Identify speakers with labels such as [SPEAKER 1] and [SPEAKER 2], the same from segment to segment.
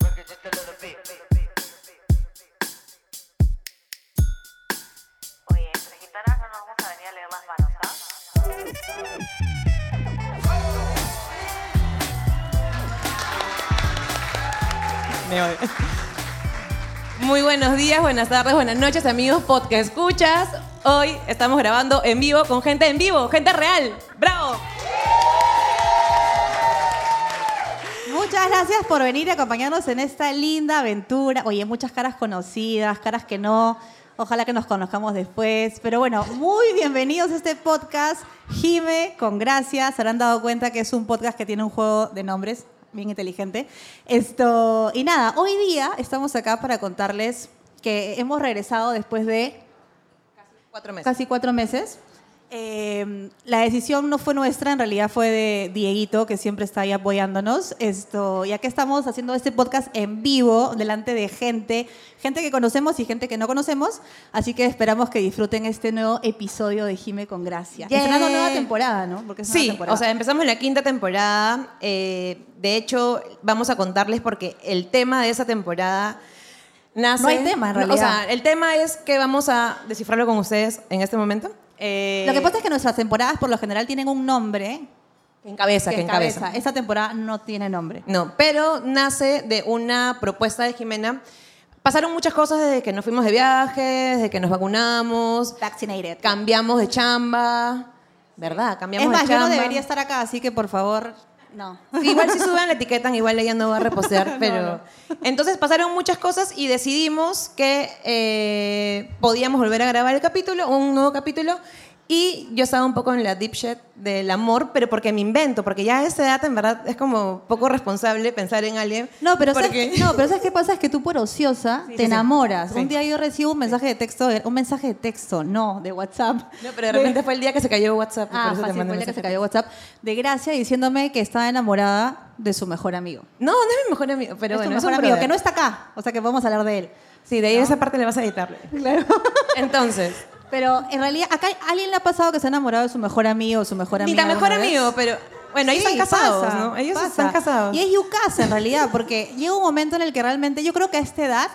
[SPEAKER 1] just a little bit.
[SPEAKER 2] Oye, entre gitanas no nos vamos a venir a leer las manos, ¿ah?
[SPEAKER 3] Me voy. Muy buenos días, buenas tardes, buenas noches, amigos podcast escuchas. Hoy estamos grabando en vivo con gente en vivo, gente real. ¡Bravo!
[SPEAKER 4] Muchas gracias por venir y acompañarnos en esta linda aventura. Oye, muchas caras conocidas, caras que no. Ojalá que nos conozcamos después. Pero bueno, muy bienvenidos a este podcast. Jime, con gracias. Se habrán dado cuenta que es un podcast que tiene un juego de nombres bien inteligente. Esto, y nada, hoy día estamos acá para contarles que hemos regresado después de
[SPEAKER 3] Cuatro
[SPEAKER 4] casi cuatro meses. Eh, la decisión no fue nuestra, en realidad fue de Dieguito, que siempre está ahí apoyándonos. Esto, ya que estamos haciendo este podcast en vivo, delante de gente, gente que conocemos y gente que no conocemos. Así que esperamos que disfruten este nuevo episodio de Jime con Gracia.
[SPEAKER 3] Yeah.
[SPEAKER 4] Estrenando nueva temporada, ¿no? Porque es nueva
[SPEAKER 3] Sí,
[SPEAKER 4] temporada.
[SPEAKER 3] o sea, empezamos la quinta temporada. eh, de hecho, vamos a contarles porque el tema de esa temporada nace.
[SPEAKER 4] No hay tema, en realidad.
[SPEAKER 3] O sea, el tema es que vamos a descifrarlo con ustedes en este momento. Eh,
[SPEAKER 4] lo que pasa es que nuestras temporadas por lo general tienen un nombre.
[SPEAKER 3] En cabeza, que en cabeza.
[SPEAKER 4] Esta temporada no tiene nombre.
[SPEAKER 3] No, pero nace de una propuesta de Jimena. Pasaron muchas cosas desde que nos fuimos de viaje, desde que nos vacunamos,
[SPEAKER 4] Vaccinated.
[SPEAKER 3] cambiamos de chamba, ¿verdad?
[SPEAKER 4] Es
[SPEAKER 3] Cambiamos
[SPEAKER 4] más,
[SPEAKER 3] de
[SPEAKER 4] yo
[SPEAKER 3] chamba.
[SPEAKER 4] no debería estar acá, así que por favor, no.
[SPEAKER 3] Sí, Igual si suben la etiquetan, igual ella no va a repostear, pero... Entonces pasaron muchas cosas y decidimos que eh, podíamos volver a grabar el capítulo, un nuevo capítulo, y yo estaba un poco en la deep shit del amor, pero porque me invento, porque ya a esa edad en verdad es como poco responsable pensar en alguien.
[SPEAKER 4] No, pero ¿sabes,
[SPEAKER 3] porque-
[SPEAKER 4] qué? no, pero ¿sabes qué pasa? Es que tú por ociosa te
[SPEAKER 3] sí.
[SPEAKER 4] enamoras.
[SPEAKER 3] Sí.
[SPEAKER 4] Un día yo recibo un mensaje de texto, de- un mensaje de texto, no, de WhatsApp.
[SPEAKER 3] No, pero de repente fue el día que se cayó WhatsApp. y por
[SPEAKER 4] Ah,
[SPEAKER 3] eso te
[SPEAKER 4] fácil,
[SPEAKER 3] mandé
[SPEAKER 4] fue el día que se
[SPEAKER 3] mensaje.
[SPEAKER 4] cayó WhatsApp. De Gracia diciéndome que estaba enamorada de su mejor amigo.
[SPEAKER 3] No, no es mi mejor amigo, pero
[SPEAKER 4] es
[SPEAKER 3] bueno,
[SPEAKER 4] tu
[SPEAKER 3] es
[SPEAKER 4] mejor
[SPEAKER 3] un
[SPEAKER 4] amigo, que no
[SPEAKER 3] brother.
[SPEAKER 4] está acá, o sea que podemos hablar de él.
[SPEAKER 3] Sí, de ahí esa parte le vas a editarle.
[SPEAKER 4] Claro.
[SPEAKER 3] Entonces,
[SPEAKER 4] Pero en realidad, acá hay- alguien le ha pasado que se ha enamorado de su mejor amigo o su mejor
[SPEAKER 3] ni
[SPEAKER 4] amiga.
[SPEAKER 3] tan mejor
[SPEAKER 4] alguna vez?
[SPEAKER 3] amigo, pero bueno, ellos
[SPEAKER 4] Sí,
[SPEAKER 3] están casados,
[SPEAKER 4] pasa,
[SPEAKER 3] ¿no? Ellos
[SPEAKER 4] pasa.
[SPEAKER 3] están casados.
[SPEAKER 4] Y es yucasa en realidad, porque llega un momento en el que realmente, yo creo que a esta edad.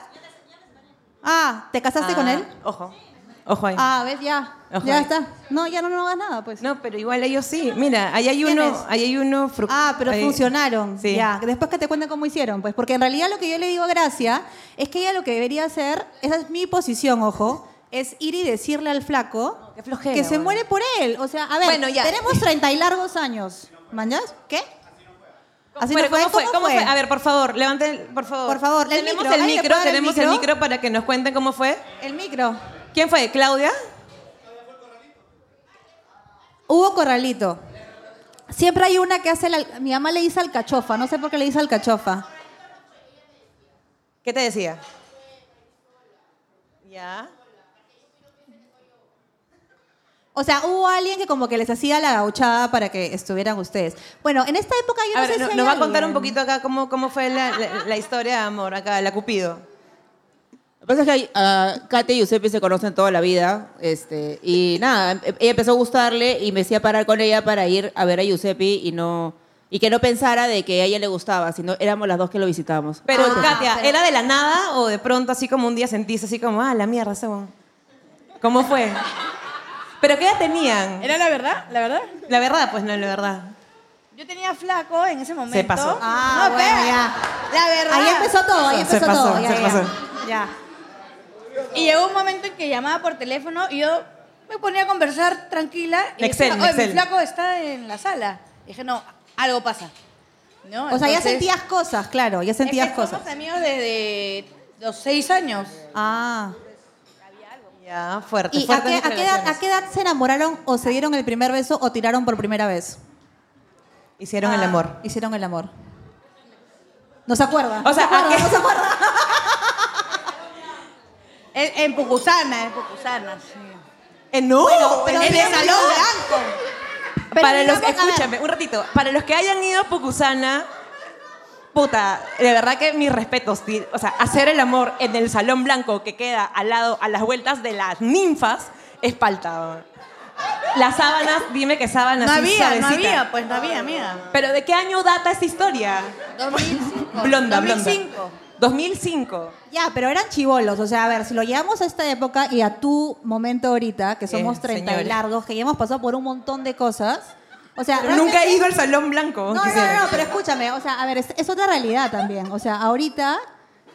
[SPEAKER 4] Ah, ¿te casaste
[SPEAKER 3] Ah,
[SPEAKER 4] con él?
[SPEAKER 3] Ojo, ojo ahí.
[SPEAKER 4] Ah, ves, ya.
[SPEAKER 3] Ojo
[SPEAKER 4] Ya
[SPEAKER 3] ahí.
[SPEAKER 4] está. No, ya no, no hagas nada, pues.
[SPEAKER 3] No, pero igual ellos sí. Mira, ahí hay
[SPEAKER 4] ¿Quién
[SPEAKER 3] uno,
[SPEAKER 4] es?
[SPEAKER 3] ahí hay uno fru-
[SPEAKER 4] Ah, pero
[SPEAKER 3] ahí-
[SPEAKER 4] funcionaron.
[SPEAKER 3] Sí.
[SPEAKER 4] Ya. Después que te cuenten cómo hicieron, pues. Porque en realidad lo que yo le digo a Gracia es que ella lo que debería hacer, esa es mi posición, ojo, es ir y decirle al flaco
[SPEAKER 3] qué flojera,
[SPEAKER 4] que se
[SPEAKER 3] bueno.
[SPEAKER 4] muere por él. O sea, a ver,
[SPEAKER 3] Bueno, ya.
[SPEAKER 4] tenemos 30 y largos años. ¿Mañas? ¿Qué? Así no
[SPEAKER 3] Pero, ¿cómo, fue? ¿Cómo fue?
[SPEAKER 4] fue?
[SPEAKER 3] A ver, por favor, levanten, el- por favor.
[SPEAKER 4] Por favor, el
[SPEAKER 3] tenemos
[SPEAKER 4] micro,
[SPEAKER 3] el
[SPEAKER 4] ¿alguien le
[SPEAKER 3] micro,
[SPEAKER 4] puede dar el
[SPEAKER 3] tenemos el micro?
[SPEAKER 4] micro?
[SPEAKER 3] para que nos cuenten cómo fue.
[SPEAKER 4] El micro.
[SPEAKER 3] ¿Quién fue? ¿Claudia?
[SPEAKER 4] Hubo corralito. Siempre hay una que hace la... Mi mamá le dice alcachofa. No sé por qué le dice alcachofa.
[SPEAKER 3] ¿Qué te decía? Ya.
[SPEAKER 4] O sea, hubo alguien que como que les hacía la gauchada para que estuvieran ustedes. Bueno, en esta época yo
[SPEAKER 3] A
[SPEAKER 4] no
[SPEAKER 3] ver,
[SPEAKER 4] sé
[SPEAKER 3] no-
[SPEAKER 4] si hay
[SPEAKER 3] nos va a contar un
[SPEAKER 4] alguien.
[SPEAKER 3] poquito acá cómo, cómo fue la, la- la historia de amor, acá, la Cupido.
[SPEAKER 5] Lo que pasa es que ahí, ah, Katy y Giuseppe se conocen toda la vida. Este, y nada, em- ella empezó a gustarle y me hacía parar con ella para ir a ver a Giuseppe y no. Y que no pensara de que a ella le gustaba, sino éramos las dos que lo visitábamos.
[SPEAKER 3] Pero,
[SPEAKER 4] Ah,
[SPEAKER 3] Katia,
[SPEAKER 4] pero-
[SPEAKER 3] ¿era de la nada o de pronto así como un día sentiste así como, ah, la mierda, ese huevón"? ¿Cómo fue? ¿Pero qué edad tenían?
[SPEAKER 6] Era la verdad, la verdad.
[SPEAKER 3] La verdad, pues no, la verdad.
[SPEAKER 6] Yo tenía flaco en ese momento.
[SPEAKER 3] pasó.
[SPEAKER 4] Ah,
[SPEAKER 6] no,
[SPEAKER 4] bueno,
[SPEAKER 6] pero-
[SPEAKER 4] ya.
[SPEAKER 6] La verdad.
[SPEAKER 4] Ahí empezó todo, ahí
[SPEAKER 3] Se
[SPEAKER 4] empezó
[SPEAKER 3] pasó,
[SPEAKER 4] todo. Ya,
[SPEAKER 3] se
[SPEAKER 4] ya,
[SPEAKER 3] pasó.
[SPEAKER 4] ya.
[SPEAKER 6] Y llegó un momento en que llamaba por teléfono y yo me ponía a conversar tranquila. Y
[SPEAKER 3] Excel,
[SPEAKER 6] decía, "Oye,
[SPEAKER 3] Excel.
[SPEAKER 6] mi flaco está en la sala. Y dije, no, algo pasa. ¿No?
[SPEAKER 4] O sea, ya
[SPEAKER 6] Entonces,
[SPEAKER 4] sentías cosas, claro, ya
[SPEAKER 6] es que
[SPEAKER 4] sentías cosas.
[SPEAKER 6] Somos amigos desde los seis años.
[SPEAKER 4] Ah.
[SPEAKER 3] Ya, fuerte.
[SPEAKER 4] ¿Y a
[SPEAKER 3] fuertes
[SPEAKER 4] qué, a qué edad,
[SPEAKER 3] declaraciones.
[SPEAKER 4] a qué edad se enamoraron o se dieron el primer beso o tiraron por primera vez?
[SPEAKER 3] Hicieron
[SPEAKER 4] Ah.
[SPEAKER 3] el amor.
[SPEAKER 4] Hicieron el amor. No se acuerda.
[SPEAKER 3] O sea,
[SPEAKER 4] no se
[SPEAKER 3] ¿a
[SPEAKER 4] acuerda,
[SPEAKER 3] qué-
[SPEAKER 4] no se acuerda.
[SPEAKER 6] En, en Pucusana, en Pucusana. sí.
[SPEAKER 3] Eh, no,
[SPEAKER 4] pero
[SPEAKER 3] en el
[SPEAKER 4] digamos-
[SPEAKER 3] salón.
[SPEAKER 4] Pero
[SPEAKER 3] para los,
[SPEAKER 4] digamos, a ver.
[SPEAKER 3] escúchame, un ratito. Para los que hayan ido a Pucusana, puta, de verdad que mis respetos. ti- O sea, hacer el amor en el salón blanco que queda al lado, a las vueltas de las ninfas, es palta. weón. Las sábanas, dime qué sábanas.
[SPEAKER 6] No
[SPEAKER 3] sí,
[SPEAKER 6] había,
[SPEAKER 3] suavecita.
[SPEAKER 6] no había, pues no había, amiga.
[SPEAKER 3] Pero ¿de qué año data esta historia?
[SPEAKER 6] 2005.
[SPEAKER 3] Blonda, blonda.
[SPEAKER 6] 2005.
[SPEAKER 3] 2005.
[SPEAKER 4] Ya, pero eran chivolos. O sea, a ver, si lo llevamos a esta época y a tu momento ahorita, que somos
[SPEAKER 3] Eh,
[SPEAKER 4] 30 y
[SPEAKER 3] señores.
[SPEAKER 4] largos, que ya hemos pasado por un montón de cosas. O sea,
[SPEAKER 3] Pero nunca he
[SPEAKER 4] realmente-
[SPEAKER 3] ido al Salón Blanco.
[SPEAKER 4] No, no,
[SPEAKER 3] quisiera.
[SPEAKER 4] no, pero escúchame. O sea, a ver, es, es otra realidad también. O sea, ahorita,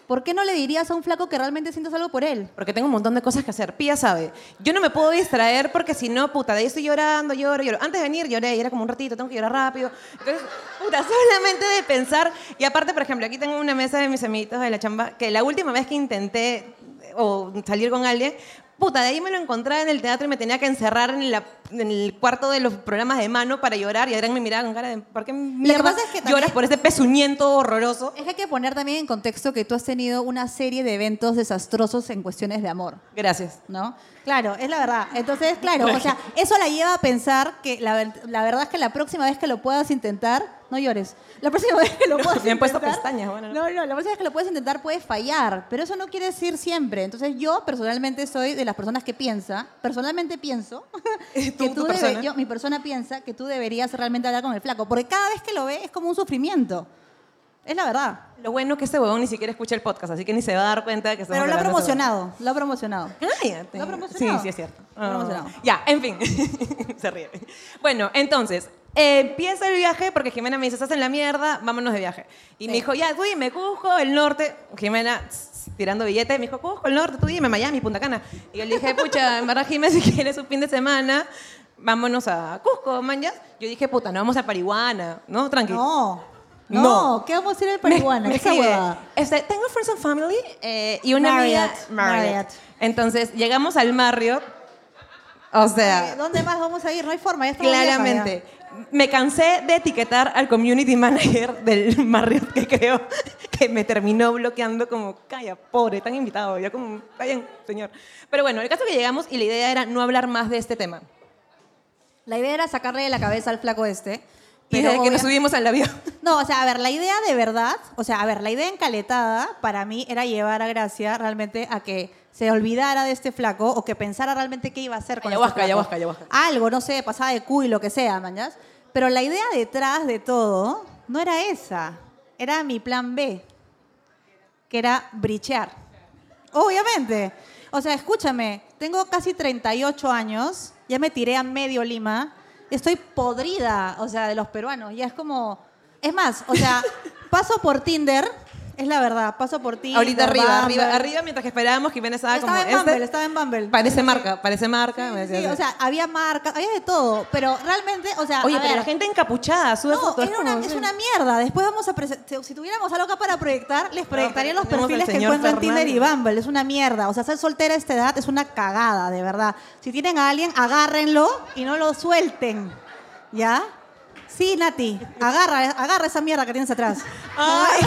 [SPEAKER 4] ¿por qué no le dirías a un flaco que realmente sientas algo por él?
[SPEAKER 3] Porque tengo un montón de cosas que hacer. Pía sabe. Yo no me puedo distraer porque si no, puta, de ahí estoy llorando, lloro, lloro. Antes de venir lloré y era como un ratito, tengo que llorar rápido. Entonces, puta, solamente de pensar. Y aparte, por ejemplo, aquí tengo una mesa de mis amiguitos de la chamba que la última vez que intenté eh, o salir con alguien, puta, de ahí me lo encontraba en el teatro y me tenía que encerrar en, la- en el cuarto de los programas de mano para llorar y Adrián me miraba con cara de, ¿por qué mierda
[SPEAKER 4] pasa es que
[SPEAKER 3] lloras
[SPEAKER 4] también-
[SPEAKER 3] por ese pezuñento horroroso?
[SPEAKER 4] Es que hay que poner también en contexto que tú has tenido una serie de eventos desastrosos en cuestiones de amor.
[SPEAKER 3] Gracias.
[SPEAKER 4] ¿no? Claro, es la verdad. Entonces, claro, o sea, eso la lleva a pensar que la, ver- la verdad es que la próxima vez que lo puedas intentar, no llores. La próxima vez que lo puedas
[SPEAKER 3] me han puesto
[SPEAKER 4] intentar.
[SPEAKER 3] pestañas, bueno, no.
[SPEAKER 4] No, no, la próxima vez que lo puedes intentar puedes fallar, pero eso no quiere decir siempre. Entonces, yo personalmente soy de las personas que piensa, personalmente pienso que
[SPEAKER 3] Tú, tu
[SPEAKER 4] debe-
[SPEAKER 3] persona.
[SPEAKER 4] yo- mi persona piensa que tú deberías realmente hablar con el flaco, porque cada vez que lo ve es como un sufrimiento. Es la verdad.
[SPEAKER 3] Lo bueno es que este huevón ni siquiera escucha el podcast, así que ni se va a dar cuenta de que estamos
[SPEAKER 4] Pero lo ha
[SPEAKER 3] hablando de ese
[SPEAKER 4] promocionado, lo ha promocionado.
[SPEAKER 3] huevón. Cállate.
[SPEAKER 4] Lo ha promocionado.
[SPEAKER 3] Sí, sí, es cierto.
[SPEAKER 4] Lo ha
[SPEAKER 3] Ah.
[SPEAKER 4] promocionado.
[SPEAKER 3] Ya, en fin. se ríe. Bueno, entonces, eh, empieza el viaje porque Jimena me dice, estás en la mierda, vámonos de viaje. Y me dijo, ya, tú dime, Cusco, el norte. Jimena tss, tirando billete, me dijo, Cusco, el norte, tú dime, Miami, Punta Cana. Y yo le dije, pucha, en verdad, Jimena, si quieres un fin de semana, vámonos a Cusco, manjas. Yo dije, puta, no vamos a Parihuana, ¿no? Tranqui.
[SPEAKER 4] No.
[SPEAKER 3] No.
[SPEAKER 4] No, ¿qué vamos a ir al
[SPEAKER 3] Me-
[SPEAKER 4] Parihuana?
[SPEAKER 3] me
[SPEAKER 4] Esa
[SPEAKER 3] escribe,
[SPEAKER 4] huevada.
[SPEAKER 3] este, tengo Friends and Family eh, y una amiga.
[SPEAKER 4] Marriott, Marriott.
[SPEAKER 3] Entonces, llegamos al Marriott. O
[SPEAKER 4] Eh,
[SPEAKER 3] sea,
[SPEAKER 4] ¿Dónde más vamos a ir? No hay forma, ya estamos
[SPEAKER 3] claramente.
[SPEAKER 4] viejas
[SPEAKER 3] Me cansé de etiquetar al community manager del Marriott que creo que me terminó bloqueando como, calla, pobre, tan invitado. Yo como, callen, señor. Pero bueno, el caso es que llegamos y la idea era no hablar más de este tema.
[SPEAKER 4] ya. La idea era sacarle de la cabeza al flaco este.
[SPEAKER 3] Y
[SPEAKER 4] pero
[SPEAKER 3] desde que nos
[SPEAKER 4] obvia-
[SPEAKER 3] subimos al avión.
[SPEAKER 4] No, o sea, a ver, la idea de verdad, o sea, a ver, la idea encaletada para mí era llevar a Gracia realmente a que se olvidara de este flaco o que pensara realmente qué iba a hacer con este
[SPEAKER 3] Ayahuasca,
[SPEAKER 4] flaco.
[SPEAKER 3] ayahuasca, ayahuasca.
[SPEAKER 4] Algo, no sé, pasada de cuy, lo que sea, mañas. Pero la idea detrás de todo no era esa, era mi plan B, que era brichear. Obviamente. O sea, escúchame, tengo casi 38 años, ya me tiré a medio Lima, estoy podrida, o sea, de los peruanos, ya es como... Es más, o sea, paso por Tinder, es la verdad, paso por Tinder.
[SPEAKER 3] Ahorita arriba,
[SPEAKER 4] Bumble.
[SPEAKER 3] arriba, arriba, mientras que esperábamos, Jimena estaba como,
[SPEAKER 4] Estaba en Bumble,
[SPEAKER 3] este-
[SPEAKER 4] estaba en Bumble.
[SPEAKER 3] Parece marca, parece marca. me
[SPEAKER 4] Sí,
[SPEAKER 3] decía,
[SPEAKER 4] o sea, había marcas, había de todo, pero realmente, o sea,
[SPEAKER 3] Oye,
[SPEAKER 4] Ah, a
[SPEAKER 3] pero
[SPEAKER 4] ver,
[SPEAKER 3] la gente encapuchada sube
[SPEAKER 4] no,
[SPEAKER 3] fotos.
[SPEAKER 4] era una-
[SPEAKER 3] como-
[SPEAKER 4] es una mierda. Después vamos a presentar. Si tuviéramos algo acá para proyectar, les proyectaría
[SPEAKER 3] pero
[SPEAKER 4] los
[SPEAKER 3] tenemos al
[SPEAKER 4] perfiles que
[SPEAKER 3] señor
[SPEAKER 4] encuentro en Tinder y
[SPEAKER 3] Fernández.
[SPEAKER 4] Bumble. Es una mierda. O sea, ser soltera a esta edad es una cagada, de verdad. Si tienen a alguien, agárrenlo y no lo suelten. ¿Ya? Sí, Nati, agarra, agarra esa mierda que tienes atrás.
[SPEAKER 3] Ay,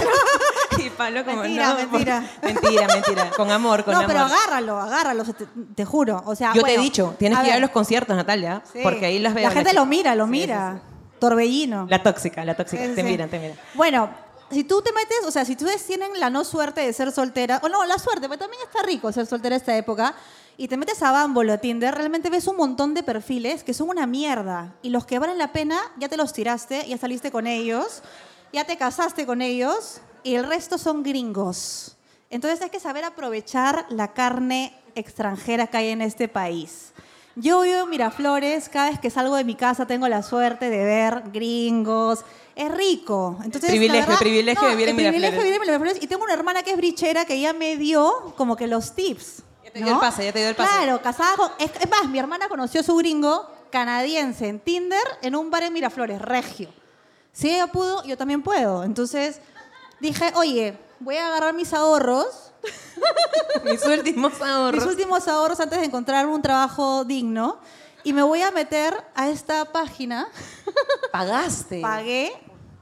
[SPEAKER 3] y Pablo como,
[SPEAKER 4] Mentira,
[SPEAKER 3] no, por-
[SPEAKER 4] mentira.
[SPEAKER 3] mentira, mentira. Con amor, con
[SPEAKER 4] no,
[SPEAKER 3] amor.
[SPEAKER 4] pero agárralo, agárralo, se te, te juro. O sea,
[SPEAKER 3] Yo te
[SPEAKER 4] bueno,
[SPEAKER 3] he dicho, tienes
[SPEAKER 4] a
[SPEAKER 3] que ir a
[SPEAKER 4] ver,
[SPEAKER 3] los conciertos, Natalia,
[SPEAKER 4] sí.
[SPEAKER 3] porque ahí las veo.
[SPEAKER 4] La gente
[SPEAKER 3] chica.
[SPEAKER 4] lo mira, lo
[SPEAKER 3] Sí,
[SPEAKER 4] mira.
[SPEAKER 3] sí,
[SPEAKER 4] Torbellino.
[SPEAKER 3] sí. La tóxica, la tóxica.
[SPEAKER 4] Sí,
[SPEAKER 3] te
[SPEAKER 4] sí.
[SPEAKER 3] miran, te miran.
[SPEAKER 4] Bueno, si tú te metes, o sea, si ustedes tienen la no suerte de ser soltera, o no, la suerte, pero también está rico ser soltera esta época, y te metes a Bumble o a Tinder, realmente ves un montón de perfiles que son una mierda, y los que valen la pena ya te los tiraste, ya saliste con ellos, ya te casaste con ellos, y el resto son gringos. Entonces hay que saber aprovechar la carne extranjera que hay en este país. Yo vivo en Miraflores, cada vez que salgo de mi casa tengo la suerte de ver gringos. Es rico. Entonces, la
[SPEAKER 3] Privilegio,
[SPEAKER 4] verdad-
[SPEAKER 3] privilegio de vivir en
[SPEAKER 4] el privilegio
[SPEAKER 3] Miraflores.
[SPEAKER 4] de vivir en Miraflores. Y tengo una hermana que es brichera que ya me dio como que los tips.
[SPEAKER 3] Ya te dio el pase, ya te dio el pase.
[SPEAKER 4] Claro, casada con... Es, es más, mi hermana conoció a su gringo canadiense en Tinder en un bar en Miraflores, regio. Si ella pudo, yo también puedo. Entonces dije, oye, voy a agarrar mis ahorros
[SPEAKER 3] Mis últimos ahorros.
[SPEAKER 4] mis últimos ahorros antes de encontrar un trabajo digno y me voy a meter a esta página.
[SPEAKER 3] Pagaste.
[SPEAKER 4] Pagué,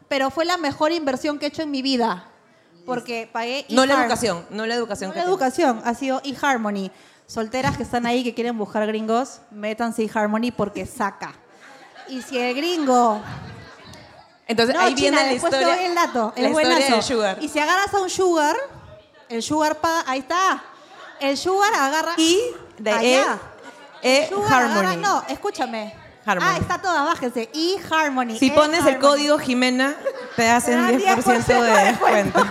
[SPEAKER 4] pero fue la mejor inversión que he hecho en mi vida. Porque pagué...
[SPEAKER 3] No la
[SPEAKER 4] eHarm-
[SPEAKER 3] educación, no la educación.
[SPEAKER 4] No
[SPEAKER 3] que
[SPEAKER 4] la
[SPEAKER 3] te-
[SPEAKER 4] educación, ha sido eHarmony. Solteras que están ahí que quieren buscar gringos, métanse eHarmony porque saca. Y si el gringo...
[SPEAKER 3] Entonces
[SPEAKER 4] No,
[SPEAKER 3] ahí
[SPEAKER 4] China,
[SPEAKER 3] viene la
[SPEAKER 4] después te
[SPEAKER 3] historia.
[SPEAKER 4] doy el dato, el
[SPEAKER 3] la historia
[SPEAKER 4] buenazo.
[SPEAKER 3] del sugar.
[SPEAKER 4] Y si agarras a un sugar, el sugar paga... Ahí está. El sugar agarra...
[SPEAKER 3] Y de
[SPEAKER 4] allá.
[SPEAKER 3] E, E
[SPEAKER 4] Sugar, ahora
[SPEAKER 3] Harmony.
[SPEAKER 4] no, escúchame.
[SPEAKER 3] Harmony.
[SPEAKER 4] Ah, está toda, bájense. Y Harmony.
[SPEAKER 3] Si
[SPEAKER 4] E
[SPEAKER 3] pones el
[SPEAKER 4] Harmony.
[SPEAKER 3] código Jimena, te hacen
[SPEAKER 4] dan
[SPEAKER 3] 10% de
[SPEAKER 4] 10% de
[SPEAKER 3] descuento.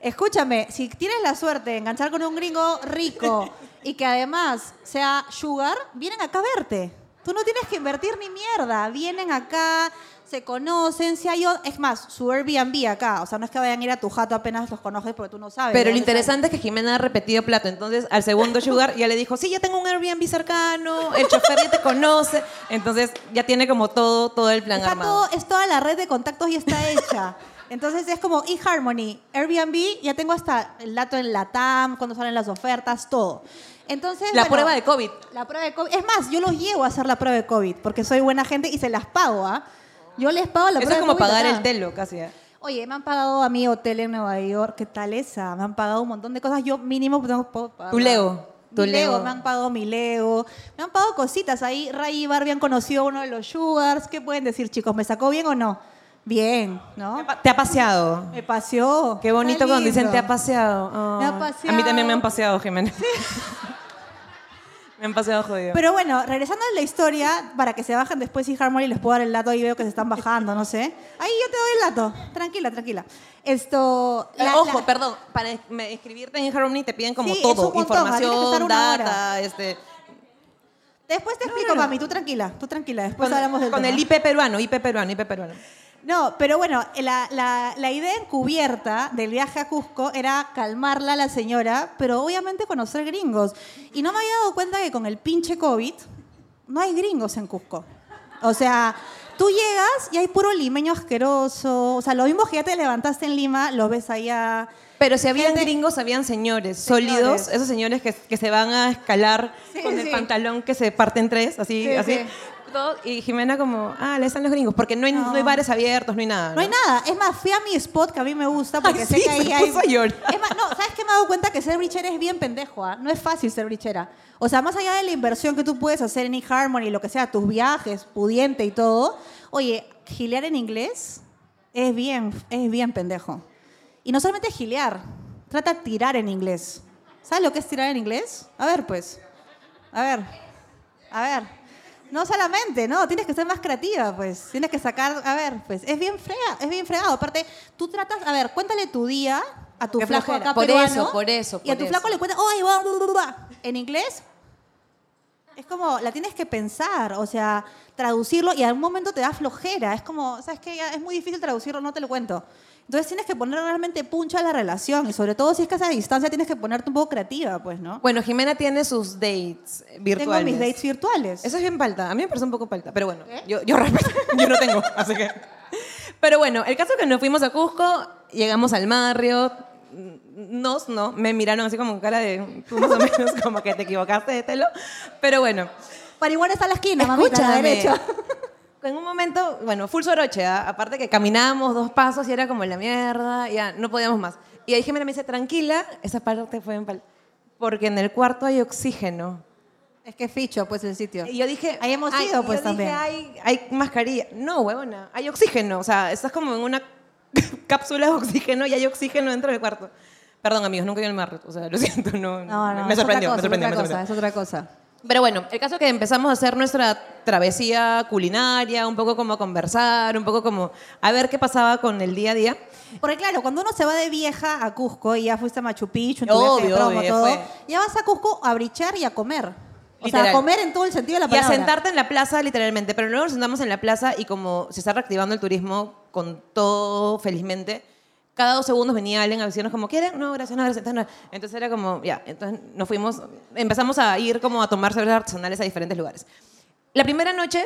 [SPEAKER 4] Escúchame, si tienes la suerte de enganchar con un gringo rico y que además sea sugar, vienen acá a verte. Tú no tienes que invertir ni mierda. Vienen acá, se conocen, si hay... o- Es más, su Airbnb acá. O sea, no es que vayan a ir a tu jato apenas los conoces porque tú no sabes.
[SPEAKER 3] Pero
[SPEAKER 4] ¿no?
[SPEAKER 3] lo
[SPEAKER 4] O sea,
[SPEAKER 3] interesante es que Jimena ha repetido plato. Entonces, al segundo sugar ya le dijo, sí, ya tengo un Airbnb cercano, el chofer ya te conoce. Entonces, ya tiene como todo, todo el plan
[SPEAKER 4] Está
[SPEAKER 3] armado.
[SPEAKER 4] todo, es toda la red de contactos y está hecha. Entonces es como eHarmony, Airbnb, ya tengo hasta el dato en la TAM, cuando salen las ofertas, todo. Entonces,
[SPEAKER 3] La
[SPEAKER 4] bueno,
[SPEAKER 3] prueba de COVID.
[SPEAKER 4] La prueba de COVID. Es más, yo los llevo a hacer la prueba de COVID porque soy buena gente y se las pago, ¿ah? Yo les pago la
[SPEAKER 3] Eso
[SPEAKER 4] prueba
[SPEAKER 3] es
[SPEAKER 4] de
[SPEAKER 3] como
[SPEAKER 4] COVID
[SPEAKER 3] pagar
[SPEAKER 4] acá.
[SPEAKER 3] el telo casi. ¿eh?
[SPEAKER 4] Oye, me han pagado a mi hotel en Nueva York, ¿qué tal esa? Me han pagado un montón de cosas, yo mínimo tengo puedo pagar.
[SPEAKER 3] Tu Lego, tu
[SPEAKER 4] Mi Lego,
[SPEAKER 3] Lego.
[SPEAKER 4] me han pagado mi Lego, me han pagado cositas ahí. Ray y Barbie han conocido a uno de los Sugars. ¿Qué pueden decir, chicos? ¿Me sacó bien o no? Bien, ¿no?
[SPEAKER 3] Te ha paseado.
[SPEAKER 4] Me paseó.
[SPEAKER 3] Qué bonito
[SPEAKER 4] Está
[SPEAKER 3] cuando dicen
[SPEAKER 4] lindo.
[SPEAKER 3] te ha paseado.
[SPEAKER 4] Me ha
[SPEAKER 3] Ay. A mí
[SPEAKER 4] paseado.
[SPEAKER 3] también me han paseado, Jimena. me han paseado jodido.
[SPEAKER 4] Pero bueno, regresando a la historia, para que se bajen después y Harmony les puedo dar el dato y veo que se están bajando, no sé. Ahí yo te doy el dato. Tranquila, tranquila. Esto.
[SPEAKER 3] Eh,
[SPEAKER 4] la-
[SPEAKER 3] Ojo,
[SPEAKER 4] la-
[SPEAKER 3] perdón, para es- me- inscribirte en Harmony te piden como
[SPEAKER 4] Sí, es un
[SPEAKER 3] todo,
[SPEAKER 4] montón, tienes que estar
[SPEAKER 3] información,
[SPEAKER 4] una
[SPEAKER 3] data, este
[SPEAKER 4] Después te explico, mami, tú tranquila, tú tranquila, después
[SPEAKER 3] con,
[SPEAKER 4] hablamos del
[SPEAKER 3] con
[SPEAKER 4] tema.
[SPEAKER 3] el IP peruano, IP peruano, IP peruano.
[SPEAKER 4] No, pero bueno, la, la- la idea encubierta del viaje a Cusco era calmarla a la señora, pero obviamente conocer gringos. Y no me había dado cuenta que con el pinche COVID no hay gringos en Cusco. O sea, tú llegas y hay puro limeño asqueroso. O sea, lo mismo que ya te levantaste en Lima, los ves allá.
[SPEAKER 3] Pero si habían
[SPEAKER 4] Gente-
[SPEAKER 3] gringos, habían señores,
[SPEAKER 4] Señores.
[SPEAKER 3] sólidos, esos señores que, que se van a escalar
[SPEAKER 4] Sí,
[SPEAKER 3] con el
[SPEAKER 4] sí.
[SPEAKER 3] pantalón que se parte en tres, así,
[SPEAKER 4] Sí,
[SPEAKER 3] así.
[SPEAKER 4] sí.
[SPEAKER 3] Todo- y Jimena como, ah, le están los gringos, porque no hay, no hay bares abiertos, no hay nada.
[SPEAKER 4] No hay nada. Es más, fui a mi spot que a mí me gusta porque
[SPEAKER 3] Ay,
[SPEAKER 4] sé
[SPEAKER 3] sí,
[SPEAKER 4] que ahí
[SPEAKER 3] se
[SPEAKER 4] hay.
[SPEAKER 3] puso a llorar.
[SPEAKER 4] Es más, no, ¿sabes qué me he dado cuenta? Que ser brichera es bien pendejo, ¿ah? No es fácil ser brichera. O sea, más allá de la inversión que tú puedes hacer en eHarmony, lo que sea, tus viajes, pudiente y todo, oye, gilear en inglés es bien, es bien pendejo. Y no solamente gilear, trata de tirar en inglés. ¿Sabes lo que es tirar en inglés? A ver, pues. A ver. A ver. No solamente, no, tienes que ser más creativa, pues. Tienes que sacar, a ver, pues, es bien frega, es bien fregado. Aparte, tú tratas, a ver, cuéntale tu día a tu
[SPEAKER 3] Qué
[SPEAKER 4] flaco
[SPEAKER 3] flojera.
[SPEAKER 4] acá
[SPEAKER 3] Por
[SPEAKER 4] peruano,
[SPEAKER 3] eso, por eso,
[SPEAKER 4] Y a
[SPEAKER 3] por
[SPEAKER 4] tu
[SPEAKER 3] eso.
[SPEAKER 4] flaco le cuentas, "Ay, va, bla, bla, bla". en inglés. Es como la tienes que pensar, o sea, traducirlo y en algún momento te da flojera, es como, sabes que es muy difícil traducirlo, no te lo cuento. Entonces tienes que poner realmente puncha a la relación y sobre todo si es que a esa distancia tienes que ponerte un poco creativa, pues, ¿no?
[SPEAKER 3] Bueno, Jimena tiene sus dates eh, virtuales.
[SPEAKER 4] Tengo mis dates virtuales.
[SPEAKER 3] Eso es bien palta. A mí me parece un poco palta, pero bueno, yo, yo respeto. Yo no tengo, así que. Pero bueno, el caso es que nos fuimos a Cusco, llegamos al barrio. Nos, no, me miraron así como con cara de. Tú más o menos como que te equivocaste de telo. Pero bueno.
[SPEAKER 4] Para igual está a la esquina, mamita, a la derecha.
[SPEAKER 3] En un momento, bueno, full soroche, ¿ah? aparte que caminábamos dos pasos y era como la mierda, ya no podíamos más. Y ahí Jimena me dice, tranquila, esa parte fue en pal- Porque en el cuarto hay oxígeno.
[SPEAKER 4] Es que ficho, pues, el sitio.
[SPEAKER 3] Y yo dije,
[SPEAKER 4] Ahí hemos
[SPEAKER 3] ay,
[SPEAKER 4] ido,
[SPEAKER 3] yo
[SPEAKER 4] pues,
[SPEAKER 3] dije,
[SPEAKER 4] también.
[SPEAKER 3] Hay, hay mascarilla. No, huevona, hay oxígeno. O sea, estás como en una cápsula de oxígeno y hay oxígeno dentro del cuarto. Perdón, amigos, nunca vi el mar. O sea, lo siento, no,
[SPEAKER 4] No, no,
[SPEAKER 3] me
[SPEAKER 4] es
[SPEAKER 3] sorprendió,
[SPEAKER 4] otra
[SPEAKER 3] me
[SPEAKER 4] cosa,
[SPEAKER 3] sorprendió,
[SPEAKER 4] es
[SPEAKER 3] me
[SPEAKER 4] otra cosa,
[SPEAKER 3] sorprendió.
[SPEAKER 4] es otra cosa.
[SPEAKER 3] Pero bueno, el caso es que empezamos a hacer nuestra travesía culinaria, un poco como a conversar, un poco como a ver qué pasaba con el día a día.
[SPEAKER 4] Porque claro, cuando uno se va de vieja a Cusco y ya fuiste a Machu Picchu, en tu
[SPEAKER 3] Obvio,
[SPEAKER 4] viaje de promo,
[SPEAKER 3] obvio,
[SPEAKER 4] todo,
[SPEAKER 3] fue.
[SPEAKER 4] ya vas a Cusco a brichar y a comer. O
[SPEAKER 3] Literal.
[SPEAKER 4] sea, a comer en todo el sentido de la
[SPEAKER 3] Y a
[SPEAKER 4] palabra.
[SPEAKER 3] sentarte en la plaza, literalmente. Pero luego nos sentamos en la plaza y como se está reactivando el turismo con todo, felizmente, cada dos segundos venía alguien a decirnos como, ¿quieren? No, gracias, no, gracias. no". Entonces era como, ya, entonces nos fuimos, empezamos a ir como a tomar cervezas artesanales a diferentes lugares. La primera noche,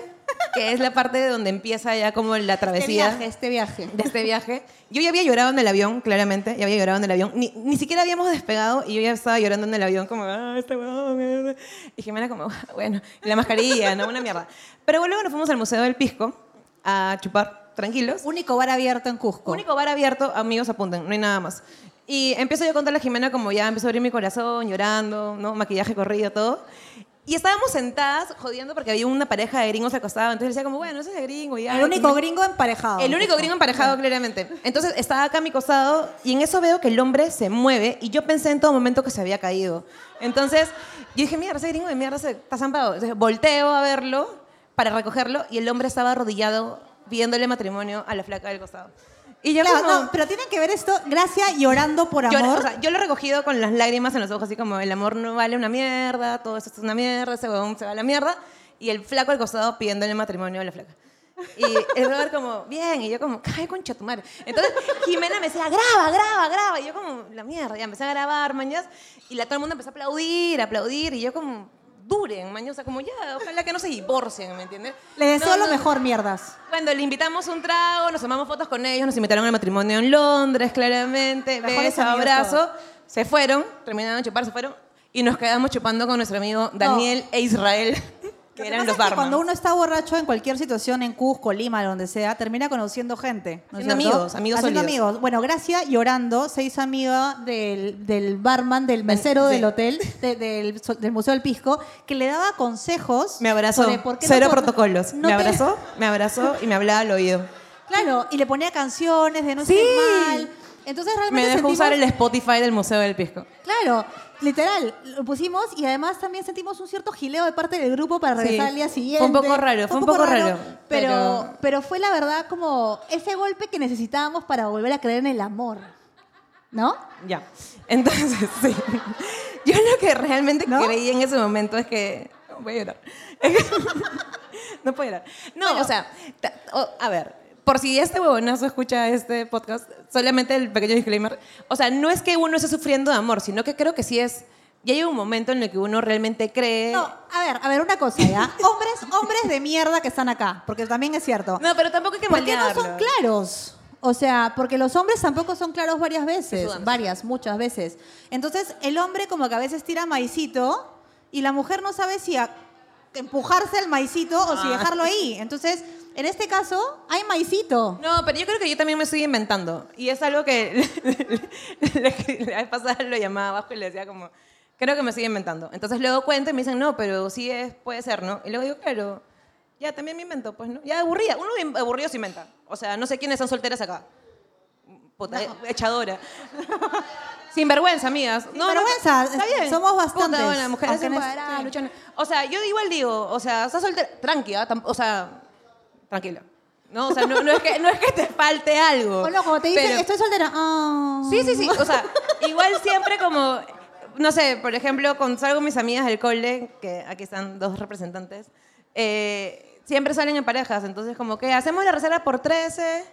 [SPEAKER 3] que es la parte donde empieza ya como la
[SPEAKER 4] Este
[SPEAKER 3] travesía
[SPEAKER 4] viaje, este viaje.
[SPEAKER 3] de este viaje. Yo ya había llorado en el avión, claramente, ya había llorado en el avión. Ni, ni siquiera habíamos despegado y yo ya estaba llorando en el avión como, ah, este huevón, eh". Y Jimena como, "Ah, bueno, y la mascarilla, no, una mierda. Pero luego nos fuimos al Museo del Pisco a chupar, tranquilos.
[SPEAKER 4] Único bar abierto en Cusco.
[SPEAKER 3] Único bar abierto, amigos, apunten, no hay nada más. Y empiezo yo a contarle a Jimena como ya empezó a abrir mi corazón, llorando, ¿no? Maquillaje corrido, todo. Y estábamos sentadas jodiendo porque había una pareja de gringos acostada. Entonces decía como, bueno, ese es de gringo. Ya,
[SPEAKER 4] El único
[SPEAKER 3] Me-
[SPEAKER 4] gringo emparejado. pues,
[SPEAKER 3] el único gringo emparejado, claramente. Entonces estaba acá a mi costado y en eso veo que el hombre se mueve y yo pensé en todo momento que se había caído. Entonces yo dije, mierda, ese gringo de mierda se está zampado. Entonces, volteo a verlo para recogerlo y el hombre estaba arrodillado pidiéndole matrimonio a la flaca del costado. Y yo
[SPEAKER 4] Claro,
[SPEAKER 3] como-
[SPEAKER 4] no, pero tienen que ver esto, Gracia llorando por
[SPEAKER 3] Yo,
[SPEAKER 4] amor.
[SPEAKER 3] o sea, yo lo he recogido con las lágrimas en los ojos, así como el amor no vale una mierda, todo esto es una mierda, ese huevón se va a la mierda. Y el flaco al costado pidiéndole matrimonio a la flaca. Y el Robert como, bien, y yo como, cae con chatumar. Entonces Jimena me decía, graba, graba, graba. Y yo como, la mierda, ya empecé a grabar, mañas. Y la, todo el mundo empezó a aplaudir, a aplaudir. Y yo como, duren, mañas. O sea, como ya, ojalá que no se divorcien, ¿me entiendes?
[SPEAKER 4] Le deseo
[SPEAKER 3] No,
[SPEAKER 4] lo
[SPEAKER 3] no,
[SPEAKER 4] mejor, mierdas.
[SPEAKER 3] cuando le invitamos un trago, nos tomamos fotos con ellos, nos invitaron al matrimonio en Londres, claramente,
[SPEAKER 4] Mejores
[SPEAKER 3] beso,
[SPEAKER 4] amigos
[SPEAKER 3] abrazo. Se fueron, terminaron de chupar, se fueron y nos quedamos chupando con nuestro amigo Daniel e Israel, que
[SPEAKER 4] Lo que
[SPEAKER 3] eran los
[SPEAKER 4] pasa es que
[SPEAKER 3] barman.
[SPEAKER 4] cuando uno está borracho en cualquier situación, en Cusco, Lima, donde sea, termina conociendo gente. ¿no es
[SPEAKER 3] Haciendo
[SPEAKER 4] cierto?
[SPEAKER 3] amigos, amigos
[SPEAKER 4] Haciendo
[SPEAKER 3] sólidos.
[SPEAKER 4] amigos. Bueno, Gracia llorando, se hizo amiga del, del barman, del mesero
[SPEAKER 3] Sí.
[SPEAKER 4] del hotel, de- del, so- del Museo del Pisco, que le daba consejos.
[SPEAKER 3] Me abrazó,
[SPEAKER 4] sobre por qué
[SPEAKER 3] cero
[SPEAKER 4] no con-
[SPEAKER 3] protocolos.
[SPEAKER 4] no
[SPEAKER 3] me
[SPEAKER 4] te-
[SPEAKER 3] abrazó, me abrazó y me hablaba al oído.
[SPEAKER 4] Claro, y le ponía canciones de no
[SPEAKER 3] Sí.
[SPEAKER 4] sé mal. Entonces realmente
[SPEAKER 3] Me dejó
[SPEAKER 4] sentimos-
[SPEAKER 3] usar el Spotify del Museo del Pisco.
[SPEAKER 4] Claro, literal, lo pusimos y además también sentimos un cierto gileo de parte del grupo para regresar
[SPEAKER 3] Sí.
[SPEAKER 4] al día
[SPEAKER 3] Fue un
[SPEAKER 4] siguiente.
[SPEAKER 3] poco raro, fue un poco raro,
[SPEAKER 4] pero, pero...
[SPEAKER 3] pero-
[SPEAKER 4] fue la verdad como ese golpe que necesitábamos para volver a creer en el amor. ¿No?
[SPEAKER 3] Ya. Entonces, sí. Yo lo que realmente
[SPEAKER 4] ¿No?
[SPEAKER 3] creí en ese momento es que. no, Voy a llorar. no puedo llorar. No, o sea, ta- o- a ver. Por si este huevonazo escucha este podcast, solamente el pequeño disclaimer. O sea, no es que uno esté sufriendo de amor, sino que creo que sí es. Ya hay un momento en el que uno realmente cree.
[SPEAKER 4] No, a ver, a ver, una cosa, ¿ya? hombres, hombres de mierda que están acá, porque también es cierto.
[SPEAKER 3] No, pero tampoco hay que
[SPEAKER 4] ¿Por qué no
[SPEAKER 3] maldearlo.
[SPEAKER 4] son claros? O sea, porque los hombres tampoco son claros varias veces,
[SPEAKER 3] Sudan.
[SPEAKER 4] varias, muchas veces. Entonces, el hombre como que a veces tira maicito y la mujer no sabe si a- empujarse el maicito o
[SPEAKER 3] Ah.
[SPEAKER 4] si dejarlo ahí. Entonces, en este caso, hay maicito.
[SPEAKER 3] No, pero yo creo que yo también me estoy inventando. Y es algo que la- la- la vez pasada lo llamaba abajo y le decía como, creo que me estoy inventando. Entonces luego cuento y me dicen, no, pero sí es, puede ser, ¿no? Y luego digo, claro, ya también me invento, pues, ¿no? Ya aburrida, uno im- aburrido se inventa. O sea, no sé quiénes son solteras acá. Puta, e- echadora. Sin vergüenza, amigas. No,
[SPEAKER 4] Sinvergüenza,
[SPEAKER 3] no, está bien.
[SPEAKER 4] somos
[SPEAKER 3] Puta,
[SPEAKER 4] bastantes,
[SPEAKER 3] bueno, mujeres
[SPEAKER 4] aunque no es-
[SPEAKER 3] empoderadas,
[SPEAKER 4] sí.
[SPEAKER 3] luchonas. O sea, yo igual digo, o sea, estás soltera, tranqui, ¿ah? Tam- o sea, tranquila. No, o sea, no, no es, que, no es que te falte algo.
[SPEAKER 4] O no, como te dicen,
[SPEAKER 3] pero-
[SPEAKER 4] estoy soltera. Ah.
[SPEAKER 3] Sí, sí, sí. O sea, igual siempre como, no sé, por ejemplo, cuando salgo con mis amigas del cole, que aquí están dos representantes, eh, siempre salen en parejas. Entonces, como que hacemos la reserva por 13,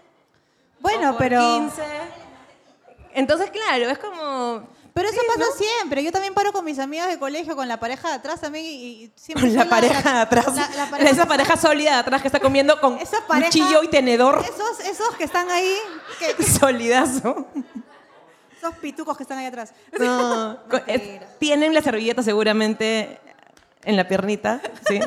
[SPEAKER 3] o
[SPEAKER 4] Bueno,
[SPEAKER 3] por
[SPEAKER 4] pero...
[SPEAKER 3] 15. Entonces, claro, es como...
[SPEAKER 4] Pero eso pasa siempre. Yo también paro con mis amigas de colegio, con la pareja de atrás también y, y siempre...
[SPEAKER 3] Con la
[SPEAKER 4] son
[SPEAKER 3] pareja de
[SPEAKER 4] la-
[SPEAKER 3] atrás.
[SPEAKER 4] la- la pareja-
[SPEAKER 3] esa pareja sólida de atrás que está comiendo con
[SPEAKER 4] Esa pareja-
[SPEAKER 3] cuchillo y tenedor.
[SPEAKER 4] Esos, esos que están ahí, que-
[SPEAKER 3] Solidazo.
[SPEAKER 4] esos pitucos que están ahí atrás.
[SPEAKER 3] No, co- es- tienen la servilleta seguramente en la piernita, ¿sí?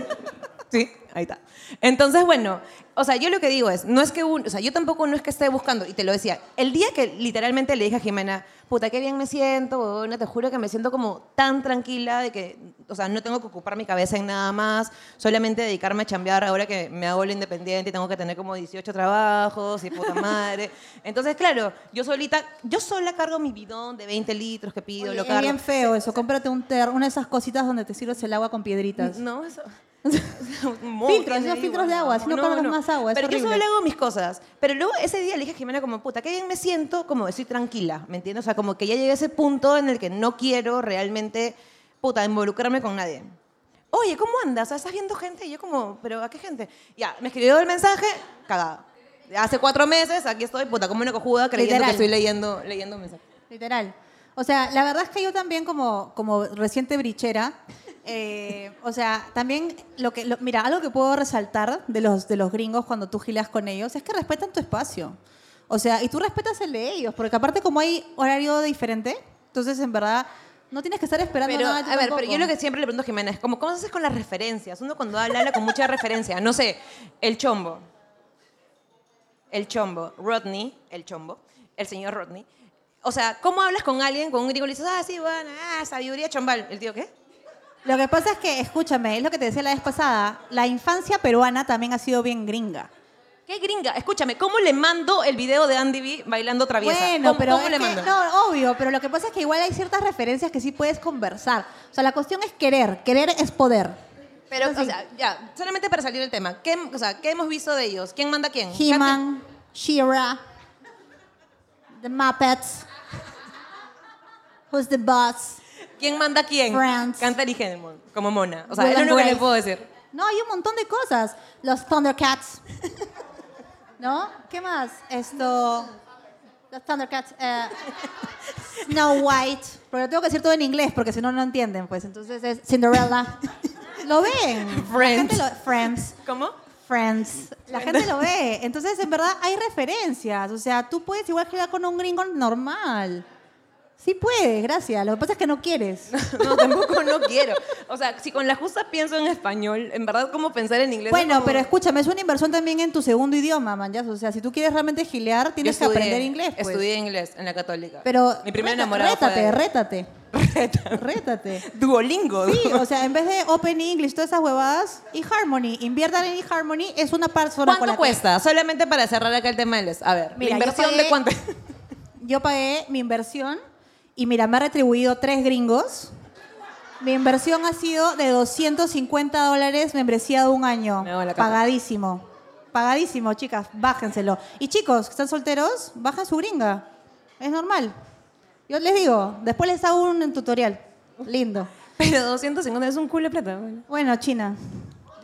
[SPEAKER 3] Sí, ahí está. Entonces, bueno, o sea, yo lo que digo es, no es que uno, o sea, yo tampoco no es que esté buscando, y te lo decía, el día que literalmente le dije a Jimena, puta, qué bien me siento, huevona, te juro que me siento como tan tranquila de que, o sea, no tengo que ocupar mi cabeza en nada más, solamente dedicarme a chambear ahora que me hago lo independiente y tengo que tener como 18 trabajos y puta madre. Entonces, claro, yo solita, yo sola cargo mi bidón de 20 litros que pido,
[SPEAKER 4] Oye,
[SPEAKER 3] lo
[SPEAKER 4] es
[SPEAKER 3] cargo.
[SPEAKER 4] bien feo eso. Cómprate un ter, una de esas cositas donde te sirves el agua con piedritas.
[SPEAKER 3] No, eso.
[SPEAKER 4] Filtros, esos filtros de agua, si no cargas más agua, es
[SPEAKER 3] Pero yo
[SPEAKER 4] horrible.
[SPEAKER 3] solo hago mis cosas. Pero luego ese día le dije a Jimena como, puta, qué bien me siento, como estoy tranquila, ¿me entiendes? O sea, como que ya llegué a ese punto en el que no quiero realmente, puta, involucrarme con nadie. Oye, ¿cómo andas? Ah, ¿Estás viendo gente? Y yo como, ¿pero a qué gente? Ya, me escribió el mensaje, cagada. Hace cuatro meses, aquí estoy, puta, como una cojuda, creyendo
[SPEAKER 4] Literal.
[SPEAKER 3] que estoy leyendo, leyendo mensajes.
[SPEAKER 4] Literal. O sea, la verdad es que yo también como, como reciente brichera, eh, o sea, también lo que, lo- mira, algo que puedo resaltar de los, de los gringos cuando tú gilas con ellos es que respetan tu espacio. O sea, y tú respetas el de ellos, porque aparte como hay horario diferente, entonces en verdad no tienes que estar esperando
[SPEAKER 3] Pero,
[SPEAKER 4] nada. tú
[SPEAKER 3] a ver, pero
[SPEAKER 4] tampoco.
[SPEAKER 3] yo lo que siempre le pregunto a Jimena es como, ¿cómo haces con las referencias? Uno cuando habla, habla con mucha referencia. No sé, el chombo. El chombo. Rodney, el chombo. El señor Rodney. O sea, ¿cómo hablas con alguien, con un gringo, y le dices, ah, sí, bueno, ah, sabiduría chombal? ¿El tío qué?
[SPEAKER 4] Lo que pasa es que, escúchame, es lo que te decía la vez pasada, la infancia peruana también ha sido bien gringa.
[SPEAKER 3] ¿Qué gringa? Escúchame, ¿cómo le mando el video de Andy B bailando traviesa?
[SPEAKER 4] Bueno,
[SPEAKER 3] ¿Cómo-
[SPEAKER 4] pero
[SPEAKER 3] ¿Cómo
[SPEAKER 4] es
[SPEAKER 3] le
[SPEAKER 4] que-
[SPEAKER 3] mando?
[SPEAKER 4] no, obvio, pero lo que pasa es que igual hay ciertas referencias que sí puedes conversar. O sea, la cuestión es querer, querer es poder.
[SPEAKER 3] Pero, o sea, ya, solamente para salir del tema. ¿Qué, o sea, ¿qué hemos visto de ellos? ¿Quién manda a quién?
[SPEAKER 4] He-Man, She-Ra, The Muppets. Who's the boss?
[SPEAKER 3] ¿Quién manda a quién?
[SPEAKER 4] Friends.
[SPEAKER 3] Canta Lee Henneman, como mona. O sea,
[SPEAKER 4] Will
[SPEAKER 3] es lo
[SPEAKER 4] and
[SPEAKER 3] único que
[SPEAKER 4] Grace.
[SPEAKER 3] le puedo decir.
[SPEAKER 4] No, hay un montón de cosas. Los Thundercats. ¿No? ¿Qué más? Esto. Los Thundercats. eh, Snow White. Pero tengo que decir todo en inglés porque si no, no entienden. Pues entonces es Cinderella. ¿Lo ven?
[SPEAKER 3] Friends.
[SPEAKER 4] La gente lo- Friends.
[SPEAKER 3] ¿Cómo?
[SPEAKER 4] Friends. La gente lo ve. Entonces, en verdad, hay referencias. O sea, tú puedes igual girar con un gringo normal. Sí puedes, gracias. Lo que pasa es que no quieres.
[SPEAKER 3] No, tampoco no quiero. O sea, si con la justa pienso en español, en verdad, ¿cómo pensar en inglés?
[SPEAKER 4] Bueno,
[SPEAKER 3] Como-
[SPEAKER 4] pero escúchame, es una inversión también en tu segundo idioma, man. ya. O sea, si tú quieres realmente gilear,
[SPEAKER 3] Yo
[SPEAKER 4] tienes que
[SPEAKER 3] estudié-
[SPEAKER 4] aprender inglés. Pues.
[SPEAKER 3] Estudié inglés en la católica.
[SPEAKER 4] Pero
[SPEAKER 3] Mi primer
[SPEAKER 4] reta-
[SPEAKER 3] enamorado
[SPEAKER 4] rétate,
[SPEAKER 3] fue...
[SPEAKER 4] rétate, rétate.
[SPEAKER 3] Duolingo.
[SPEAKER 4] Sí, o sea, en vez de Open English, todas esas huevadas, eHarmony, inviertan en eHarmony, es una persona con la
[SPEAKER 3] ¿Cuánto
[SPEAKER 4] que-
[SPEAKER 3] cuesta? Solamente para cerrar acá el tema del... A ver, la
[SPEAKER 4] Mira, yo
[SPEAKER 3] inversión
[SPEAKER 4] pagué-
[SPEAKER 3] de cuánto...
[SPEAKER 4] Yo pagué mi inversión y mira, me ha retribuido tres gringos. Mi inversión ha sido de 250 dólares membresía de un año.
[SPEAKER 3] Me hago la capa.
[SPEAKER 4] pagadísimo. Pagadísimo, chicas. Bájenselo. Y chicos, que están solteros, bajen su gringa. Es normal. Yo les digo, después les hago un tutorial. Lindo.
[SPEAKER 3] Pero 250 es un culo de plata. bueno.
[SPEAKER 4] Bueno, China.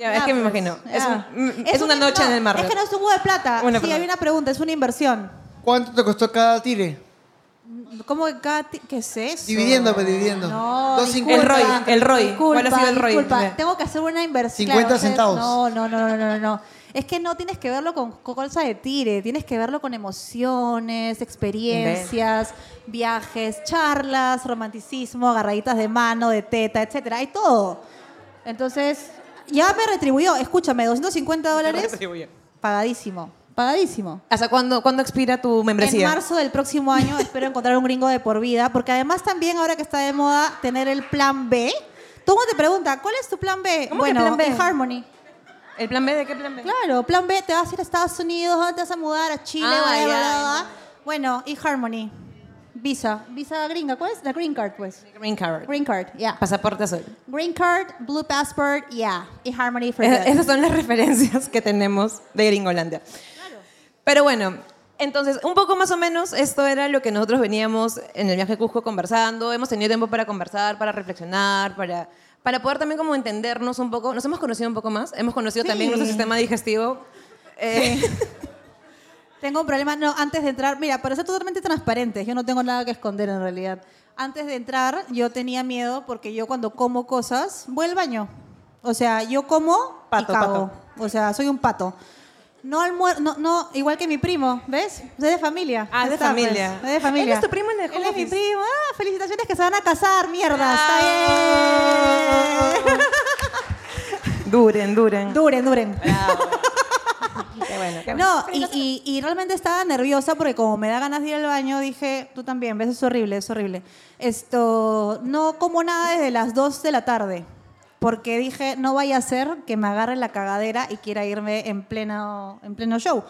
[SPEAKER 3] Ya, es que me
[SPEAKER 4] pues,
[SPEAKER 3] imagino. Es,
[SPEAKER 4] ya.
[SPEAKER 3] un- mm, es una noche
[SPEAKER 4] no,
[SPEAKER 3] en el mar.
[SPEAKER 4] Es que no es un huevo de plata.
[SPEAKER 3] Una
[SPEAKER 4] sí,
[SPEAKER 3] plata.
[SPEAKER 4] hay una pregunta, es una inversión.
[SPEAKER 7] ¿Cuánto te costó cada tire?
[SPEAKER 4] ¿Cómo que cada ti- ¿Qué es eso?
[SPEAKER 7] Dividiendo, pues, dividiendo.
[SPEAKER 4] No,
[SPEAKER 3] El Roy,
[SPEAKER 7] 250.
[SPEAKER 3] el Roy.
[SPEAKER 4] Disculpa,
[SPEAKER 3] ¿Cuál ha sido el Roy?
[SPEAKER 4] disculpa.
[SPEAKER 3] Ya.
[SPEAKER 4] Tengo que hacer una inversión.
[SPEAKER 7] 50
[SPEAKER 4] Claro, o sea,
[SPEAKER 7] centavos.
[SPEAKER 4] No, no, no, no, no, no. Es que no tienes que verlo con con cosa de tire, tienes que verlo con emociones, experiencias, viajes, charlas, romanticismo, agarraditas de mano, de teta, etcétera. Hay todo. Entonces, ya me retribuyó, escúchame, 250 dólares pagadísimo, pagadísimo.
[SPEAKER 3] ¿Hasta cuándo, cuándo expira tu membresía?
[SPEAKER 4] En marzo del próximo año espero encontrar un gringo de por vida, porque además también ahora que está de moda tener el plan B. Todo el mundo te pregunta, ¿cuál es tu plan B?
[SPEAKER 3] ¿Cómo que
[SPEAKER 4] bueno,
[SPEAKER 3] plan B?
[SPEAKER 4] Harmony.
[SPEAKER 3] ¿El plan B de qué plan B?
[SPEAKER 4] Claro, plan B, te vas a ir a Estados Unidos, ¿dónde te vas a mudar? A Chile,
[SPEAKER 3] Ah,
[SPEAKER 4] bla, bla,
[SPEAKER 3] ya,
[SPEAKER 4] bla, bla. Bueno, y Harmony. Visa, visa gringa, ¿cuál es? La green card, pues.
[SPEAKER 3] Green card.
[SPEAKER 4] Green card, ya.
[SPEAKER 3] Pasaporte azul.
[SPEAKER 4] Green card, blue passport, ya. Y Harmony for
[SPEAKER 3] Es-
[SPEAKER 4] good.
[SPEAKER 3] Eh, esas son las referencias que tenemos de Gringolandia. Pero bueno, entonces, un poco más o menos, esto era lo que nosotros veníamos en el viaje a Cusco conversando. Hemos tenido tiempo para conversar, para reflexionar, para, para poder también como entendernos un poco. Nos hemos conocido un poco más. Hemos conocido también nuestro sistema digestivo. Eh,
[SPEAKER 4] Tengo un problema, no, antes de entrar, mira, para ser totalmente transparentes, yo no tengo nada que esconder en realidad. Antes de entrar, yo tenía miedo porque yo cuando como cosas, voy al baño. O sea, yo como
[SPEAKER 3] Pato,
[SPEAKER 4] y cago. O sea, soy un pato. No almuerzo, no, no, igual que mi primo, ¿ves? Es de familia.
[SPEAKER 3] Ah, es de
[SPEAKER 4] Está, pues,
[SPEAKER 3] familia.
[SPEAKER 4] es de familia.
[SPEAKER 3] Él es tu primo, él es de
[SPEAKER 4] Él es mi
[SPEAKER 3] Hopkins.
[SPEAKER 4] primo. Ah, felicitaciones que se van a casar, mierda.
[SPEAKER 3] Ah.
[SPEAKER 4] Está bien.
[SPEAKER 3] duren, duren.
[SPEAKER 4] duren, duren.
[SPEAKER 3] Qué bueno, qué bueno.
[SPEAKER 4] No, y, y- y realmente estaba nerviosa porque como me da ganas de ir al baño, dije, tú también, ves, es horrible, es horrible. Esto, no como nada desde las 2 de la tarde, porque dije, no vaya a ser que me agarre la cagadera y quiera irme en pleno, en pleno show.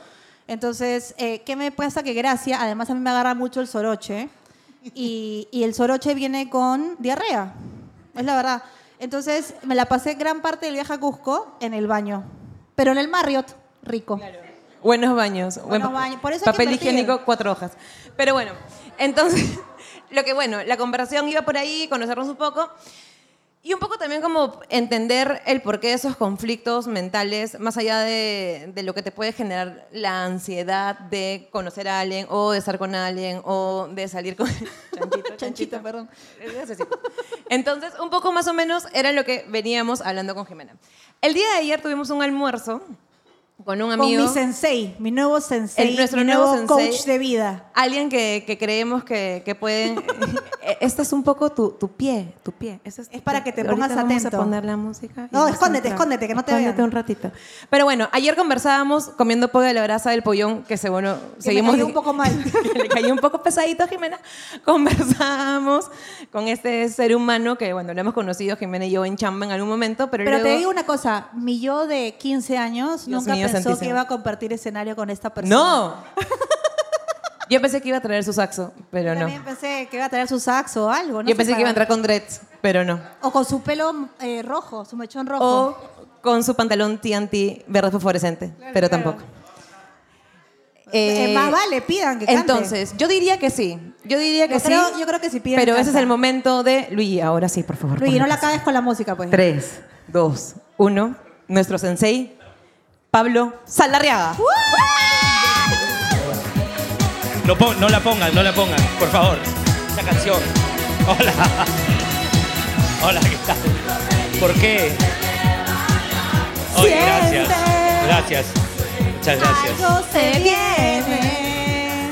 [SPEAKER 4] Entonces, eh, ¿qué me pasa? Que gracia, además a mí me agarra mucho el soroche, y, y el soroche viene con diarrea, es la verdad. Entonces, me la pasé gran parte del viaje a Cusco en el baño, pero en el Marriott, rico.
[SPEAKER 3] Buenos baños. buen
[SPEAKER 4] Buenos
[SPEAKER 3] papel.
[SPEAKER 4] baños. Por eso hay que
[SPEAKER 3] papel
[SPEAKER 4] invertir.
[SPEAKER 3] higiénico, cuatro hojas. Pero bueno, entonces, lo que bueno, la conversación iba por ahí, conocernos un poco. Y un poco también como entender el porqué de esos conflictos mentales, más allá de, de lo que te puede generar la ansiedad de conocer a alguien o de estar con alguien o de salir con... chanchito, chanchito, perdón. Entonces, un poco más o menos era lo que veníamos hablando con Jimena. El día de ayer tuvimos un almuerzo con un amigo...
[SPEAKER 4] Con mi sensei, mi nuevo sensei,
[SPEAKER 3] El- nuestro
[SPEAKER 4] mi
[SPEAKER 3] nuevo
[SPEAKER 4] nuevo,
[SPEAKER 3] sensei.
[SPEAKER 4] coach de vida.
[SPEAKER 3] Alguien que, que creemos que, que puede... Eh, este es un poco tu, tu pie, tu pie. Este tu
[SPEAKER 4] Es para
[SPEAKER 3] pie.
[SPEAKER 4] que te
[SPEAKER 3] Ahorita
[SPEAKER 4] pongas atento.
[SPEAKER 3] Vamos a poner la música. y
[SPEAKER 4] No,
[SPEAKER 3] vas a
[SPEAKER 4] escóndete,
[SPEAKER 3] entrar.
[SPEAKER 4] escóndete, que no te
[SPEAKER 3] Escóndete
[SPEAKER 4] vean.
[SPEAKER 3] un ratito. Pero bueno, ayer conversábamos comiendo pollo de la brasa del pollón, que según bueno,
[SPEAKER 4] Que
[SPEAKER 3] seguimos...
[SPEAKER 4] me cayó un poco mal.
[SPEAKER 3] que le cayó un poco pesadito a Jimena. Conversábamos con este ser humano que, bueno, lo hemos conocido Jimena y yo en chamba en algún momento, pero,
[SPEAKER 4] Pero te
[SPEAKER 3] luego-
[SPEAKER 4] digo una cosa, mi yo de 15 años
[SPEAKER 3] Dios
[SPEAKER 4] nunca
[SPEAKER 3] mío,
[SPEAKER 4] pensó que
[SPEAKER 3] santísimo.
[SPEAKER 4] iba a compartir escenario con esta persona.
[SPEAKER 3] ¡No! Yo pensé que iba a traer su saxo, pero
[SPEAKER 4] Yo
[SPEAKER 3] no.
[SPEAKER 4] también pensé que iba a traer su saxo o algo. No
[SPEAKER 3] Yo
[SPEAKER 4] sé,
[SPEAKER 3] pensé que iba a
[SPEAKER 4] para-
[SPEAKER 3] entrar con dreads, pero no.
[SPEAKER 4] O con su pelo eh, rojo, su mechón rojo.
[SPEAKER 3] O con su pantalón TNT verde fosforescente, pero tampoco. Eh,
[SPEAKER 4] Eh, más vale, pidan que cante.
[SPEAKER 3] Entonces, yo diría que sí. Yo diría que
[SPEAKER 4] Yo
[SPEAKER 3] sí.
[SPEAKER 4] creo- yo creo que sí piden
[SPEAKER 3] Pero
[SPEAKER 4] que
[SPEAKER 3] ese es
[SPEAKER 4] canta.
[SPEAKER 3] el momento de Luigi. Ahora sí, por favor.
[SPEAKER 4] Luigi,
[SPEAKER 3] ponle
[SPEAKER 4] no la
[SPEAKER 3] pausa.
[SPEAKER 4] acabes con la música, pues.
[SPEAKER 3] Tres, dos, uno. Nuestro sensei, Pablo Saldarriaga.
[SPEAKER 4] Uh.
[SPEAKER 8] No, pon- no la pongan, no la pongan, por favor. Esta canción. Hola. Hola, ¿qué tal? ¿Por qué? Oye, gracias. Gracias. Muchas gracias.
[SPEAKER 4] Algo se viene.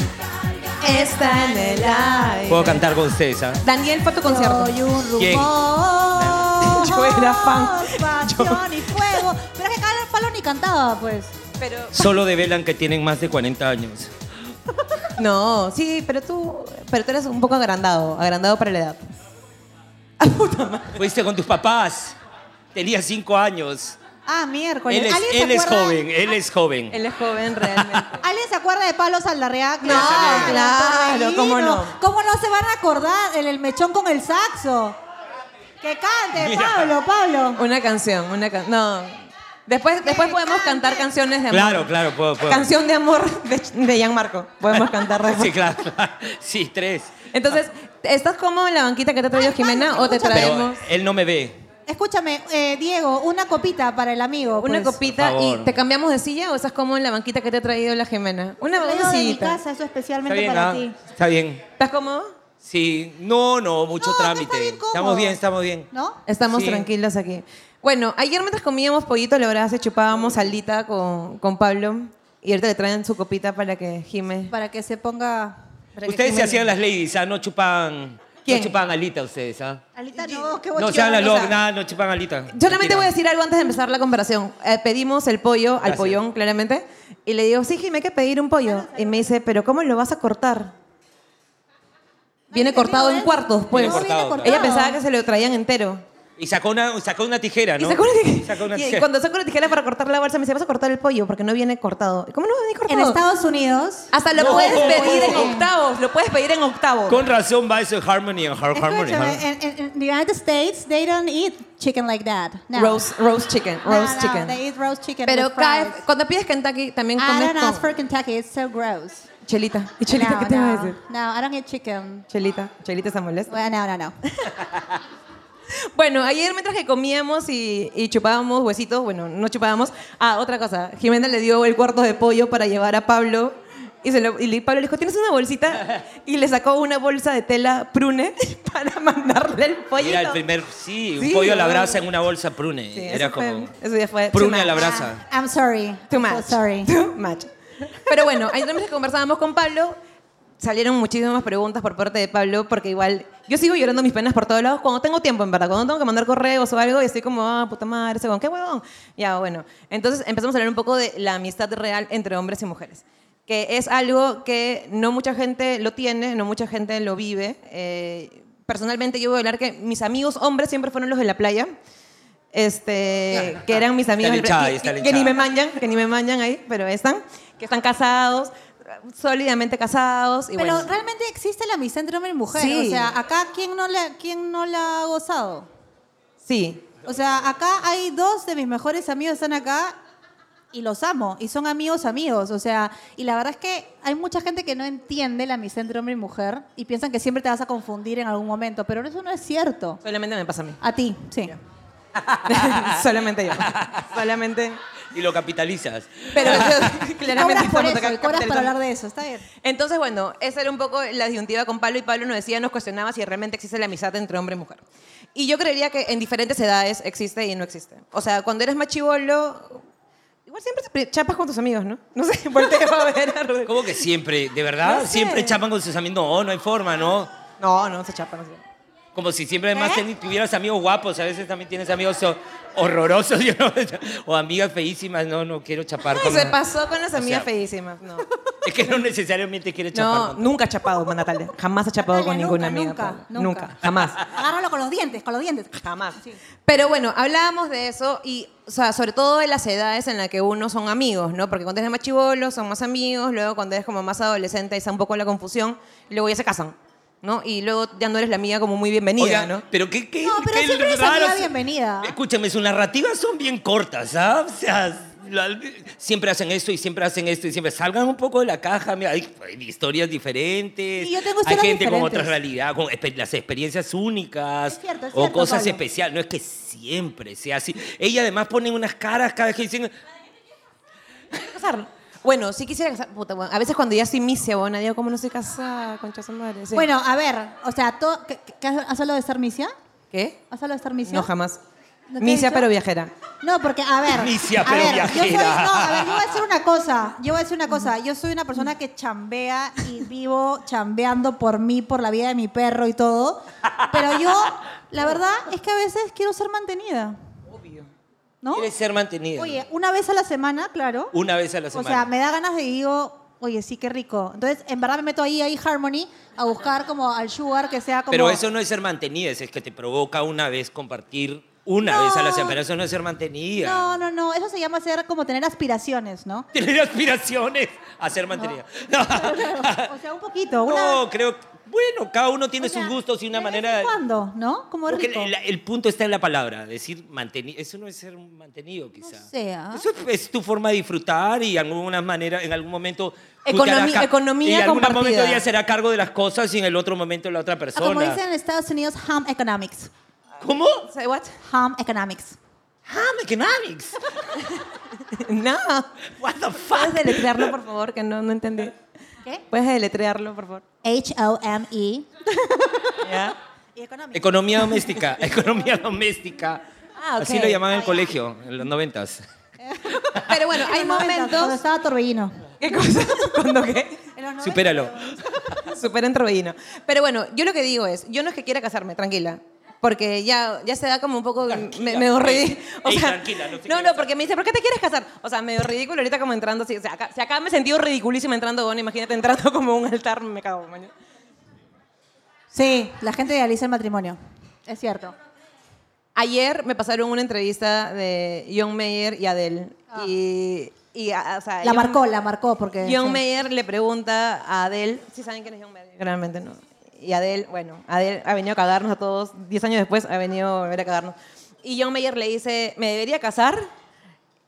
[SPEAKER 3] Está en el aire.
[SPEAKER 8] Puedo cantar con César.
[SPEAKER 3] Daniel Fotoconcierto.
[SPEAKER 4] Soy un rumor.
[SPEAKER 8] ¿Quién?
[SPEAKER 3] Yo era fan.
[SPEAKER 4] Pasión y fuego. Pero es que Carlos Palo ni cantaba, pues.
[SPEAKER 3] Pero...
[SPEAKER 8] Solo develan que tienen más de 40 años.
[SPEAKER 3] No, sí, pero tú, pero tú eres un poco agrandado, agrandado para la edad.
[SPEAKER 8] Fuiste con tus papás. Tenía 5 años.
[SPEAKER 4] Ah, miércoles.
[SPEAKER 8] Él es,
[SPEAKER 4] ¿Alguien
[SPEAKER 8] él
[SPEAKER 4] se
[SPEAKER 8] es
[SPEAKER 4] acuerda?
[SPEAKER 8] joven, él es joven.
[SPEAKER 3] Él es joven realmente.
[SPEAKER 4] ¿Alguien se acuerda de Palo Saldarriaga?
[SPEAKER 3] No, claro, cómo no.
[SPEAKER 4] ¿Cómo no se van a acordar el, el mechón con el saxo? Que cante,
[SPEAKER 8] Mira.
[SPEAKER 4] Pablo, Pablo.
[SPEAKER 3] una canción, una canción. No. Después, después podemos cantar canciones de amor.
[SPEAKER 8] Claro, claro, puedo, puedo.
[SPEAKER 3] Canción de amor de, de Gianmarco. Podemos cantar después.
[SPEAKER 8] Sí, claro, claro. Sí, tres.
[SPEAKER 3] Entonces, ¿estás cómodo en la banquita que te ha traído
[SPEAKER 4] Ay,
[SPEAKER 3] Jimena
[SPEAKER 4] Pablo,
[SPEAKER 3] o te
[SPEAKER 4] escúchame.
[SPEAKER 8] Pero
[SPEAKER 3] traemos
[SPEAKER 8] él no me ve.
[SPEAKER 4] Escúchame, eh, Diego, una copita para el amigo.
[SPEAKER 3] una
[SPEAKER 4] pues.
[SPEAKER 3] copita
[SPEAKER 8] Por favor.
[SPEAKER 3] y te cambiamos de silla o estás cómodo en la banquita que te ha traído la Jimena? Una, una
[SPEAKER 4] Te traigo de mi
[SPEAKER 3] sillita.
[SPEAKER 4] casa, eso
[SPEAKER 8] Está
[SPEAKER 4] especialmente
[SPEAKER 8] bien,
[SPEAKER 4] para
[SPEAKER 8] ¿ah?
[SPEAKER 4] ti.
[SPEAKER 8] Está bien.
[SPEAKER 3] ¿Estás cómodo?
[SPEAKER 8] Sí, no, no, mucho
[SPEAKER 4] No, tú
[SPEAKER 8] trámite.
[SPEAKER 4] estás bien cómodo.
[SPEAKER 8] estamos bien, estamos bien.
[SPEAKER 4] ¿No?
[SPEAKER 3] Estamos
[SPEAKER 8] Sí.
[SPEAKER 3] tranquilos aquí. Bueno, ayer mientras comíamos pollito a la brasa, chupábamos salita con, con Pablo y ahorita le traen su copita para que gime.
[SPEAKER 4] Para que se ponga.
[SPEAKER 3] para que gime
[SPEAKER 8] Ustedes se
[SPEAKER 3] bien.
[SPEAKER 8] hacían las ladies, ¿ah? No chupaban,
[SPEAKER 3] ¿Quién?
[SPEAKER 8] no chupaban alita ustedes, ¿ah?
[SPEAKER 4] Alita, no, qué
[SPEAKER 8] No
[SPEAKER 4] bochorno.
[SPEAKER 8] se hagan la
[SPEAKER 3] o sea,
[SPEAKER 8] loca, nada, no chupan alita.
[SPEAKER 3] Solamente
[SPEAKER 8] Mentira.
[SPEAKER 3] voy a decir algo antes de empezar la conversación. Eh, pedimos el pollo al
[SPEAKER 8] Gracias.
[SPEAKER 3] pollón, claramente, y le digo, sí, Jimé, hay que pedir un pollo. Y me dice, pero ¿cómo lo vas a cortar? Viene
[SPEAKER 4] te
[SPEAKER 3] cortado
[SPEAKER 4] digo
[SPEAKER 3] en
[SPEAKER 4] eso.
[SPEAKER 3] cuartos, pues.
[SPEAKER 8] Viene cortado, claro.
[SPEAKER 3] Ella pensaba que se lo traían entero.
[SPEAKER 8] Y sacó una, sacó una tijera,
[SPEAKER 3] Y
[SPEAKER 8] ¿no?
[SPEAKER 3] sacó una tijera.
[SPEAKER 8] Sacó una
[SPEAKER 3] Y
[SPEAKER 8] tijera.
[SPEAKER 3] cuando sacó la tijera para cortar la bolsa, me dice, vas a cortar el pollo porque no viene cortado. ¿Cómo no viene cortado?
[SPEAKER 4] En Estados Unidos.
[SPEAKER 3] Hasta lo
[SPEAKER 8] No.
[SPEAKER 3] puedes pedir en octavos, lo puedes pedir en octavos.
[SPEAKER 8] Con razón va eso de Harmony and Har- Harmony.
[SPEAKER 4] Escúchame,
[SPEAKER 8] ¿ah?
[SPEAKER 4] en, en, en the United States, they don't eat chicken like that. No.
[SPEAKER 3] Roast, roast chicken,
[SPEAKER 4] No,
[SPEAKER 3] roast
[SPEAKER 4] no,
[SPEAKER 3] chicken.
[SPEAKER 4] They eat roast chicken.
[SPEAKER 3] Pero
[SPEAKER 4] with
[SPEAKER 3] cae-
[SPEAKER 4] fries.
[SPEAKER 3] cuando pides Kentucky también
[SPEAKER 4] I
[SPEAKER 3] comes
[SPEAKER 4] don't ask
[SPEAKER 3] con
[SPEAKER 4] for Kentucky, it's so gross.
[SPEAKER 3] chelita. ¿Y chelita
[SPEAKER 4] no,
[SPEAKER 3] qué te
[SPEAKER 4] no,
[SPEAKER 3] va a decir?
[SPEAKER 4] No, I don't eat chicken.
[SPEAKER 3] Chelita, chelita se molesta.
[SPEAKER 4] Well, no, no, no.
[SPEAKER 3] Bueno, ayer mientras que comíamos y, y chupábamos huesitos, bueno, no chupábamos. Ah, otra cosa, Jimena le dio el cuarto de pollo para llevar a Pablo y, se lo- y le- Pablo le dijo, ¿tienes una bolsita? Y le sacó una bolsa de tela prune para mandarle el pollito.
[SPEAKER 8] Era el primer, sí, un
[SPEAKER 3] Sí,
[SPEAKER 8] pollo a la
[SPEAKER 3] ¿no?
[SPEAKER 8] brasa en una bolsa prune.
[SPEAKER 3] Sí,
[SPEAKER 8] Era
[SPEAKER 3] eso fue-
[SPEAKER 8] como
[SPEAKER 3] eso ya fue too
[SPEAKER 8] prune a la
[SPEAKER 3] much.
[SPEAKER 8] brasa.
[SPEAKER 4] Ah, I'm sorry.
[SPEAKER 3] Too
[SPEAKER 4] I'm
[SPEAKER 3] much.
[SPEAKER 4] So sorry.
[SPEAKER 3] Too much. Pero bueno, ayer también conversábamos con Pablo. Salieron muchísimas preguntas por parte de Pablo, porque igual yo sigo llorando mis penas por todos lados cuando tengo tiempo, en verdad. Cuando tengo que mandar correos o algo y estoy como, ah, puta madre, ese huevón, qué huevón. Ya, bueno. Entonces empezamos a hablar un poco de la amistad real entre hombres y mujeres, que es algo que no mucha gente lo tiene, no mucha gente lo vive. Eh, personalmente yo voy a hablar que mis amigos hombres siempre fueron los de la playa este, que eran mis amigos,
[SPEAKER 8] Está linchada ahí,
[SPEAKER 3] que-
[SPEAKER 8] está
[SPEAKER 3] que,
[SPEAKER 8] linchada.
[SPEAKER 3] ni me manjan, que ni me manjan ahí, pero están, que están casados, sólidamente casados. Y
[SPEAKER 4] Pero
[SPEAKER 3] bueno.
[SPEAKER 4] realmente existe la amistad entre hombre y mujer.
[SPEAKER 3] Sí.
[SPEAKER 4] O sea, acá, ¿quién no, la, ¿quién no la ha gozado?
[SPEAKER 3] sí,
[SPEAKER 4] O sea, acá hay dos de mis mejores amigos están acá y los amo y son amigos amigos, o sea, y la verdad es que hay mucha gente que no entiende la amistad entre hombre y mujer y piensan que siempre te vas a confundir en algún momento, pero eso no es cierto.
[SPEAKER 3] solamente me pasa a mí.
[SPEAKER 4] A ti, sí.
[SPEAKER 3] solamente yo. solamente.
[SPEAKER 8] Y lo capitalizas.
[SPEAKER 3] Pero yo-
[SPEAKER 4] Y
[SPEAKER 3] claramente
[SPEAKER 4] cobras por
[SPEAKER 3] estamos acá
[SPEAKER 4] eso, y cobras para
[SPEAKER 3] capitalizando.
[SPEAKER 4] hablar de eso, está bien.
[SPEAKER 3] Entonces, bueno, esa era un poco la disyuntiva con Pablo y Pablo nos decía, nos cuestionaba si realmente existe la amistad entre hombre y mujer. Y yo creería que en diferentes edades existe y no existe. O sea, cuando eres más chivolo, igual siempre te pre- chapas con tus amigos, ¿no? No sé, volteo a ver a Rubén.
[SPEAKER 8] ¿Cómo que siempre? ¿De verdad?
[SPEAKER 3] No sé.
[SPEAKER 8] Siempre chapan con sus amigos. No, no hay forma, ¿no?
[SPEAKER 3] No, no se chapa, no se chapa.
[SPEAKER 8] Como si siempre además
[SPEAKER 3] ¿Eh?
[SPEAKER 8] teni- tuvieras amigos guapos, a veces también tienes amigos so- horrorosos yo no- o amigas feísimas. No, no quiero chapar
[SPEAKER 3] Ay,
[SPEAKER 8] con
[SPEAKER 3] se
[SPEAKER 8] una-
[SPEAKER 3] pasó con las amigas
[SPEAKER 8] sea,
[SPEAKER 3] feísimas. No,
[SPEAKER 8] Es que no necesariamente quiero chapar.
[SPEAKER 3] no
[SPEAKER 8] con-
[SPEAKER 3] nunca he chapado con Natalia. Jamás he chapado con
[SPEAKER 4] Natalia,
[SPEAKER 3] ninguna
[SPEAKER 4] nunca,
[SPEAKER 3] amiga.
[SPEAKER 4] nunca,
[SPEAKER 3] Pablo.
[SPEAKER 4] nunca.
[SPEAKER 3] jamás.
[SPEAKER 4] Agárralo con los dientes, con los dientes.
[SPEAKER 3] Jamás. Pero bueno, hablábamos de eso y, o sea, sobre todo de las edades en las que uno son amigos, ¿no? Porque cuando eres más chivolo son más amigos, luego cuando eres como más adolescente ahí está un poco la confusión, y luego ya se casan, ¿no? Y luego ya no eres la amiga como muy bienvenida,
[SPEAKER 8] Oiga,
[SPEAKER 3] ¿no?
[SPEAKER 8] pero qué, qué,
[SPEAKER 4] No, pero
[SPEAKER 8] qué
[SPEAKER 4] siempre es
[SPEAKER 8] raro-
[SPEAKER 4] amiga bienvenida.
[SPEAKER 8] Escúchame, sus narrativas son bien cortas, ¿ah? O sea, la- siempre hacen esto y siempre hacen esto y siempre salgan un poco de la caja. mira, hay, hay historias diferentes.
[SPEAKER 4] Sí, yo tengo
[SPEAKER 8] hay
[SPEAKER 4] historias
[SPEAKER 8] gente con
[SPEAKER 4] diferentes.
[SPEAKER 8] otra realidad, con espe- las experiencias únicas
[SPEAKER 4] Es cierto, es
[SPEAKER 8] o
[SPEAKER 4] cierto,
[SPEAKER 8] cosas
[SPEAKER 4] Pablo.
[SPEAKER 8] especiales. No es que siempre sea así. Ella además pone unas caras cada vez que dicen.
[SPEAKER 3] casar. Bueno, sí quisiera casar. Puta, weón. A veces cuando ya soy misia, weón, digo, ¿cómo no se casa con su madre? Sí.
[SPEAKER 4] Bueno, a ver, o sea, to- ¿qué- qué- qué- ¿has hablado de estar misia?
[SPEAKER 3] ¿Qué?
[SPEAKER 4] ¿Has hablado de estar misia?
[SPEAKER 3] No, jamás.
[SPEAKER 4] ¿No te
[SPEAKER 3] misia,
[SPEAKER 4] he dicho?
[SPEAKER 3] pero viajera.
[SPEAKER 4] No, porque, a ver.
[SPEAKER 8] Misia,
[SPEAKER 4] a
[SPEAKER 8] pero
[SPEAKER 4] ver, Yo soy, no,
[SPEAKER 8] viajera.
[SPEAKER 4] a ver, yo voy a decir una cosa. Yo voy a decir una cosa. Yo soy una persona que chambea y vivo chambeando por mí, por la vida de mi perro y todo. Pero yo, la verdad es que a veces quiero ser mantenida. Obvio. ¿No?
[SPEAKER 8] Quieres ser mantenida.
[SPEAKER 4] Oye, una vez a la semana, claro.
[SPEAKER 8] una vez a la
[SPEAKER 4] O
[SPEAKER 8] semana.
[SPEAKER 4] sea, me da ganas de digo, oye, sí, qué rico. Entonces, en verdad me meto ahí, ahí Harmony, a buscar como al sugar que sea como...
[SPEAKER 8] Pero eso no es ser mantenida, es que te provoca una vez compartir una
[SPEAKER 4] No.
[SPEAKER 8] vez a la semana. Eso no es ser mantenida.
[SPEAKER 4] No, no, no. Eso se llama ser como tener aspiraciones, ¿no?
[SPEAKER 8] Tener aspiraciones a ser mantenida. No,
[SPEAKER 4] O sea, un poquito. Una,
[SPEAKER 8] No, creo. Bueno, cada uno tiene
[SPEAKER 4] o sea,
[SPEAKER 8] sus gustos y una
[SPEAKER 4] de vez en
[SPEAKER 8] manera.
[SPEAKER 4] ¿Cuándo? ¿No? Como
[SPEAKER 8] Creo que
[SPEAKER 4] rico.
[SPEAKER 8] el, el punto está en la palabra, decir mantenido. Eso no es ser un mantenido, quizá.
[SPEAKER 4] sé, ¿ah?
[SPEAKER 8] Eso es tu forma de disfrutar y en alguna manera, en algún momento. tú te
[SPEAKER 3] Economi-
[SPEAKER 8] harás ca-
[SPEAKER 3] economía
[SPEAKER 8] Y en algún
[SPEAKER 3] compartida.
[SPEAKER 8] momento ella será cargo de las cosas y en el otro momento la otra
[SPEAKER 4] O
[SPEAKER 8] persona.
[SPEAKER 4] Ah, como dicen en Estados Unidos, home economics.
[SPEAKER 8] ¿Cómo?
[SPEAKER 3] Say what?
[SPEAKER 4] Home economics.
[SPEAKER 8] Ah, mechanics.
[SPEAKER 3] no.
[SPEAKER 8] What the fuck?
[SPEAKER 3] ¿Puedes deletrearlo, por favor? Que no, no entendí.
[SPEAKER 4] ¿Qué?
[SPEAKER 3] ¿Puedes deletrearlo, por favor?
[SPEAKER 4] H-O-M-E.
[SPEAKER 3] ¿Ya?
[SPEAKER 4] Y economics.
[SPEAKER 8] Economía doméstica, economía doméstica.
[SPEAKER 3] Ah, ok.
[SPEAKER 8] Así lo llamaban en el colegio, en los noventas.
[SPEAKER 3] Pero bueno, hay
[SPEAKER 4] Cuando
[SPEAKER 3] momentos...
[SPEAKER 4] estaba Torbellino.
[SPEAKER 3] ¿Qué cosa? ¿Cuándo qué?
[SPEAKER 4] En los 90.
[SPEAKER 8] Supéralo.
[SPEAKER 3] Súper entrovino. Pero bueno, yo lo que digo es, yo no es que quiera casarme, tranquila. Porque ya, ya se da como un poco me- medio ridículo.
[SPEAKER 8] Ey, tranquila, no te
[SPEAKER 3] no,
[SPEAKER 8] quiero
[SPEAKER 3] no, porque me dice, ¿por qué te quieres casar? O sea, medio ridículo ahorita como entrando así. O sea, acá, si acá me he sentido ridiculísima entrando, bueno, imagínate entrando como a un altar, me cago. mañana.
[SPEAKER 4] Sí, la gente idealiza el matrimonio. Es cierto.
[SPEAKER 3] Ayer me pasaron una entrevista de John Mayer y Adele. Y, y, ah, o sea,
[SPEAKER 4] La
[SPEAKER 3] John-
[SPEAKER 4] marcó, la marcó porque...
[SPEAKER 3] John
[SPEAKER 4] sí.
[SPEAKER 3] Mayer le pregunta a Adele, si saben quién es John Mayer, realmente no. Y Adele, bueno, Adele ha venido a cagarnos a todos, 10 años después ha venido a volver a cagarnos. Y John Mayer le dice, ¿me debería casar?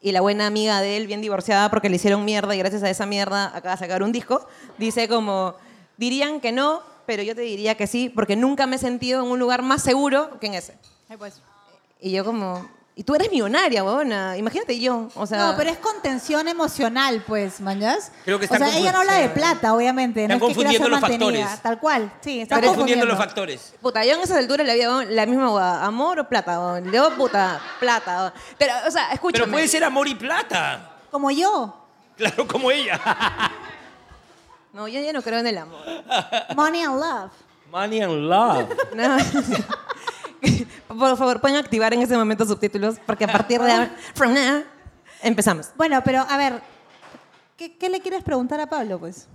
[SPEAKER 3] Y la buena amiga Adele, bien divorciada porque le hicieron mierda y gracias a esa mierda acaba de sacar un disco, dice como, dirían que no, pero yo te diría que sí, porque nunca me he sentido en un lugar más seguro que en ese.
[SPEAKER 4] pues.
[SPEAKER 3] Y yo como, y tú eres millonaria, huevona, imagínate yo, o sea...
[SPEAKER 4] No, pero es contención emocional, pues, mañas.
[SPEAKER 8] Creo que
[SPEAKER 4] o
[SPEAKER 8] están
[SPEAKER 4] sea, ella no habla de plata, obviamente.
[SPEAKER 8] Están
[SPEAKER 4] no es que quiera
[SPEAKER 8] confundiendo
[SPEAKER 4] ser
[SPEAKER 8] los
[SPEAKER 4] mantenida,
[SPEAKER 8] factores.
[SPEAKER 4] Tal cual, sí.
[SPEAKER 8] Están
[SPEAKER 4] están
[SPEAKER 8] confundiendo los factores.
[SPEAKER 3] Puta, yo en esa altura le había dado la misma huevada, amor o plata, weón. Yo, puta, plata. weón. Pero, o sea, escúchame.
[SPEAKER 8] Pero puede ser amor y plata.
[SPEAKER 4] Como yo.
[SPEAKER 8] Claro, como ella.
[SPEAKER 3] No, yo ya no creo en el amor.
[SPEAKER 4] Money and love.
[SPEAKER 8] Money and love.
[SPEAKER 3] No. Por favor, pueden activar en ese momento subtítulos, porque a partir de ahora, from now, empezamos.
[SPEAKER 4] Bueno, pero a ver, ¿qué, qué le quieres preguntar a Pablo, pues?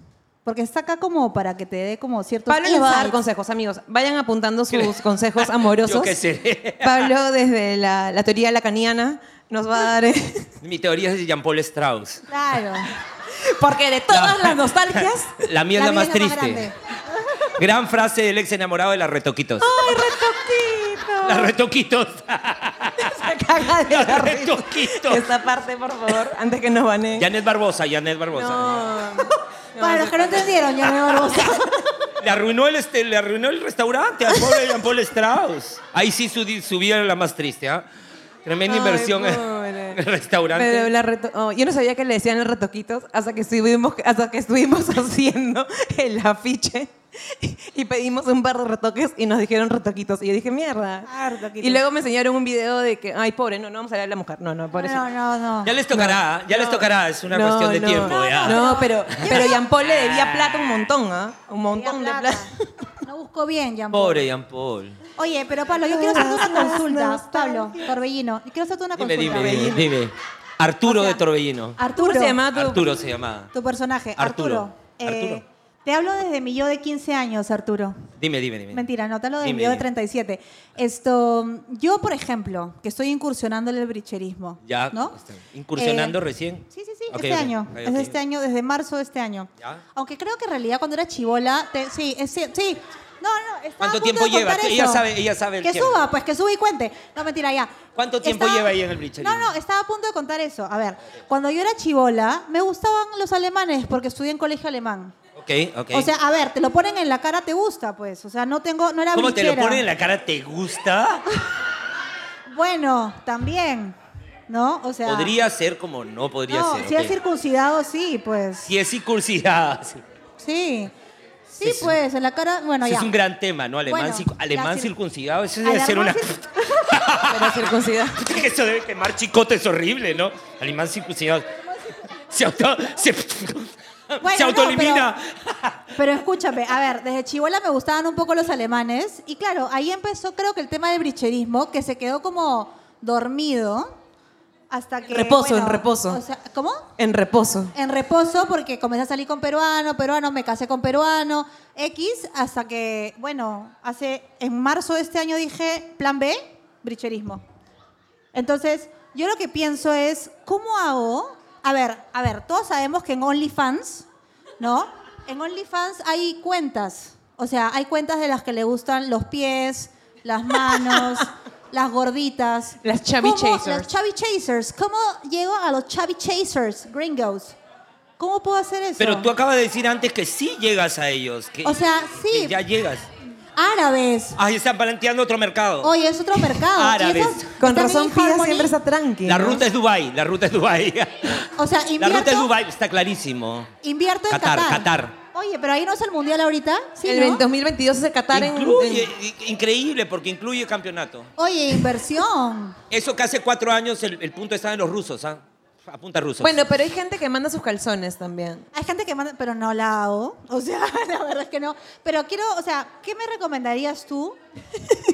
[SPEAKER 4] Porque está acá como para que te dé como ciertos
[SPEAKER 3] Pablo les va a dar
[SPEAKER 4] insights.
[SPEAKER 3] consejos, amigos. Vayan apuntando sus consejos amorosos.
[SPEAKER 8] Yo qué sé.
[SPEAKER 3] Pablo, desde la, la teoría lacaniana, nos va a dar... eh,
[SPEAKER 8] Mi teoría es de Jean-Paul Strauss.
[SPEAKER 4] Claro.
[SPEAKER 3] Porque de todas las nostalgias...
[SPEAKER 8] La mía es
[SPEAKER 4] vida
[SPEAKER 8] la más
[SPEAKER 4] es
[SPEAKER 8] triste.
[SPEAKER 4] grande.
[SPEAKER 8] Gran frase del ex enamorado de las retoquitos.
[SPEAKER 3] ¡Ay, retoquito!
[SPEAKER 8] Las retoquitos.
[SPEAKER 3] Se caga de la risa.
[SPEAKER 8] Retoquito.
[SPEAKER 3] Esta parte, por favor, antes que nos baneen.
[SPEAKER 8] Janet Barbosa, Janet Barbosa.
[SPEAKER 3] No.
[SPEAKER 4] Para los que no entendieron, yo no lo
[SPEAKER 8] Le arruinó el, este, le arruinó el restaurante al pobre Jean Paul Strauss. Ahí sí su, su vida era la más triste, ¿ah? Tremenda
[SPEAKER 3] Ay,
[SPEAKER 8] inversión en-
[SPEAKER 3] pobre.
[SPEAKER 8] en el restaurante.
[SPEAKER 3] Pero la reto- oh, yo no sabía que le decían los retoquitos hasta que estuvimos, hasta que estuvimos haciendo el afiche y pedimos un par de retoques y nos dijeron retoquitos. Y yo dije, mierda.
[SPEAKER 4] Ah, retoquitos.
[SPEAKER 3] y luego me enseñaron un video de que, ay, pobre, no, no vamos a hablar de la mujer. No, no, pobre.
[SPEAKER 4] No, no, no.
[SPEAKER 8] Ya les tocará, ya les tocará, es una
[SPEAKER 3] No,
[SPEAKER 8] cuestión de
[SPEAKER 3] no.
[SPEAKER 8] tiempo. ¿eh?
[SPEAKER 3] No,
[SPEAKER 8] ya.
[SPEAKER 3] No, pero, pero Jean Paul le debía plata un montón, ¿ah? Un montón de plata.
[SPEAKER 4] No busco bien, Jean Paul.
[SPEAKER 8] Pobre Jean Paul.
[SPEAKER 4] Oye, pero Pablo, yo quiero hacerte una consulta. Pablo, Torbellino, yo quiero hacerte una
[SPEAKER 8] Dime,
[SPEAKER 4] consulta.
[SPEAKER 8] dime, dime, dime. Arturo de Torbellino.
[SPEAKER 4] Arturo,
[SPEAKER 3] ¿Cómo se llama? tu-
[SPEAKER 8] Arturo se llamaba.
[SPEAKER 4] tu personaje.
[SPEAKER 8] Arturo.
[SPEAKER 4] Arturo. Eh,
[SPEAKER 8] Arturo.
[SPEAKER 4] Te hablo desde mi yo de 15 años, Arturo.
[SPEAKER 8] Dime, dime, dime.
[SPEAKER 4] Mentira, no, te hablo de
[SPEAKER 8] Dime,
[SPEAKER 4] mi yo de
[SPEAKER 8] dime.
[SPEAKER 4] 37. Esto, yo, por ejemplo, que estoy incursionando en el bricherismo.
[SPEAKER 8] Ya,
[SPEAKER 4] ¿no?
[SPEAKER 8] está. incursionando
[SPEAKER 4] Eh,
[SPEAKER 8] recién.
[SPEAKER 4] Sí, sí, sí,
[SPEAKER 8] Ok,
[SPEAKER 4] este
[SPEAKER 8] ok,
[SPEAKER 4] año.
[SPEAKER 8] ok,
[SPEAKER 4] es
[SPEAKER 8] ok.
[SPEAKER 4] este año, desde marzo de este año.
[SPEAKER 8] Ya.
[SPEAKER 4] Aunque creo que en realidad cuando era chivola, te- sí, es cier- sí, No, no, estaba
[SPEAKER 8] ¿Cuánto
[SPEAKER 4] a punto
[SPEAKER 8] tiempo
[SPEAKER 4] de
[SPEAKER 8] lleva?
[SPEAKER 4] contar
[SPEAKER 8] Ella
[SPEAKER 4] eso.
[SPEAKER 8] sabe- ella sabe el
[SPEAKER 4] Que
[SPEAKER 8] tiempo.
[SPEAKER 4] suba, pues que suba y cuente. No, mentira, ya.
[SPEAKER 8] ¿Cuánto tiempo lleva ahí en el Bleacher
[SPEAKER 4] No,
[SPEAKER 8] News?
[SPEAKER 4] no, estaba a punto de contar eso. A ver, cuando yo era chivola, me gustaban los alemanes porque estudié en colegio alemán.
[SPEAKER 8] Ok, ok.
[SPEAKER 4] O sea, a ver, te lo ponen en la cara, te gusta, pues. O sea, no tengo, no era
[SPEAKER 8] ¿Cómo te lo
[SPEAKER 4] blichera.
[SPEAKER 8] ponen en la cara? ¿Te gusta?
[SPEAKER 4] Bueno, también, ¿no? O sea,
[SPEAKER 8] Podría ser como no podría
[SPEAKER 4] no,
[SPEAKER 8] ser.
[SPEAKER 4] si
[SPEAKER 8] ok.
[SPEAKER 4] es circuncidado, sí, pues.
[SPEAKER 8] Si es circuncidada, sí.
[SPEAKER 4] Sí, sí,
[SPEAKER 8] Sí, sí.
[SPEAKER 4] pues, en la cara, bueno,
[SPEAKER 8] Ese
[SPEAKER 4] ya.
[SPEAKER 8] es un gran tema, ¿no? Alemán,
[SPEAKER 4] Bueno,
[SPEAKER 8] circu-
[SPEAKER 4] la
[SPEAKER 8] alemán
[SPEAKER 4] cir-
[SPEAKER 8] circuncidado, eso debe ser una...
[SPEAKER 4] Alemán circ-
[SPEAKER 3] Pero circuncidado.
[SPEAKER 8] eso debe quemar chicotes horrible, ¿no? Alemán circuncidado. Se auto... Se,
[SPEAKER 4] Bueno,
[SPEAKER 8] se
[SPEAKER 4] no,
[SPEAKER 8] autoelimina.
[SPEAKER 4] Pero escúchame, a ver, desde Chihuahua me gustaban un poco los alemanes y claro, ahí empezó creo que el tema del bricherismo, que se quedó como dormido hasta que...
[SPEAKER 3] Reposo, en reposo.
[SPEAKER 4] o sea, ¿Cómo?
[SPEAKER 3] En reposo.
[SPEAKER 4] En reposo porque comencé a salir con peruano, peruano, me casé con peruano, X, hasta que, bueno, hace, en marzo de este año dije, plan B, bricherismo. Entonces, yo lo que pienso es, ¿cómo hago? A ver, a ver, todos sabemos que en OnlyFans, ¿no? En OnlyFans hay cuentas. O sea, hay cuentas de las que le gustan los pies, las manos, las gorditas.
[SPEAKER 3] Las chubby
[SPEAKER 4] ¿Cómo-
[SPEAKER 3] chasers.
[SPEAKER 4] Las chubby chasers. ¿Cómo llego a los chubby chasers, gringos? ¿Cómo puedo hacer eso?
[SPEAKER 8] Pero tú acabas de decir antes que sí llegas a ellos. Que,
[SPEAKER 4] O sea, sí.
[SPEAKER 8] que ya llegas.
[SPEAKER 4] Árabes.
[SPEAKER 8] Ahí están planteando otro mercado.
[SPEAKER 4] Oye, es otro mercado.
[SPEAKER 8] Árabes.
[SPEAKER 4] Y esos
[SPEAKER 3] Con
[SPEAKER 4] están en
[SPEAKER 3] razón, Pía
[SPEAKER 4] eHarmony.
[SPEAKER 3] siempre está tranqui.
[SPEAKER 8] la
[SPEAKER 3] ¿no?
[SPEAKER 8] ruta es Dubai, la ruta es Dubai.
[SPEAKER 4] O sea,
[SPEAKER 8] La ruta es
[SPEAKER 4] invierto,
[SPEAKER 8] Dubai, está clarísimo.
[SPEAKER 4] invierto en
[SPEAKER 8] Qatar,
[SPEAKER 4] Qatar.
[SPEAKER 8] Qatar.
[SPEAKER 4] Oye, pero ahí no es el mundial ahorita. ¿sí,
[SPEAKER 3] el
[SPEAKER 4] no?
[SPEAKER 3] 2022 es el Qatar en-
[SPEAKER 8] Incluye,
[SPEAKER 3] en...
[SPEAKER 8] i- increíble, porque incluye campeonato.
[SPEAKER 4] Oye, inversión.
[SPEAKER 8] Eso que hace cuatro años el, el punto estaba en los rusos, ¿ah? Apunta rusos.
[SPEAKER 3] Bueno, pero hay gente que manda sus calzones también.
[SPEAKER 4] Hay gente que manda, pero no la hago. O sea, la verdad es que no. Pero quiero, o sea, ¿qué me recomendarías tú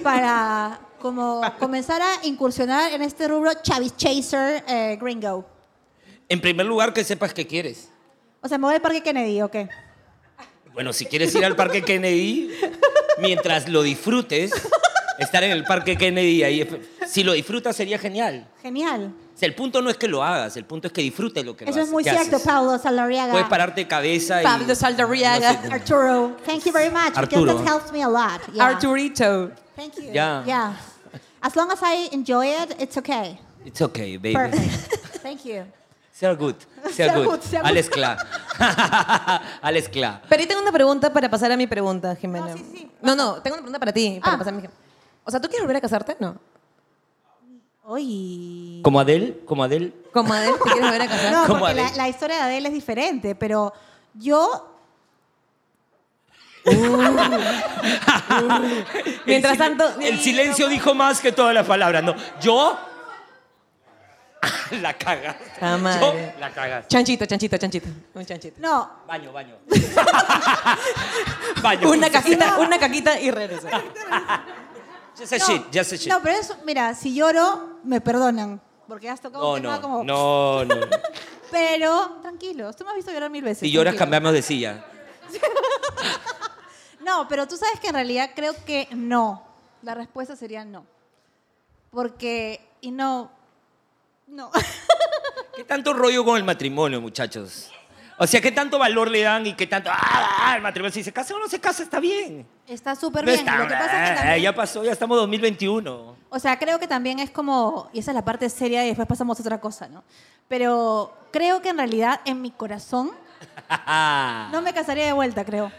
[SPEAKER 4] para como comenzar a incursionar en este rubro Chavis Chaser eh, Gringo?
[SPEAKER 8] En primer lugar, que sepas qué quieres.
[SPEAKER 4] O sea, me voy al Parque Kennedy, ¿o qué?
[SPEAKER 8] Bueno, si quieres ir al Parque Kennedy, mientras lo disfrutes, estar en el Parque Kennedy ahí, si lo disfrutas sería genial.
[SPEAKER 4] Genial.
[SPEAKER 8] O sea, el punto no es que lo hagas, el punto es que disfrutes lo que lo
[SPEAKER 4] Eso es
[SPEAKER 8] haces,
[SPEAKER 4] muy
[SPEAKER 8] que
[SPEAKER 4] cierto,
[SPEAKER 8] haces. Pues
[SPEAKER 4] Pablo Salariaga.
[SPEAKER 8] Puedes pararte de cabeza y...
[SPEAKER 3] Pablo Saldarriaga.
[SPEAKER 8] No sé,
[SPEAKER 4] Arturo, thank you very much
[SPEAKER 8] Arturo.
[SPEAKER 4] because that helps me a lot. Yeah.
[SPEAKER 3] Arturito.
[SPEAKER 4] Thank you.
[SPEAKER 8] Yeah.
[SPEAKER 4] Yeah. As long as I enjoy it, it's okay.
[SPEAKER 8] It's okay, baby.
[SPEAKER 4] Perfect. thank you.
[SPEAKER 8] Sehr good. Sehr,
[SPEAKER 4] Sehr
[SPEAKER 8] good.
[SPEAKER 4] gut, sehr gut.
[SPEAKER 8] Alles klar. Alles klar.
[SPEAKER 3] Pero ahí tengo una pregunta para pasar a mi pregunta, Jimena.
[SPEAKER 4] No, sí, sí.
[SPEAKER 3] No, no, tengo una pregunta para ti. Para
[SPEAKER 4] Ah.
[SPEAKER 3] pasar a mi... O sea, ¿tú quieres volver a casarte? No.
[SPEAKER 4] Uy.
[SPEAKER 8] Como Adele, como Adele.
[SPEAKER 3] Como Adel, ¿te quieres volver a casar?
[SPEAKER 4] No,
[SPEAKER 8] ¿Cómo
[SPEAKER 4] porque la,
[SPEAKER 8] Adele?
[SPEAKER 4] la historia de Adele es diferente, pero yo.
[SPEAKER 3] Mientras
[SPEAKER 8] El sil-
[SPEAKER 3] tanto-
[SPEAKER 8] El silencio dijo más que todas las palabras. No, yo. la cagaste.
[SPEAKER 3] Ah, madre.
[SPEAKER 8] Yo la cagaste.
[SPEAKER 3] Chanchito, chanchito, chanchito. Un chanchito.
[SPEAKER 4] No.
[SPEAKER 8] Baño, baño. baño.
[SPEAKER 3] Una caquita, una caquita y regresa.
[SPEAKER 8] Just a
[SPEAKER 4] no,
[SPEAKER 8] shit, just a shit.
[SPEAKER 4] No, pero eso, mira, si lloro, me perdonan. Porque has tocado
[SPEAKER 8] No,
[SPEAKER 4] un tema
[SPEAKER 8] no,
[SPEAKER 4] como.
[SPEAKER 8] no, no.
[SPEAKER 4] Pero, tranquilo, tú me has visto llorar mil veces.
[SPEAKER 8] Si lloras,
[SPEAKER 4] tranquilo.
[SPEAKER 8] cambiamos de silla.
[SPEAKER 4] No, pero tú sabes que en realidad creo que no. La respuesta sería no. Porque, y no, no.
[SPEAKER 8] ¿Qué tanto rollo con el matrimonio, muchachos? O sea, ¿qué tanto valor le dan y qué tanto. ¡Ah, ah, el matrimonio! Si se casa o no se casa, está bien.
[SPEAKER 4] Está súper
[SPEAKER 8] No
[SPEAKER 4] bien.
[SPEAKER 8] está-
[SPEAKER 4] Lo que pasa es que
[SPEAKER 8] eh,
[SPEAKER 4] también-
[SPEAKER 8] ya pasó, ya estamos 2021.
[SPEAKER 4] o sea, creo que también es como, y esa es la parte seria y después pasamos a otra cosa, ¿no? Pero creo que en realidad en mi corazón no me casaría de vuelta, creo.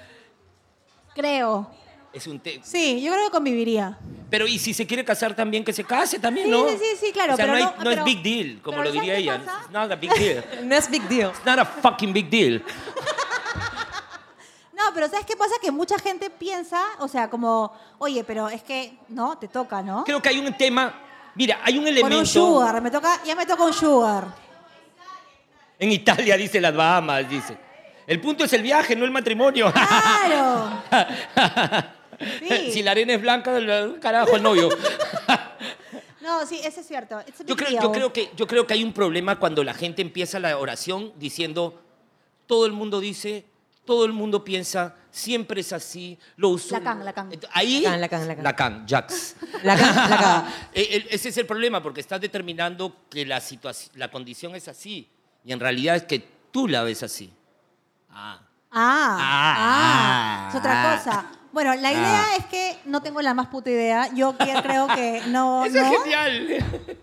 [SPEAKER 4] Creo.
[SPEAKER 8] Es un tema.
[SPEAKER 4] Sí, yo creo que conviviría.
[SPEAKER 8] Pero y si se quiere casar también, que se case también,
[SPEAKER 4] Sí,
[SPEAKER 8] ¿no?
[SPEAKER 4] sí, sí, sí, claro,
[SPEAKER 8] O sea,
[SPEAKER 4] pero
[SPEAKER 8] no, hay-
[SPEAKER 4] no-
[SPEAKER 8] no es
[SPEAKER 4] pero-
[SPEAKER 8] big deal, como
[SPEAKER 4] pero
[SPEAKER 8] lo
[SPEAKER 4] ¿sabes
[SPEAKER 8] diría
[SPEAKER 4] qué
[SPEAKER 8] ella.
[SPEAKER 4] pasa?
[SPEAKER 8] It's not a big deal.
[SPEAKER 3] No es big deal.
[SPEAKER 8] It's not a fucking big deal.
[SPEAKER 4] No, pero ¿sabes qué pasa? Que mucha gente piensa, o sea, como, oye, pero es que, no, te toca, ¿no?
[SPEAKER 8] Creo que hay un tema. Mira, hay un
[SPEAKER 4] Con
[SPEAKER 8] elemento.
[SPEAKER 4] un sugar, me toca, ya me toca un sugar.
[SPEAKER 8] En Italia, dice las Bahamas, dice. El punto es el viaje, no el matrimonio.
[SPEAKER 4] Claro. Sí.
[SPEAKER 8] si la arena es blanca, el- carajo, el novio.
[SPEAKER 4] No, sí, eso es cierto. It's a big
[SPEAKER 8] Yo creo,
[SPEAKER 4] deal.
[SPEAKER 8] yo, creo que, yo creo que hay un problema cuando la gente empieza la oración diciendo, todo el mundo dice, todo el mundo piensa, siempre es así, lo uso.
[SPEAKER 4] Lacan, Lacan.
[SPEAKER 8] Ent- Ahí.
[SPEAKER 3] Lacan, Lacan, Lacan.
[SPEAKER 8] Jax.
[SPEAKER 3] La ca- la ca-
[SPEAKER 8] Eh, el- ese es el problema, porque estás determinando que la, situaci- la condición es así, y en realidad es que tú la ves así. Ah.
[SPEAKER 4] Ah,
[SPEAKER 8] Ah.
[SPEAKER 4] ah, es otra cosa. Bueno, la idea es que no tengo la más puta idea. Yo que- creo que no.
[SPEAKER 8] Eso es
[SPEAKER 4] no.
[SPEAKER 8] genial.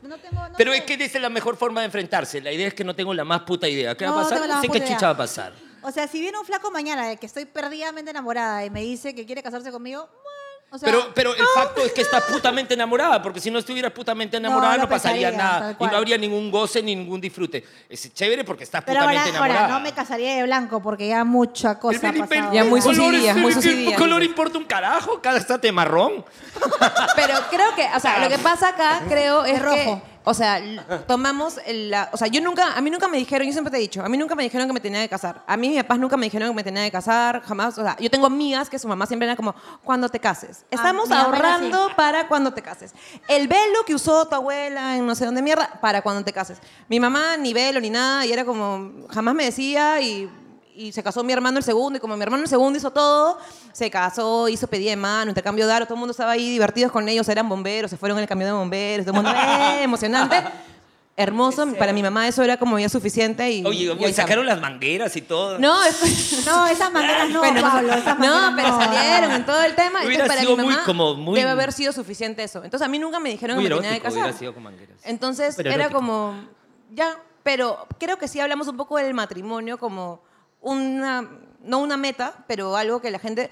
[SPEAKER 4] No tengo- no
[SPEAKER 8] Pero
[SPEAKER 4] sé.
[SPEAKER 8] es que esa es la mejor forma de enfrentarse. La idea es que no tengo la más puta idea. ¿Qué
[SPEAKER 4] No,
[SPEAKER 8] va
[SPEAKER 4] no
[SPEAKER 8] a pasar?
[SPEAKER 4] tengo la
[SPEAKER 8] No
[SPEAKER 4] más
[SPEAKER 8] sé qué
[SPEAKER 4] puta
[SPEAKER 8] chicha
[SPEAKER 4] idea.
[SPEAKER 8] va a pasar.
[SPEAKER 4] O sea, si viene un flaco mañana de que estoy perdidamente enamorada y me dice que quiere casarse conmigo, bueno, o sea, ¡Ah!
[SPEAKER 8] pero, pero el facto es que estás putamente enamorada, porque si no estuvieras putamente enamorada no,
[SPEAKER 4] no
[SPEAKER 8] pasaría
[SPEAKER 4] pensaría,
[SPEAKER 8] nada
[SPEAKER 4] tal
[SPEAKER 8] y
[SPEAKER 4] cual.
[SPEAKER 8] no habría ningún goce ni ningún disfrute. Es chévere porque estás
[SPEAKER 4] pero ahora,
[SPEAKER 8] putamente
[SPEAKER 4] ahora
[SPEAKER 8] enamorada.
[SPEAKER 4] no me casaría de blanco porque ya mucha cosa ha
[SPEAKER 8] El- el-
[SPEAKER 4] pasado.
[SPEAKER 8] el-
[SPEAKER 3] Ya muy
[SPEAKER 8] el color
[SPEAKER 3] suicidas,
[SPEAKER 8] es-
[SPEAKER 3] muy
[SPEAKER 8] el- el-
[SPEAKER 3] suicidas,
[SPEAKER 8] El color
[SPEAKER 3] dices.
[SPEAKER 8] importa un carajo, cada estate marrón.
[SPEAKER 3] Pero creo que, o sea, lo que pasa acá, creo, es
[SPEAKER 4] Es rojo.
[SPEAKER 3] que, o sea, l- tomamos el- la, o sea, yo nunca, a mí nunca me dijeron, yo siempre te he dicho, a mí nunca me dijeron que me tenía que casar. A mí mis papás nunca me dijeron que me tenía que casar, jamás, o sea, yo tengo amigas que su mamá siempre era como, cuando te cases. Estamos
[SPEAKER 4] Ah, mi abuela
[SPEAKER 3] ahorrando para cuando te cases. El velo que usó tu abuela en no sé dónde mierda, para cuando te cases. Mi mamá ni velo ni nada, y era como, jamás me decía y... Y se casó mi hermano el segundo, y como mi hermano el segundo hizo todo, se casó, hizo pedida de mano, intercambio de aro, todo el mundo estaba ahí divertidos con ellos, eran bomberos, se fueron en el camión de bomberos, todo el mundo, ¡eh! emocionante. Hermoso, para mi mamá eso era como ya suficiente y... y
[SPEAKER 8] Oye,
[SPEAKER 3] ahí
[SPEAKER 8] oye, sacaron las mangueras y todo.
[SPEAKER 3] estaba. No, es-
[SPEAKER 4] No, esas maneras no,
[SPEAKER 3] Bueno,
[SPEAKER 4] Pablo. Esas maneras
[SPEAKER 3] no, pero salieron en todo el tema.
[SPEAKER 8] Hubiera
[SPEAKER 3] Entonces, para
[SPEAKER 8] sido
[SPEAKER 3] mi mamá
[SPEAKER 8] muy como muy-
[SPEAKER 3] debe haber sido suficiente eso. Entonces, a mí nunca me dijeron
[SPEAKER 8] Muy
[SPEAKER 3] que me tenía que
[SPEAKER 8] erótico hubiera
[SPEAKER 3] casar.
[SPEAKER 8] sido con mangueras.
[SPEAKER 3] Entonces,
[SPEAKER 8] Pero
[SPEAKER 3] era
[SPEAKER 8] erótico.
[SPEAKER 3] como, ya, pero creo que sí hablamos un poco del matrimonio como una, no una meta, pero algo que la gente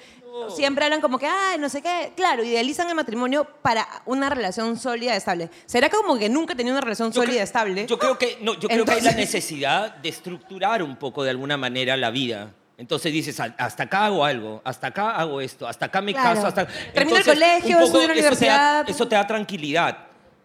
[SPEAKER 3] siempre hablan como que, ay, no sé qué. Claro, idealizan el matrimonio para una relación sólida, estable. ¿Será como que nunca tenía una relación
[SPEAKER 8] Yo
[SPEAKER 3] sólida,
[SPEAKER 8] creo-
[SPEAKER 3] estable?
[SPEAKER 8] Yo creo que no, yo creo que hay la
[SPEAKER 3] Entonces-
[SPEAKER 8] necesidad de estructurar un poco de alguna manera la vida. Entonces dices, "Al- hasta acá hago algo, hasta acá hago esto, hasta acá me
[SPEAKER 4] Claro.
[SPEAKER 8] caso, hasta
[SPEAKER 3] Termino el colegio,
[SPEAKER 8] un
[SPEAKER 3] estudio en la
[SPEAKER 8] eso te da-
[SPEAKER 3] universidad.
[SPEAKER 8] Eso te da tranquilidad,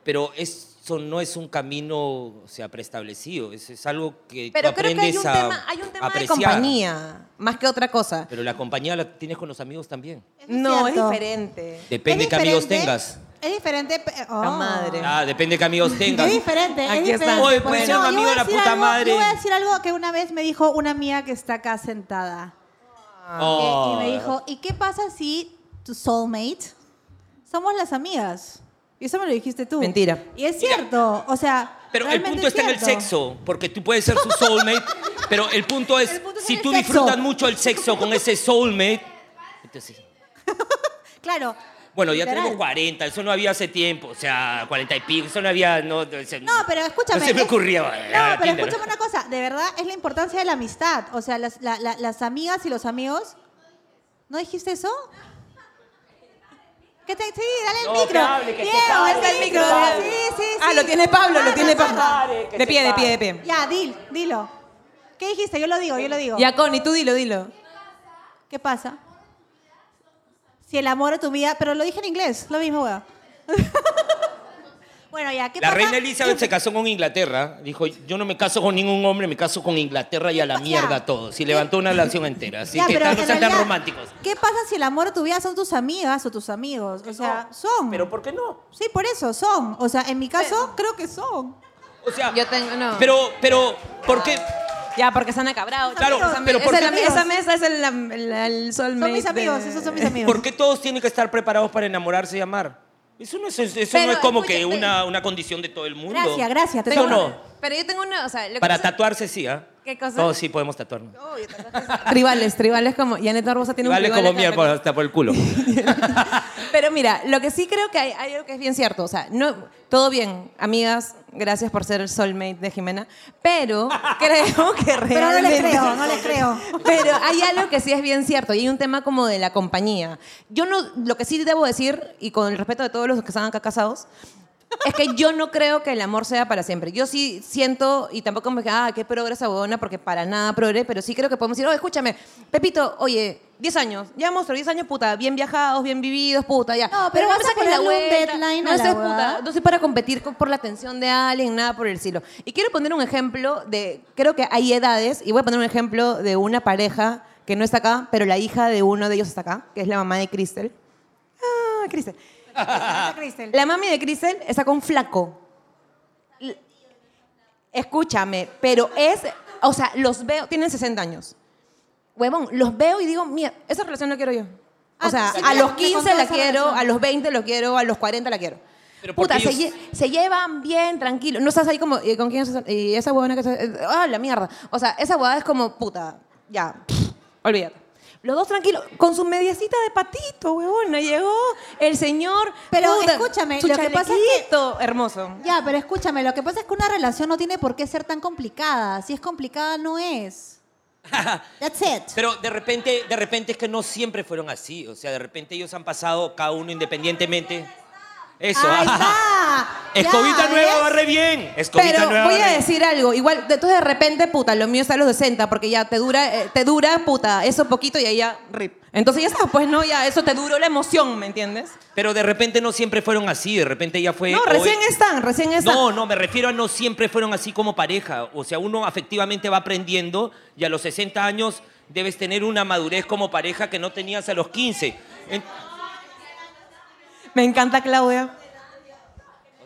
[SPEAKER 8] pero eso no es un camino o sea, preestablecido, es, es algo que tú
[SPEAKER 3] Pero creo que hay
[SPEAKER 8] aprendes
[SPEAKER 3] un
[SPEAKER 8] a
[SPEAKER 3] tema, hay un tema de
[SPEAKER 8] apreciar.
[SPEAKER 3] compañía, más que otra cosa.
[SPEAKER 8] Pero la compañía la tienes con los amigos también.
[SPEAKER 3] No,
[SPEAKER 4] cierto.
[SPEAKER 3] es diferente.
[SPEAKER 8] Depende
[SPEAKER 4] Es
[SPEAKER 8] qué amigos
[SPEAKER 4] diferente-
[SPEAKER 8] tengas.
[SPEAKER 4] Es diferente. pe-
[SPEAKER 3] La madre.
[SPEAKER 4] oh.
[SPEAKER 8] Ah, depende qué amigos tengas.
[SPEAKER 4] Es diferente,
[SPEAKER 3] Aquí
[SPEAKER 4] es diferente.
[SPEAKER 3] está. Oye,
[SPEAKER 8] pues,
[SPEAKER 4] Porque
[SPEAKER 8] sea un
[SPEAKER 4] yo
[SPEAKER 8] amigo
[SPEAKER 4] voy a
[SPEAKER 8] de la
[SPEAKER 4] decir
[SPEAKER 8] puta
[SPEAKER 4] algo-
[SPEAKER 8] madre.
[SPEAKER 4] Yo voy a decir algo que una vez me dijo una mía que está acá sentada.
[SPEAKER 8] Oh.
[SPEAKER 4] Que- y me dijo, ¿y qué pasa si tu soulmate somos las amigas? Y eso me lo dijiste tú.
[SPEAKER 3] Mentira.
[SPEAKER 4] Y es cierto, o sea...
[SPEAKER 8] Pero el
[SPEAKER 4] realmente
[SPEAKER 8] punto
[SPEAKER 4] es
[SPEAKER 8] está en el
[SPEAKER 4] cierto.
[SPEAKER 8] sexo, porque tú puedes ser su soulmate, pero el punto es,
[SPEAKER 4] El punto es
[SPEAKER 8] si
[SPEAKER 4] el
[SPEAKER 8] tú
[SPEAKER 4] sexo.
[SPEAKER 8] disfrutas mucho el sexo con ese soulmate, entonces,
[SPEAKER 4] Claro.
[SPEAKER 8] bueno, ya
[SPEAKER 4] literal.
[SPEAKER 8] tengo 40, eso no había hace tiempo, o sea, 40 y pico, eso no había, no, no, se-
[SPEAKER 4] No, pero escúchame.
[SPEAKER 8] no se me
[SPEAKER 4] es-
[SPEAKER 8] ocurría. eh,
[SPEAKER 4] No, pero
[SPEAKER 8] Tinder.
[SPEAKER 4] escúchame una cosa. De verdad, es la importancia de la amistad. O sea, las, la- la- las amigas y los amigos. ¿No dijiste eso? ¿Qué te, sí, dale el
[SPEAKER 8] No,
[SPEAKER 4] micro.
[SPEAKER 8] que hable, que se
[SPEAKER 4] Diego,
[SPEAKER 8] pare,
[SPEAKER 4] el
[SPEAKER 3] Está el
[SPEAKER 4] micro.
[SPEAKER 3] micro.
[SPEAKER 4] Sí, sí, sí.
[SPEAKER 3] Ah, lo tiene Pablo, lo
[SPEAKER 4] Barra,
[SPEAKER 3] tiene
[SPEAKER 4] barra.
[SPEAKER 3] Pablo. De pie, de pie, de pie.
[SPEAKER 4] Ya, dil, dilo. ¿Qué dijiste? Yo lo digo, yo lo digo.
[SPEAKER 3] Ya, Connie, tú dilo, dilo.
[SPEAKER 4] ¿Qué pasa? Si el amor de tu vida... Pero lo dije en inglés, lo mismo, weón. bueno, ya, ¿qué
[SPEAKER 8] La
[SPEAKER 4] pasa?
[SPEAKER 8] reina Elizabeth se casó con Inglaterra, dijo, yo no me caso con ningún hombre, me caso con Inglaterra y a la
[SPEAKER 4] Ya.
[SPEAKER 8] mierda a todos, y levantó una nación entera, así
[SPEAKER 4] Ya,
[SPEAKER 8] que
[SPEAKER 4] pero
[SPEAKER 8] no
[SPEAKER 4] en
[SPEAKER 8] sean tan
[SPEAKER 4] realidad,
[SPEAKER 8] románticos.
[SPEAKER 4] ¿Qué pasa si el amor de tu vida son tus amigas o tus amigos? O sea, son.
[SPEAKER 8] Pero ¿por qué no?
[SPEAKER 4] Sí, por eso, son. O sea, en mi caso, creo que son.
[SPEAKER 8] O sea,
[SPEAKER 3] Yo tengo, no.
[SPEAKER 8] pero, pero, ¿por qué?
[SPEAKER 3] Ya, porque se han acabado.
[SPEAKER 8] Claro,
[SPEAKER 3] Esa me-
[SPEAKER 8] pero ¿por
[SPEAKER 3] esa, la-
[SPEAKER 8] qué
[SPEAKER 4] amigos?
[SPEAKER 3] esa mesa es el, el, el soulmate
[SPEAKER 4] Son mis
[SPEAKER 3] de-
[SPEAKER 4] amigos, esos son mis
[SPEAKER 3] Este
[SPEAKER 4] amigos.
[SPEAKER 8] ¿Por qué todos tienen que estar preparados para enamorarse y amar? Eso no es, eso
[SPEAKER 3] Pero,
[SPEAKER 8] no es como
[SPEAKER 3] escucha,
[SPEAKER 8] que
[SPEAKER 3] pero-
[SPEAKER 8] una, una condición de todo el mundo.
[SPEAKER 4] Gracias, gracias. Te
[SPEAKER 8] ¿Sí o
[SPEAKER 4] tengo
[SPEAKER 8] no?
[SPEAKER 3] Pero yo tengo una, o sea, lo que
[SPEAKER 8] Para
[SPEAKER 3] pasa-
[SPEAKER 8] tatuarse sí, ¿ah?
[SPEAKER 3] ¿Qué cosa?
[SPEAKER 8] Todos sí podemos tatuarnos.
[SPEAKER 3] Tribales, tribales como. Janet Barbosa tiene
[SPEAKER 8] vale
[SPEAKER 3] un tribal
[SPEAKER 8] como
[SPEAKER 3] acá.
[SPEAKER 8] mía por- hasta por el culo.
[SPEAKER 3] Pero mira, lo que sí creo que hay, hay algo que es bien cierto. O sea, no, todo bien, amigas, gracias por ser el soulmate de Jimena. Pero creo que realmente.
[SPEAKER 4] Pero no les creo, no les creo.
[SPEAKER 3] Pero hay algo que sí es bien cierto y hay un tema como de la compañía. Yo no, lo que sí debo decir, y con el respeto de todos los que están acá casados, es que yo no creo que el amor sea para siempre. Yo sí siento, y tampoco me diga, ah, qué progre esa huevona, porque para nada progre, pero sí creo que podemos decir, oh, escúchame, Pepito, oye, 10 años, ya monstruo, 10 años, puta, bien viajados, bien vividos, puta, ya.
[SPEAKER 4] No, pero vas
[SPEAKER 3] me
[SPEAKER 4] a
[SPEAKER 3] saques la
[SPEAKER 4] ponerle un
[SPEAKER 3] vuelta,
[SPEAKER 4] deadline
[SPEAKER 3] no
[SPEAKER 4] a la
[SPEAKER 3] seas
[SPEAKER 4] huevada.
[SPEAKER 3] puta, no soy para competir con- por la atención de alguien, nada por el estilo. Y quiero poner un ejemplo de, creo que hay edades, y voy a poner un ejemplo de una pareja que no está acá, pero la hija de uno de ellos está acá, que es la mamá de Crystal. Ah, Crystal.
[SPEAKER 4] Gracias, Cristel.
[SPEAKER 3] La mami de Crisel está con flaco. L- Escúchame, pero es, o sea, los veo, tienen 60 años. Huevón, los veo y digo, mira, esa relación la quiero yo. O
[SPEAKER 4] Ah,
[SPEAKER 3] sea,
[SPEAKER 4] sí,
[SPEAKER 3] a
[SPEAKER 4] ya,
[SPEAKER 3] los
[SPEAKER 4] me
[SPEAKER 3] 15
[SPEAKER 4] contó
[SPEAKER 3] la
[SPEAKER 4] esa
[SPEAKER 3] quiero,
[SPEAKER 4] relación.
[SPEAKER 3] a los 20 la quiero, a los 40 la quiero.
[SPEAKER 8] Pero
[SPEAKER 3] Puta,
[SPEAKER 8] porque
[SPEAKER 3] se,
[SPEAKER 8] ellos-
[SPEAKER 3] lle- se llevan bien, tranquilo. No estás ahí como, ¿y con quién estás? Y eh, esa huevona que está- eh, ¡Ah, la mierda! O sea, esa huevada es como, puta, ya, pff, olvídate. Los dos tranquilos, con su mediacita de patito, huevona, llegó el señor.
[SPEAKER 4] Pero
[SPEAKER 3] puta,
[SPEAKER 4] escúchame,
[SPEAKER 3] su
[SPEAKER 4] lo que pasa es que-
[SPEAKER 3] chalequito, hermoso.
[SPEAKER 4] Ya, pero escúchame, lo que pasa es que una relación no tiene por qué ser tan complicada. Si es complicada, no es. That's it.
[SPEAKER 8] Pero de repente, de repente es que no siempre fueron así. O sea, de repente ellos han pasado cada uno independientemente. Eso.
[SPEAKER 4] Ahí
[SPEAKER 8] ah.
[SPEAKER 4] está.
[SPEAKER 8] Escobita
[SPEAKER 4] Ya,
[SPEAKER 8] nueva
[SPEAKER 4] ¿ves?
[SPEAKER 8] barre bien. Escobita
[SPEAKER 3] Pero
[SPEAKER 8] nueva.
[SPEAKER 3] voy a
[SPEAKER 8] barre bien.
[SPEAKER 3] decir algo, igual, de- entonces de repente, puta, lo mío está a los 60, porque ya te dura, eh, te dura, puta, eso poquito y ahí ya, rip. Entonces ya está, pues no, ya, eso te duró la emoción, ¿me entiendes?
[SPEAKER 8] Pero de repente no siempre fueron así. De repente ya fue.
[SPEAKER 3] No,
[SPEAKER 8] hoy-
[SPEAKER 3] recién están, recién están.
[SPEAKER 8] No, no, me refiero a no siempre fueron así como pareja. O sea, uno afectivamente va aprendiendo y a los 60 años debes tener una madurez como pareja que no tenías a los 15. En-
[SPEAKER 3] Me encanta Claudia.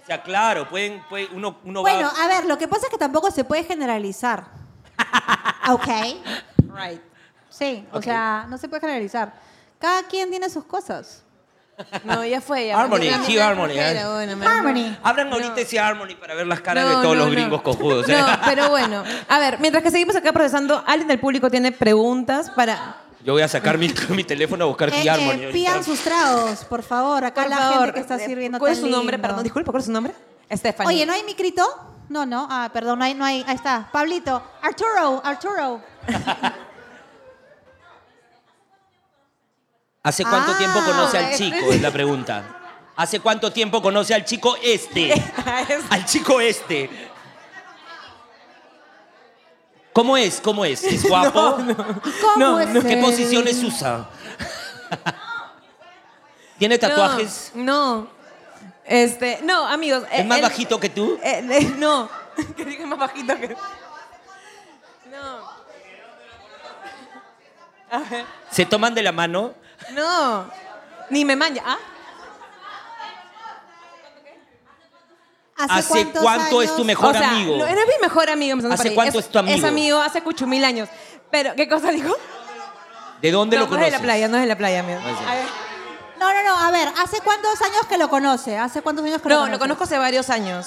[SPEAKER 8] o sea, claro, pueden, puede- uno, uno
[SPEAKER 4] Bueno,
[SPEAKER 3] ah,
[SPEAKER 8] va...
[SPEAKER 4] a ver, lo que pasa es que tampoco se puede generalizar. ¿Ok?
[SPEAKER 3] Right.
[SPEAKER 4] Sí, o sea, Ah, no se puede generalizar. Cada quien tiene sus cosas.
[SPEAKER 3] No, ya fue, ya.
[SPEAKER 8] Harmony,
[SPEAKER 3] Ya-
[SPEAKER 8] sí, Harmony,
[SPEAKER 3] Pero
[SPEAKER 8] eh.
[SPEAKER 3] bueno, me-
[SPEAKER 4] Harmony.
[SPEAKER 8] Abran ahorita ese Harmony para ver las caras
[SPEAKER 3] No,
[SPEAKER 8] de todos
[SPEAKER 3] no,
[SPEAKER 8] los
[SPEAKER 3] no.
[SPEAKER 8] gringos cojudos. ¿eh?
[SPEAKER 3] No, pero bueno. A ver, mientras que seguimos acá procesando, alguien del público tiene preguntas para.
[SPEAKER 8] Yo voy a sacar mi, mi teléfono a buscar
[SPEAKER 4] Eh,
[SPEAKER 8] Tea Harmony.
[SPEAKER 4] eh,
[SPEAKER 8] ahorita.
[SPEAKER 4] pidan sus tragos, por favor. Acá
[SPEAKER 3] Por
[SPEAKER 4] la
[SPEAKER 3] favor, eh,
[SPEAKER 4] gente que está
[SPEAKER 8] eh,
[SPEAKER 4] sirviendo
[SPEAKER 3] ¿Cuál
[SPEAKER 4] tan
[SPEAKER 3] es su nombre?
[SPEAKER 4] lindo.
[SPEAKER 3] Perdón, disculpa, ¿cuál es su nombre? Stephanie.
[SPEAKER 4] Oye, ¿no hay micrito? No, no. Ah, perdón, no hay, no hay. Ahí está. Pablito. Arturo, Arturo.
[SPEAKER 8] ¿Hace cuánto
[SPEAKER 4] Ah,
[SPEAKER 8] tiempo conoce al
[SPEAKER 3] es-
[SPEAKER 8] chico? Es la pregunta. ¿Hace cuánto tiempo conoce al chico este? al chico este. ¿Cómo es? ¿Cómo es? ¿Es guapo?
[SPEAKER 4] ¿Cómo
[SPEAKER 3] No,
[SPEAKER 4] es
[SPEAKER 3] no.
[SPEAKER 8] ¿Qué
[SPEAKER 4] él?
[SPEAKER 8] posiciones usa? ¿Tiene tatuajes?
[SPEAKER 3] No. no. Este, no, amigos. eh,
[SPEAKER 8] ¿Es más
[SPEAKER 3] él-
[SPEAKER 8] bajito que tú?
[SPEAKER 3] eh, eh, no. que diga más bajito que. No.
[SPEAKER 8] ¿Se toman de la mano?
[SPEAKER 3] No. Ni me manja. ¿Ah?
[SPEAKER 8] ¿Hace
[SPEAKER 4] cuántos
[SPEAKER 8] cuánto es tu
[SPEAKER 4] años?
[SPEAKER 8] mejor
[SPEAKER 3] o sea,
[SPEAKER 8] amigo?
[SPEAKER 3] No, era mi mejor amigo. empezando
[SPEAKER 8] ¿Hace
[SPEAKER 3] por ahí.
[SPEAKER 8] cuánto es tu amigo?
[SPEAKER 3] Es amigo hace cucho mil años. Pero, ¿qué cosa dijo?
[SPEAKER 8] ¿De dónde
[SPEAKER 3] no,
[SPEAKER 8] lo
[SPEAKER 3] no es de
[SPEAKER 8] conoces?
[SPEAKER 3] la playa, no es de la playa, amigo.
[SPEAKER 8] No es de-
[SPEAKER 3] A ver.
[SPEAKER 4] No, no, no. A ver, ¿hace cuántos años que lo conoce? ¿Hace cuántos años que lo
[SPEAKER 3] No,
[SPEAKER 4] conoce?
[SPEAKER 3] lo conozco hace varios años.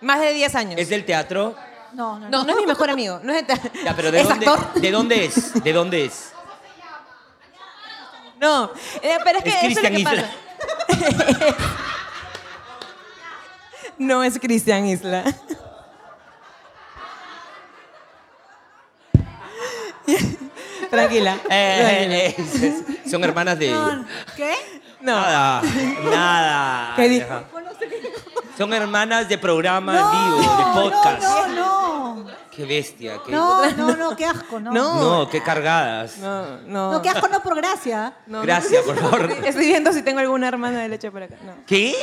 [SPEAKER 3] Más de 10 años.
[SPEAKER 8] ¿Es del teatro?
[SPEAKER 4] No, no, no.
[SPEAKER 3] No, no es mi mejor amigo. No es,
[SPEAKER 8] Ya, pero ¿de,
[SPEAKER 3] es
[SPEAKER 8] dónde,
[SPEAKER 3] actor.
[SPEAKER 8] ¿de dónde es? ¿De dónde es?
[SPEAKER 3] No, eh, pero es que
[SPEAKER 8] Es
[SPEAKER 3] eso es lo
[SPEAKER 8] Cristian
[SPEAKER 3] que
[SPEAKER 8] Isla.
[SPEAKER 3] pasa. no es Cristian Isla. Tranquila. tranquila.
[SPEAKER 8] Eh, eh, eh, son hermanas de...
[SPEAKER 4] ¿Qué?
[SPEAKER 3] No.
[SPEAKER 8] Nada, nada.
[SPEAKER 3] ¿Qué dijo?
[SPEAKER 8] Aleja. Son hermanas de programa en
[SPEAKER 4] No,
[SPEAKER 8] vivo, de podcast.
[SPEAKER 4] No, no, no.
[SPEAKER 8] Qué bestia. Qué...
[SPEAKER 4] No, no, no, qué asco, no.
[SPEAKER 3] No.
[SPEAKER 8] No, qué cargadas.
[SPEAKER 3] No, no.
[SPEAKER 4] No, qué asco, no por gracia.
[SPEAKER 3] No.
[SPEAKER 8] Gracias, por favor.
[SPEAKER 3] Estoy viendo si tengo alguna hermana de leche por acá. No.
[SPEAKER 8] ¿Qué?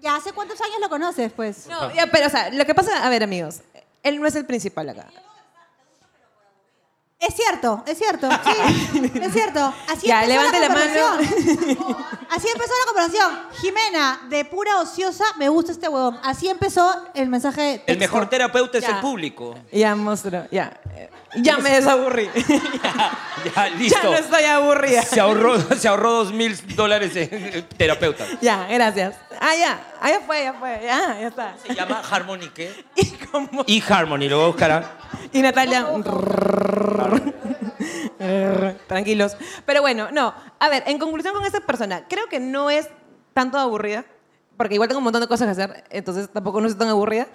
[SPEAKER 4] Ya, ¿hace cuántos años lo conoces, pues?
[SPEAKER 3] No, ya, pero o sea, lo que pasa, a ver, amigos, él no es el principal acá.
[SPEAKER 4] Es cierto, es cierto, sí, es cierto. Así
[SPEAKER 3] Ya,
[SPEAKER 4] empezó
[SPEAKER 3] levante la mano.
[SPEAKER 4] conversación. Así empezó la conversación. Jimena, de pura ociosa, me gusta este huevón. Así empezó el mensaje. de texto.
[SPEAKER 8] El mejor terapeuta es
[SPEAKER 3] Ya.
[SPEAKER 8] el público.
[SPEAKER 3] Ya, monstruo, ya. Eh, Ya me desaburrí.
[SPEAKER 8] Ya,
[SPEAKER 3] ya
[SPEAKER 8] listo.
[SPEAKER 3] no estoy aburrida.
[SPEAKER 8] Se ahorró, se ahorró dos mil dólares en terapeuta.
[SPEAKER 3] Ya, gracias. Ah, ya. Ah, ya fue, ya fue. Ah, Ya, ya está.
[SPEAKER 8] Se llama Harmony, ¿qué?
[SPEAKER 3] Y como...
[SPEAKER 8] Y Harmony, lo voy a buscar. ¿ah?
[SPEAKER 3] Y Natalia. Tranquilos. Pero bueno, no. A ver, en conclusión con esta persona, creo que no es tanto aburrida, porque igual tengo un montón de cosas que hacer, entonces tampoco no soy tan aburrida.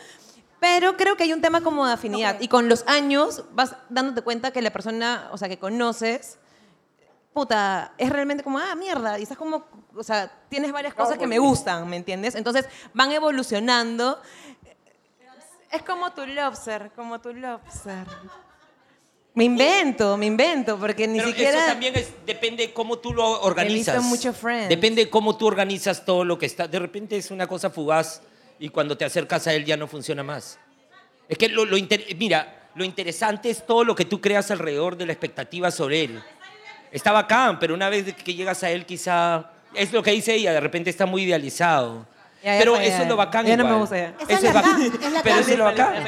[SPEAKER 3] Pero creo que hay un tema como de afinidad. Y con los años vas dándote cuenta que la persona, o sea, que conoces, puta, es realmente como, ah, mierda, y estás como, o sea, tienes varias cosas que me gustan, ¿me entiendes? Entonces van evolucionando. Es como tu lobster, como tu lobster. Me invento, me invento, porque ni
[SPEAKER 8] Pero
[SPEAKER 3] siquiera...
[SPEAKER 8] eso también es, depende cómo tú lo
[SPEAKER 3] He
[SPEAKER 8] organizas.
[SPEAKER 3] visto mucho Friends.
[SPEAKER 8] Depende cómo tú organizas todo lo que está. De repente es una cosa fugaz y cuando te acercas a él ya no funciona más. Es que lo, lo inter- mira, lo interesante es todo lo que tú creas alrededor de la expectativa sobre él. Está bacán, pero una vez que llegas a él quizá es lo que dice ella, de repente está muy idealizado.
[SPEAKER 3] Ya, ya
[SPEAKER 8] pero
[SPEAKER 3] fue,
[SPEAKER 8] eso
[SPEAKER 3] ya,
[SPEAKER 8] es lo
[SPEAKER 3] ya.
[SPEAKER 8] bacán
[SPEAKER 3] Ya no me
[SPEAKER 8] igual.
[SPEAKER 3] gusta, ya. Esa
[SPEAKER 4] es la
[SPEAKER 8] Eso bac-
[SPEAKER 4] bacán, es la
[SPEAKER 8] Pero eso es lo
[SPEAKER 3] Ya,
[SPEAKER 8] bacán.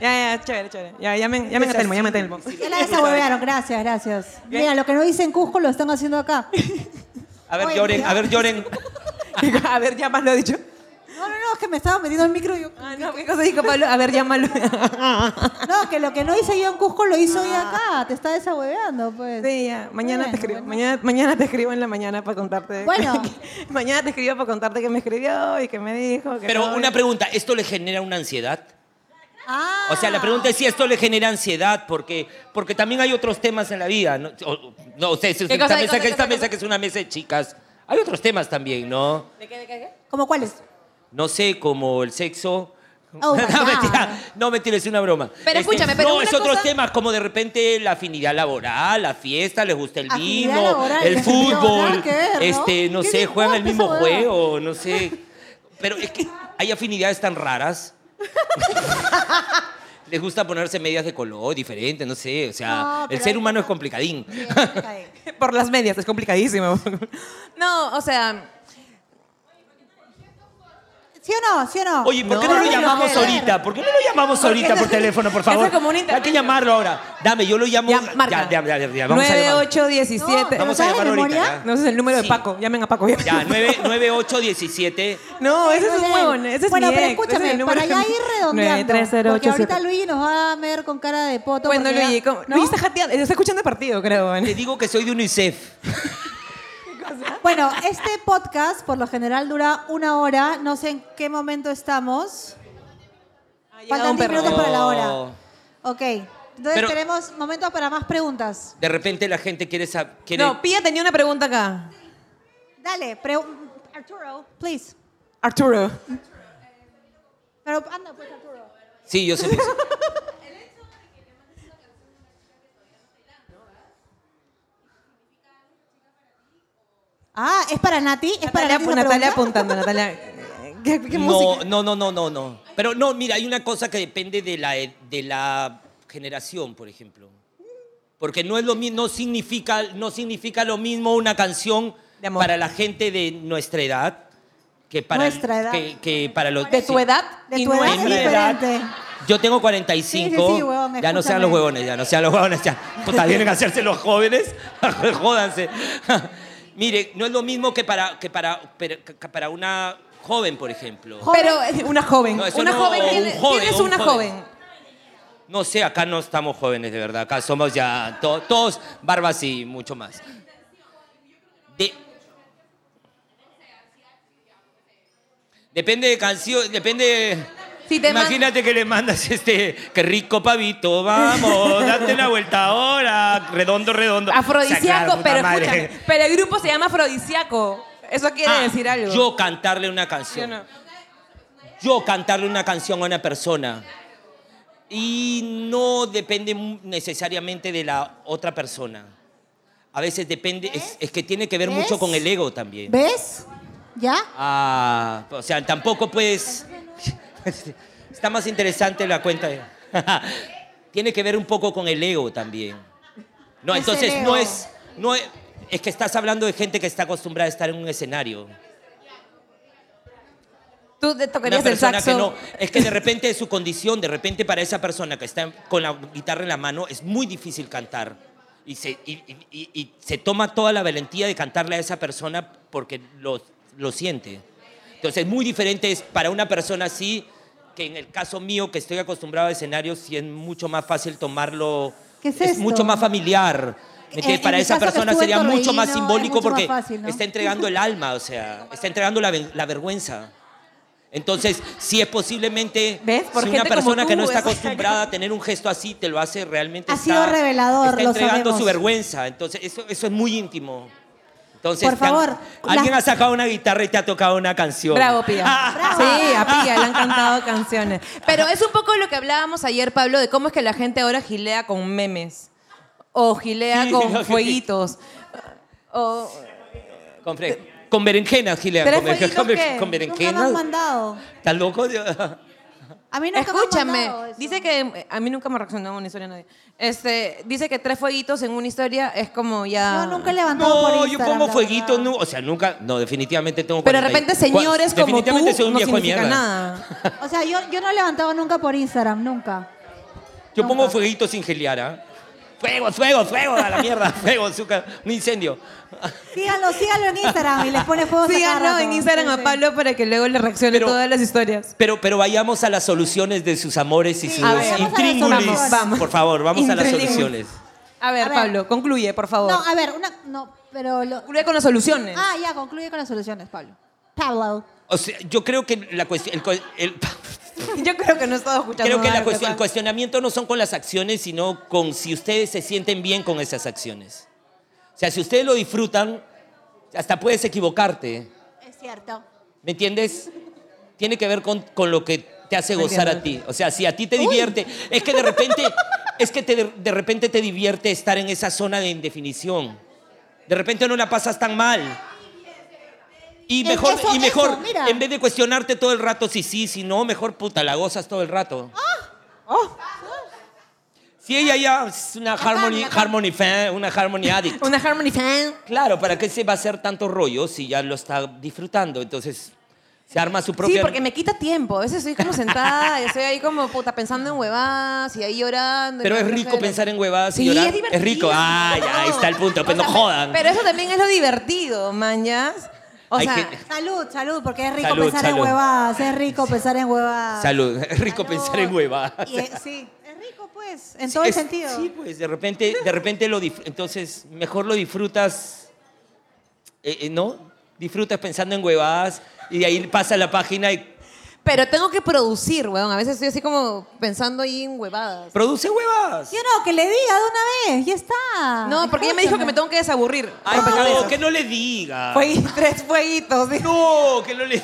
[SPEAKER 3] ya, ya, chévere, chévere. Ya, ya me, ya me Telmo, ya me Telmo.
[SPEAKER 4] Ya la desahuevearon, gracias, gracias. Mira, lo que no hice en Cusco lo están haciendo acá.
[SPEAKER 8] A ver, lloren, a ver, lloren.
[SPEAKER 3] A ver, ya más lo he dicho.
[SPEAKER 4] No, no, no, no, es que me estaba metiendo el micro y yo...
[SPEAKER 3] Ah, no, ¿qué cosa dijo Pablo? A ver, llámalo.
[SPEAKER 4] No, que lo que no hice yo en Cusco lo hizo hoy acá. Te está desahueveando, pues.
[SPEAKER 3] Sí, ya. Mañana te
[SPEAKER 4] Bueno,
[SPEAKER 3] escribo.
[SPEAKER 4] bueno.
[SPEAKER 3] Mañana, mañana te escribo en la mañana para contarte.
[SPEAKER 4] Bueno.
[SPEAKER 3] que- mañana te escribo para contarte que me escribió y que me dijo. Que
[SPEAKER 8] Pero
[SPEAKER 3] no.
[SPEAKER 8] una pregunta, ¿esto le genera una ansiedad?
[SPEAKER 4] Ah.
[SPEAKER 8] O sea, la pregunta es si esto le genera ansiedad, porque, porque también hay otros temas en la vida. No, O- no ustedes, esta,
[SPEAKER 3] cosa, qué
[SPEAKER 8] mesa,
[SPEAKER 3] cosa,
[SPEAKER 8] que-
[SPEAKER 3] qué
[SPEAKER 8] esta
[SPEAKER 3] cosa, qué
[SPEAKER 8] mesa que es una mesa de chicas, hay otros temas también, ¿no?
[SPEAKER 4] ¿Cómo cuáles?
[SPEAKER 8] No sé, como el sexo.
[SPEAKER 4] Oh, my
[SPEAKER 8] no,
[SPEAKER 4] God.
[SPEAKER 8] mentira, no, mentira, es una broma. Este,
[SPEAKER 3] Pero escúchame, pero
[SPEAKER 8] No,
[SPEAKER 3] una
[SPEAKER 8] es otros
[SPEAKER 3] cosa-
[SPEAKER 8] temas, como de repente la afinidad laboral, la fiesta, les gusta el
[SPEAKER 4] Afinidad
[SPEAKER 8] vino,
[SPEAKER 4] laboral,
[SPEAKER 8] el
[SPEAKER 4] no,
[SPEAKER 8] fútbol,
[SPEAKER 4] nada que ver, ¿no?
[SPEAKER 8] este, no
[SPEAKER 4] ¿Qué
[SPEAKER 8] sé,
[SPEAKER 4] te
[SPEAKER 8] juegan el
[SPEAKER 4] importa
[SPEAKER 8] mismo
[SPEAKER 4] esa huevada?
[SPEAKER 8] juego, no sé. Pero es que hay afinidades tan raras. Les gusta ponerse medias de color diferente, no sé. O sea,
[SPEAKER 4] No,
[SPEAKER 8] el
[SPEAKER 4] pero
[SPEAKER 8] ser
[SPEAKER 4] hay-
[SPEAKER 8] humano es complicadín.
[SPEAKER 3] Por las medias, es complicadísimo. no, o sea.
[SPEAKER 4] ¿Sí o no? ¿Sí o no?
[SPEAKER 8] Oye, ¿por qué no,
[SPEAKER 4] Pero
[SPEAKER 8] lo
[SPEAKER 4] es
[SPEAKER 8] llamamos
[SPEAKER 4] que-
[SPEAKER 8] ahorita? ¿Por qué no lo llamamos ahorita por teléfono, por favor?
[SPEAKER 3] Eso es como un
[SPEAKER 8] Hay que llamarlo ahora. Dame, yo lo llamo.
[SPEAKER 3] Ya, marca.
[SPEAKER 8] Ya, ya, ya, ya, vamos a llamar.
[SPEAKER 3] 9817.
[SPEAKER 4] No,
[SPEAKER 8] Vamos a
[SPEAKER 4] ¿Sabes de
[SPEAKER 8] llamarlo ahorita.
[SPEAKER 4] memoria?
[SPEAKER 8] ya.
[SPEAKER 3] No, ese es el número
[SPEAKER 8] Sí.
[SPEAKER 3] de Paco. Llamen a Paco. Ya,
[SPEAKER 8] Ya, 9 9817.
[SPEAKER 3] No, ese es
[SPEAKER 4] Bueno,
[SPEAKER 3] un
[SPEAKER 4] Leo.
[SPEAKER 3] huevón. Ese es
[SPEAKER 4] Bueno,
[SPEAKER 3] mi
[SPEAKER 4] pero
[SPEAKER 3] ex, ese es el
[SPEAKER 4] escúchame,
[SPEAKER 3] número
[SPEAKER 4] para ya
[SPEAKER 3] de-
[SPEAKER 4] ir redondeando.
[SPEAKER 3] 93087.
[SPEAKER 4] porque ahorita Luigi nos va a ver con cara de poto.
[SPEAKER 3] Bueno,
[SPEAKER 4] porque ya-
[SPEAKER 3] Luigi, ¿cómo-
[SPEAKER 4] ¿no?
[SPEAKER 3] Luigi está jateando. Está escuchando el partido, creo.
[SPEAKER 8] Te digo que soy de UNICEF.
[SPEAKER 4] Bueno, este podcast por lo general dura una hora. No sé en qué momento estamos. Faltan 10 minutos para la hora.
[SPEAKER 8] No.
[SPEAKER 4] Ok. Entonces
[SPEAKER 8] Oh. Pero-
[SPEAKER 4] tenemos momentos para más preguntas.
[SPEAKER 8] De repente la gente quiere saber. Quiere...
[SPEAKER 3] No, Pía tenía una pregunta acá.
[SPEAKER 4] Dale, preu- Arturo, please.
[SPEAKER 3] Arturo.
[SPEAKER 4] Pero anda, pues, Arturo.
[SPEAKER 8] Sí, yo sé. que sí.
[SPEAKER 4] Ah, ¿es para Nati? ¿Es para
[SPEAKER 3] Natalia,
[SPEAKER 4] Nati esa
[SPEAKER 3] Natalia
[SPEAKER 4] pregunta?
[SPEAKER 3] apuntando, Natalia. ¿Qué, qué
[SPEAKER 8] No,
[SPEAKER 3] música?
[SPEAKER 8] no, no, no, no, no. Pero no, mira, hay una cosa que depende de la, ed- de la generación, por ejemplo. Porque no es lo mismo, no significa, no significa lo mismo una canción
[SPEAKER 3] De amor.
[SPEAKER 8] para la gente de nuestra edad que para
[SPEAKER 4] Nuestra edad.
[SPEAKER 8] Que, que para los
[SPEAKER 3] ¿De tu
[SPEAKER 8] sí.
[SPEAKER 3] edad?
[SPEAKER 4] De
[SPEAKER 3] y
[SPEAKER 4] tu edad es
[SPEAKER 8] nuestra
[SPEAKER 3] nuestra
[SPEAKER 8] edad.
[SPEAKER 4] diferente.
[SPEAKER 8] Yo tengo 45.
[SPEAKER 4] Sí, sí, sí, huevón,
[SPEAKER 8] ya no sean
[SPEAKER 4] escúchame.
[SPEAKER 8] los huevones, ya no sean los huevones. Ya. Puta, vienen a hacerse los jóvenes. Jódanse. Mire, no es lo mismo que para, que para, pero- que para una joven, por ejemplo.
[SPEAKER 3] Pero eh, una joven.
[SPEAKER 8] No, eso
[SPEAKER 3] una
[SPEAKER 8] no,
[SPEAKER 3] joven,
[SPEAKER 8] un
[SPEAKER 3] tiene-
[SPEAKER 8] joven,
[SPEAKER 3] ¿Quién es
[SPEAKER 8] un
[SPEAKER 3] una
[SPEAKER 8] joven.
[SPEAKER 3] joven?
[SPEAKER 8] No sé, acá no estamos jóvenes de verdad, acá somos ya to- todos barbas y mucho más. De- depende de canción, depende.
[SPEAKER 3] Si te man-
[SPEAKER 8] Imagínate que le mandas este, qué rico pavito, vamos, date una vuelta ahora, redondo, redondo. O sea, claro,
[SPEAKER 3] Afrodisíaco,
[SPEAKER 8] puta
[SPEAKER 3] pero
[SPEAKER 8] madre.
[SPEAKER 3] escúchame. Pero el grupo se llama Afrodisíaco. Eso quiere
[SPEAKER 8] Ah,
[SPEAKER 3] decir algo.
[SPEAKER 8] Yo cantarle una
[SPEAKER 3] Yo
[SPEAKER 8] canción.
[SPEAKER 3] no.
[SPEAKER 8] yo cantarle una canción a una persona. Y no depende mu- necesariamente de la otra persona. A veces depende, es, es que tiene que ver mucho
[SPEAKER 4] ¿Ves?
[SPEAKER 8] con el ego también.
[SPEAKER 4] ¿Ves? ¿Ya?
[SPEAKER 8] Ah, o sea, tampoco puedes... Está más interesante la cuenta. de- tiene que ver un poco con el ego también. No,
[SPEAKER 4] Es el
[SPEAKER 8] entonces
[SPEAKER 4] ego.
[SPEAKER 8] no es, no es... Es que estás hablando de gente que está acostumbrada a estar en un escenario.
[SPEAKER 3] Tú te
[SPEAKER 8] una
[SPEAKER 3] tocarías el
[SPEAKER 8] persona
[SPEAKER 3] saxo.
[SPEAKER 8] que no. Es que de repente es su condición, de repente para esa persona que está con la guitarra en la mano es muy difícil cantar. Y se, y, y- y- y se toma toda la valentía de cantarle a esa persona porque lo, lo siente. Entonces, muy diferente es para una persona así que en el caso mío, que estoy acostumbrado a escenarios, sí es mucho más fácil tomarlo.
[SPEAKER 4] ¿Qué es esto? Eh,
[SPEAKER 8] mucho más familiar. ¿me entiendes?
[SPEAKER 4] En- en
[SPEAKER 8] para
[SPEAKER 4] mi
[SPEAKER 8] esa
[SPEAKER 4] caso que
[SPEAKER 8] persona
[SPEAKER 4] estuve en
[SPEAKER 8] sería mucho
[SPEAKER 4] Torreino,
[SPEAKER 8] más
[SPEAKER 4] es
[SPEAKER 8] simbólico
[SPEAKER 4] mucho más
[SPEAKER 8] porque
[SPEAKER 4] fácil, ¿no?
[SPEAKER 8] está entregando el alma, o sea, está entregando la, ven- la vergüenza. Entonces, si es posiblemente
[SPEAKER 3] ¿Ves? Por
[SPEAKER 8] si una
[SPEAKER 3] gente como
[SPEAKER 8] persona
[SPEAKER 3] tú,
[SPEAKER 8] que no está
[SPEAKER 3] es-
[SPEAKER 8] acostumbrada a tener un gesto así, te lo hace realmente.
[SPEAKER 4] Ha
[SPEAKER 8] está-
[SPEAKER 4] sido revelador,
[SPEAKER 8] Está
[SPEAKER 4] lo
[SPEAKER 8] entregando
[SPEAKER 4] sabemos.
[SPEAKER 8] su vergüenza. Entonces, eso, eso es muy íntimo. Entonces,
[SPEAKER 4] Por
[SPEAKER 8] te han-
[SPEAKER 4] favor,
[SPEAKER 8] alguien
[SPEAKER 4] la-
[SPEAKER 8] ha sacado una guitarra y te ha tocado una canción.
[SPEAKER 3] Bravo, Pía.
[SPEAKER 8] Ah,
[SPEAKER 3] Sí, a Pía le han cantado canciones. Pero es un poco lo que hablábamos ayer, Pablo, de cómo es que la gente ahora gilea con memes. O gilea
[SPEAKER 8] Sí, no,
[SPEAKER 3] con
[SPEAKER 8] sí.
[SPEAKER 3] fueguitos. O,
[SPEAKER 8] Con, fre- con berenjenas, Gilea.
[SPEAKER 3] ¿Pero
[SPEAKER 8] Con,
[SPEAKER 3] es
[SPEAKER 8] berenjenas-
[SPEAKER 3] fueguito qué?
[SPEAKER 8] con
[SPEAKER 4] Nunca me han
[SPEAKER 8] berenjenas.
[SPEAKER 4] mandado.
[SPEAKER 8] ¿Estás loco?
[SPEAKER 4] A mí nunca me han
[SPEAKER 3] Escúchame,
[SPEAKER 4] mandado eso.
[SPEAKER 3] dice que eh, a mí nunca me reaccionó una historia nadie. Este, dice que tres fueguitos en una historia es como ya.
[SPEAKER 4] Yo nunca he levantado por
[SPEAKER 8] No, yo
[SPEAKER 4] Instagram,
[SPEAKER 8] pongo
[SPEAKER 4] la
[SPEAKER 8] fueguito,
[SPEAKER 4] verdad.
[SPEAKER 8] no, o sea, nunca, no, definitivamente tengo
[SPEAKER 3] Pero de
[SPEAKER 8] 40 y-
[SPEAKER 3] repente señores
[SPEAKER 8] cua-
[SPEAKER 3] como tú
[SPEAKER 8] definitivamente soy un
[SPEAKER 3] no
[SPEAKER 8] viejo de
[SPEAKER 3] significa
[SPEAKER 8] mierda.
[SPEAKER 3] nada.
[SPEAKER 4] O sea, yo, yo no he levantado nunca por Instagram, nunca.
[SPEAKER 8] Yo pongo fueguito sin geliar, ¿ah? Fuego, fuego, fuego, a la mierda. Fuego, azúcar, un incendio.
[SPEAKER 4] Síganlo, síganlo en Instagram y les pone fuego
[SPEAKER 3] Síganlo en Instagram a Pablo para que luego le reaccione
[SPEAKER 8] Pero-
[SPEAKER 3] todas las historias.
[SPEAKER 8] Pero, pero vayamos a las soluciones de sus amores y sus
[SPEAKER 3] a ver, vamos a las
[SPEAKER 8] intríngulis.
[SPEAKER 3] soluciones. Vamos.
[SPEAKER 8] Por favor, vamos a las
[SPEAKER 3] Intríngulis.
[SPEAKER 8] soluciones.
[SPEAKER 3] A ver,
[SPEAKER 4] A ver.
[SPEAKER 3] Pablo, concluye, por favor.
[SPEAKER 4] No, a ver, una. No, pero. lo-
[SPEAKER 3] concluye con las soluciones.
[SPEAKER 4] ah, ya, concluye con las soluciones, Pablo. Pablo.
[SPEAKER 8] O sea, yo creo que la cuestión. el cue- el-
[SPEAKER 3] Yo creo que no he estado escuchando.
[SPEAKER 8] creo que la
[SPEAKER 3] nada,
[SPEAKER 8] cuestión- el
[SPEAKER 3] papá.
[SPEAKER 8] cuestionamiento no son con las acciones, sino con si ustedes se sienten bien con esas acciones. O sea, si ustedes lo disfrutan, hasta puedes equivocarte.
[SPEAKER 4] Es cierto.
[SPEAKER 8] ¿Me entiendes? Tiene que ver con, con lo que te hace
[SPEAKER 3] Me
[SPEAKER 8] gozar a
[SPEAKER 3] entiendo.
[SPEAKER 8] ti. O sea, si a ti te divierte, es que de repente, es que te- de repente te divierte estar en esa zona de indefinición. De repente no la pasas tan mal. Y
[SPEAKER 4] Es-
[SPEAKER 8] mejor,
[SPEAKER 4] eso-
[SPEAKER 8] y mejor
[SPEAKER 4] eso, mira.
[SPEAKER 8] en vez de cuestionarte todo el rato si sí, si no, mejor puta, la gozas todo el rato. Si ella ya es una harmony, harmony fan, una harmony addict.
[SPEAKER 3] Una Harmony fan.
[SPEAKER 8] Claro, ¿para qué se va a hacer tanto rollo si ya lo está disfrutando? Entonces, se arma su propia...
[SPEAKER 3] Sí, porque me quita tiempo. A veces estoy como sentada y estoy ahí como puta pensando en huevadas y ahí llorando. y
[SPEAKER 8] Pero
[SPEAKER 3] no
[SPEAKER 8] es
[SPEAKER 3] quiero
[SPEAKER 8] rico
[SPEAKER 3] hacer-
[SPEAKER 8] pensar en huevadas y
[SPEAKER 3] Sí,
[SPEAKER 8] llorar.
[SPEAKER 3] es divertido.
[SPEAKER 8] rico. Ah, ya, ahí está el punto. Pues
[SPEAKER 3] O
[SPEAKER 8] no
[SPEAKER 3] sea,
[SPEAKER 8] jodan.
[SPEAKER 3] Pero eso también es lo divertido, mañas. O
[SPEAKER 8] Hay
[SPEAKER 3] sea,
[SPEAKER 8] que-
[SPEAKER 4] Salud, salud, porque es rico
[SPEAKER 8] Salud,
[SPEAKER 4] pensar
[SPEAKER 8] salud.
[SPEAKER 4] en huevadas. Es rico pensar en huevadas.
[SPEAKER 8] Salud. Es rico pensar en huevadas.
[SPEAKER 4] Y es- sí, es rico, pues, en todo el
[SPEAKER 8] Es-
[SPEAKER 4] sentido.
[SPEAKER 8] Sí, pues de repente, de repente lo dif- entonces mejor lo disfrutas, eh, eh, ¿no? Disfrutas pensando en huevadas y de ahí pasa la página y
[SPEAKER 3] pero tengo que producir, weón. A veces estoy así como pensando ahí en huevadas.
[SPEAKER 8] produce huevadas.
[SPEAKER 4] Yo no, que le diga de una vez, ya está.
[SPEAKER 3] No, porque ella me dijo que me
[SPEAKER 4] Escúchame.
[SPEAKER 3] tengo que desaburrir.
[SPEAKER 8] Ay,
[SPEAKER 3] Rompecabezas.
[SPEAKER 8] no, que no le diga.
[SPEAKER 3] Fue tres fueguitos. dijo.
[SPEAKER 8] No, que no le.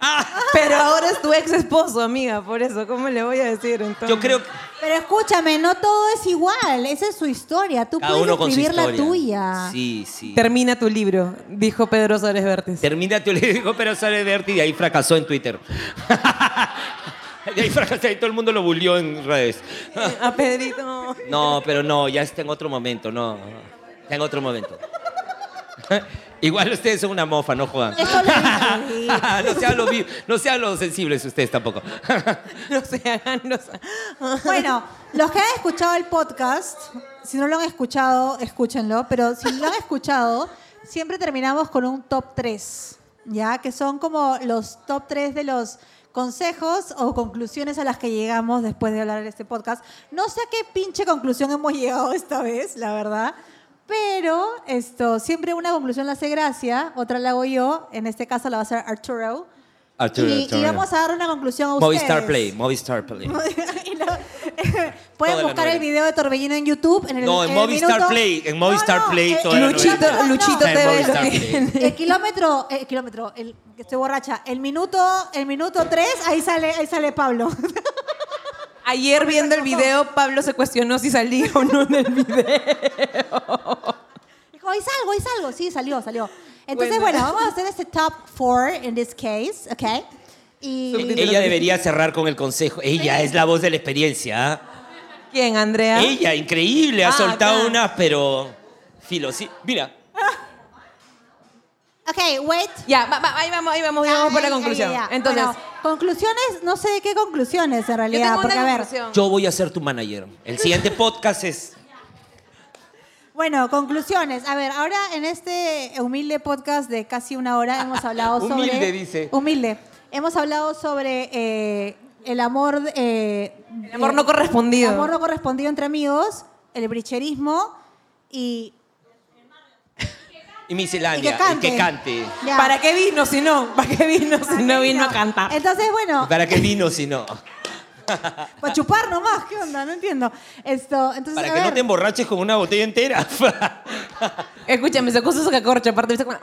[SPEAKER 8] Ah,
[SPEAKER 3] Pero ahora es tu ex esposo, amiga, por eso, ¿cómo le voy a decir entonces?
[SPEAKER 8] yo creo.
[SPEAKER 4] Pero escúchame, no todo es igual. Esa es su historia. Tú
[SPEAKER 8] Cada
[SPEAKER 4] puedes
[SPEAKER 8] uno con su
[SPEAKER 4] escribir la
[SPEAKER 8] historia.
[SPEAKER 4] tuya.
[SPEAKER 8] Sí, sí.
[SPEAKER 3] Termina tu libro, dijo Pedro Suárez Vértiz.
[SPEAKER 8] Termina tu digo, pero sale de y de ahí fracasó en Twitter. de ahí fracasó y todo el mundo lo bullió en redes.
[SPEAKER 3] A Pedrito.
[SPEAKER 8] No, pero no, ya está en otro momento, no. Está en otro momento. Igual ustedes son una mofa, no jodan.
[SPEAKER 4] Eso lo dije.
[SPEAKER 8] no, sean los, vi- no sean los sensibles ustedes tampoco.
[SPEAKER 3] No se hagan los.
[SPEAKER 4] Bueno, los que han escuchado el podcast, si no lo han escuchado, escúchenlo, pero si lo han escuchado, siempre terminamos con un top 3, ¿ya? Que son como los top 3 de los consejos o conclusiones a las que llegamos después de hablar en este podcast. No sé a qué pinche conclusión hemos llegado esta vez, la verdad. Pero esto, siempre una conclusión la hace Gracia, otra la hago yo, en este caso la va a hacer Arturo.
[SPEAKER 8] Arturo,
[SPEAKER 4] y, y
[SPEAKER 8] Arturo.
[SPEAKER 4] vamos a dar una conclusión a ustedes.
[SPEAKER 8] Movistar Play, Movistar Play.
[SPEAKER 4] Y lo-
[SPEAKER 8] Toda
[SPEAKER 4] Pueden
[SPEAKER 8] la
[SPEAKER 4] buscar el
[SPEAKER 8] novela.
[SPEAKER 4] video de Torbellino en YouTube. En el,
[SPEAKER 8] No, en
[SPEAKER 4] el
[SPEAKER 8] Movistar
[SPEAKER 4] minuto-
[SPEAKER 8] Play, en Movistar Play
[SPEAKER 4] eh,
[SPEAKER 8] toda la
[SPEAKER 3] Luchito-
[SPEAKER 8] novela.
[SPEAKER 3] Luchito
[SPEAKER 8] Está en
[SPEAKER 3] TV lo
[SPEAKER 8] Movistar
[SPEAKER 3] que-
[SPEAKER 8] Play.
[SPEAKER 4] El kilómetro, el kilómetro, el, que estoy borracha. El minuto, el minuto 3, ahí sale, ahí sale Pablo.
[SPEAKER 3] Ayer viendo el video, Pablo se cuestionó si salía o no en el video.
[SPEAKER 4] Dijo, ahí salgo, ahí salgo. Sí, salió, salió. Entonces,
[SPEAKER 3] Bueno.
[SPEAKER 4] bueno, vamos a hacer este top 4 en this case, ¿ok? Y
[SPEAKER 8] Ella debería cerrar con el consejo. Ella es la voz de la experiencia. ¿ah?
[SPEAKER 3] ¿Quién, Andrea?
[SPEAKER 8] Ella, increíble, ha
[SPEAKER 3] Ah,
[SPEAKER 8] soltado
[SPEAKER 3] claro.
[SPEAKER 8] unas, pero. Filo, sí. Mira,
[SPEAKER 4] Ok, wait.
[SPEAKER 3] Ya, va- va- ahí vamos, ahí vamos, ya vamos por la conclusión.
[SPEAKER 4] Ay, ay, ay, ya.
[SPEAKER 3] Entonces,
[SPEAKER 4] Bueno, conclusiones, no sé de qué conclusiones en
[SPEAKER 3] yo
[SPEAKER 4] realidad.
[SPEAKER 3] tengo
[SPEAKER 4] porque,
[SPEAKER 3] una
[SPEAKER 4] a ver,
[SPEAKER 3] conclusión.
[SPEAKER 8] yo voy a ser tu manager. El siguiente podcast es.
[SPEAKER 4] Bueno, conclusiones. A ver, ahora en este humilde podcast de casi una hora hemos hablado sobre...
[SPEAKER 8] Humilde, dice.
[SPEAKER 4] Humilde. Hemos hablado sobre eh, el amor... eh,
[SPEAKER 3] El amor
[SPEAKER 4] eh,
[SPEAKER 3] no correspondido.
[SPEAKER 4] El amor no correspondido entre amigos, el bricherismo y...
[SPEAKER 8] Y
[SPEAKER 4] y que
[SPEAKER 8] miscelánea.
[SPEAKER 4] cante.
[SPEAKER 8] Y que cante.
[SPEAKER 4] Ya.
[SPEAKER 3] ¿Para qué vino si no? ¿Para qué vino si no vino a cantar?
[SPEAKER 4] Entonces, bueno,
[SPEAKER 8] ¿Para qué vino si no?
[SPEAKER 4] para chupar nomás, ¿qué onda? No entiendo. Esto, entonces,
[SPEAKER 8] Para
[SPEAKER 4] a
[SPEAKER 8] que no
[SPEAKER 4] ver.
[SPEAKER 8] te emborraches con una botella entera.
[SPEAKER 3] Escúchame, sacó su sacacorcha, aparte ¿viste? como-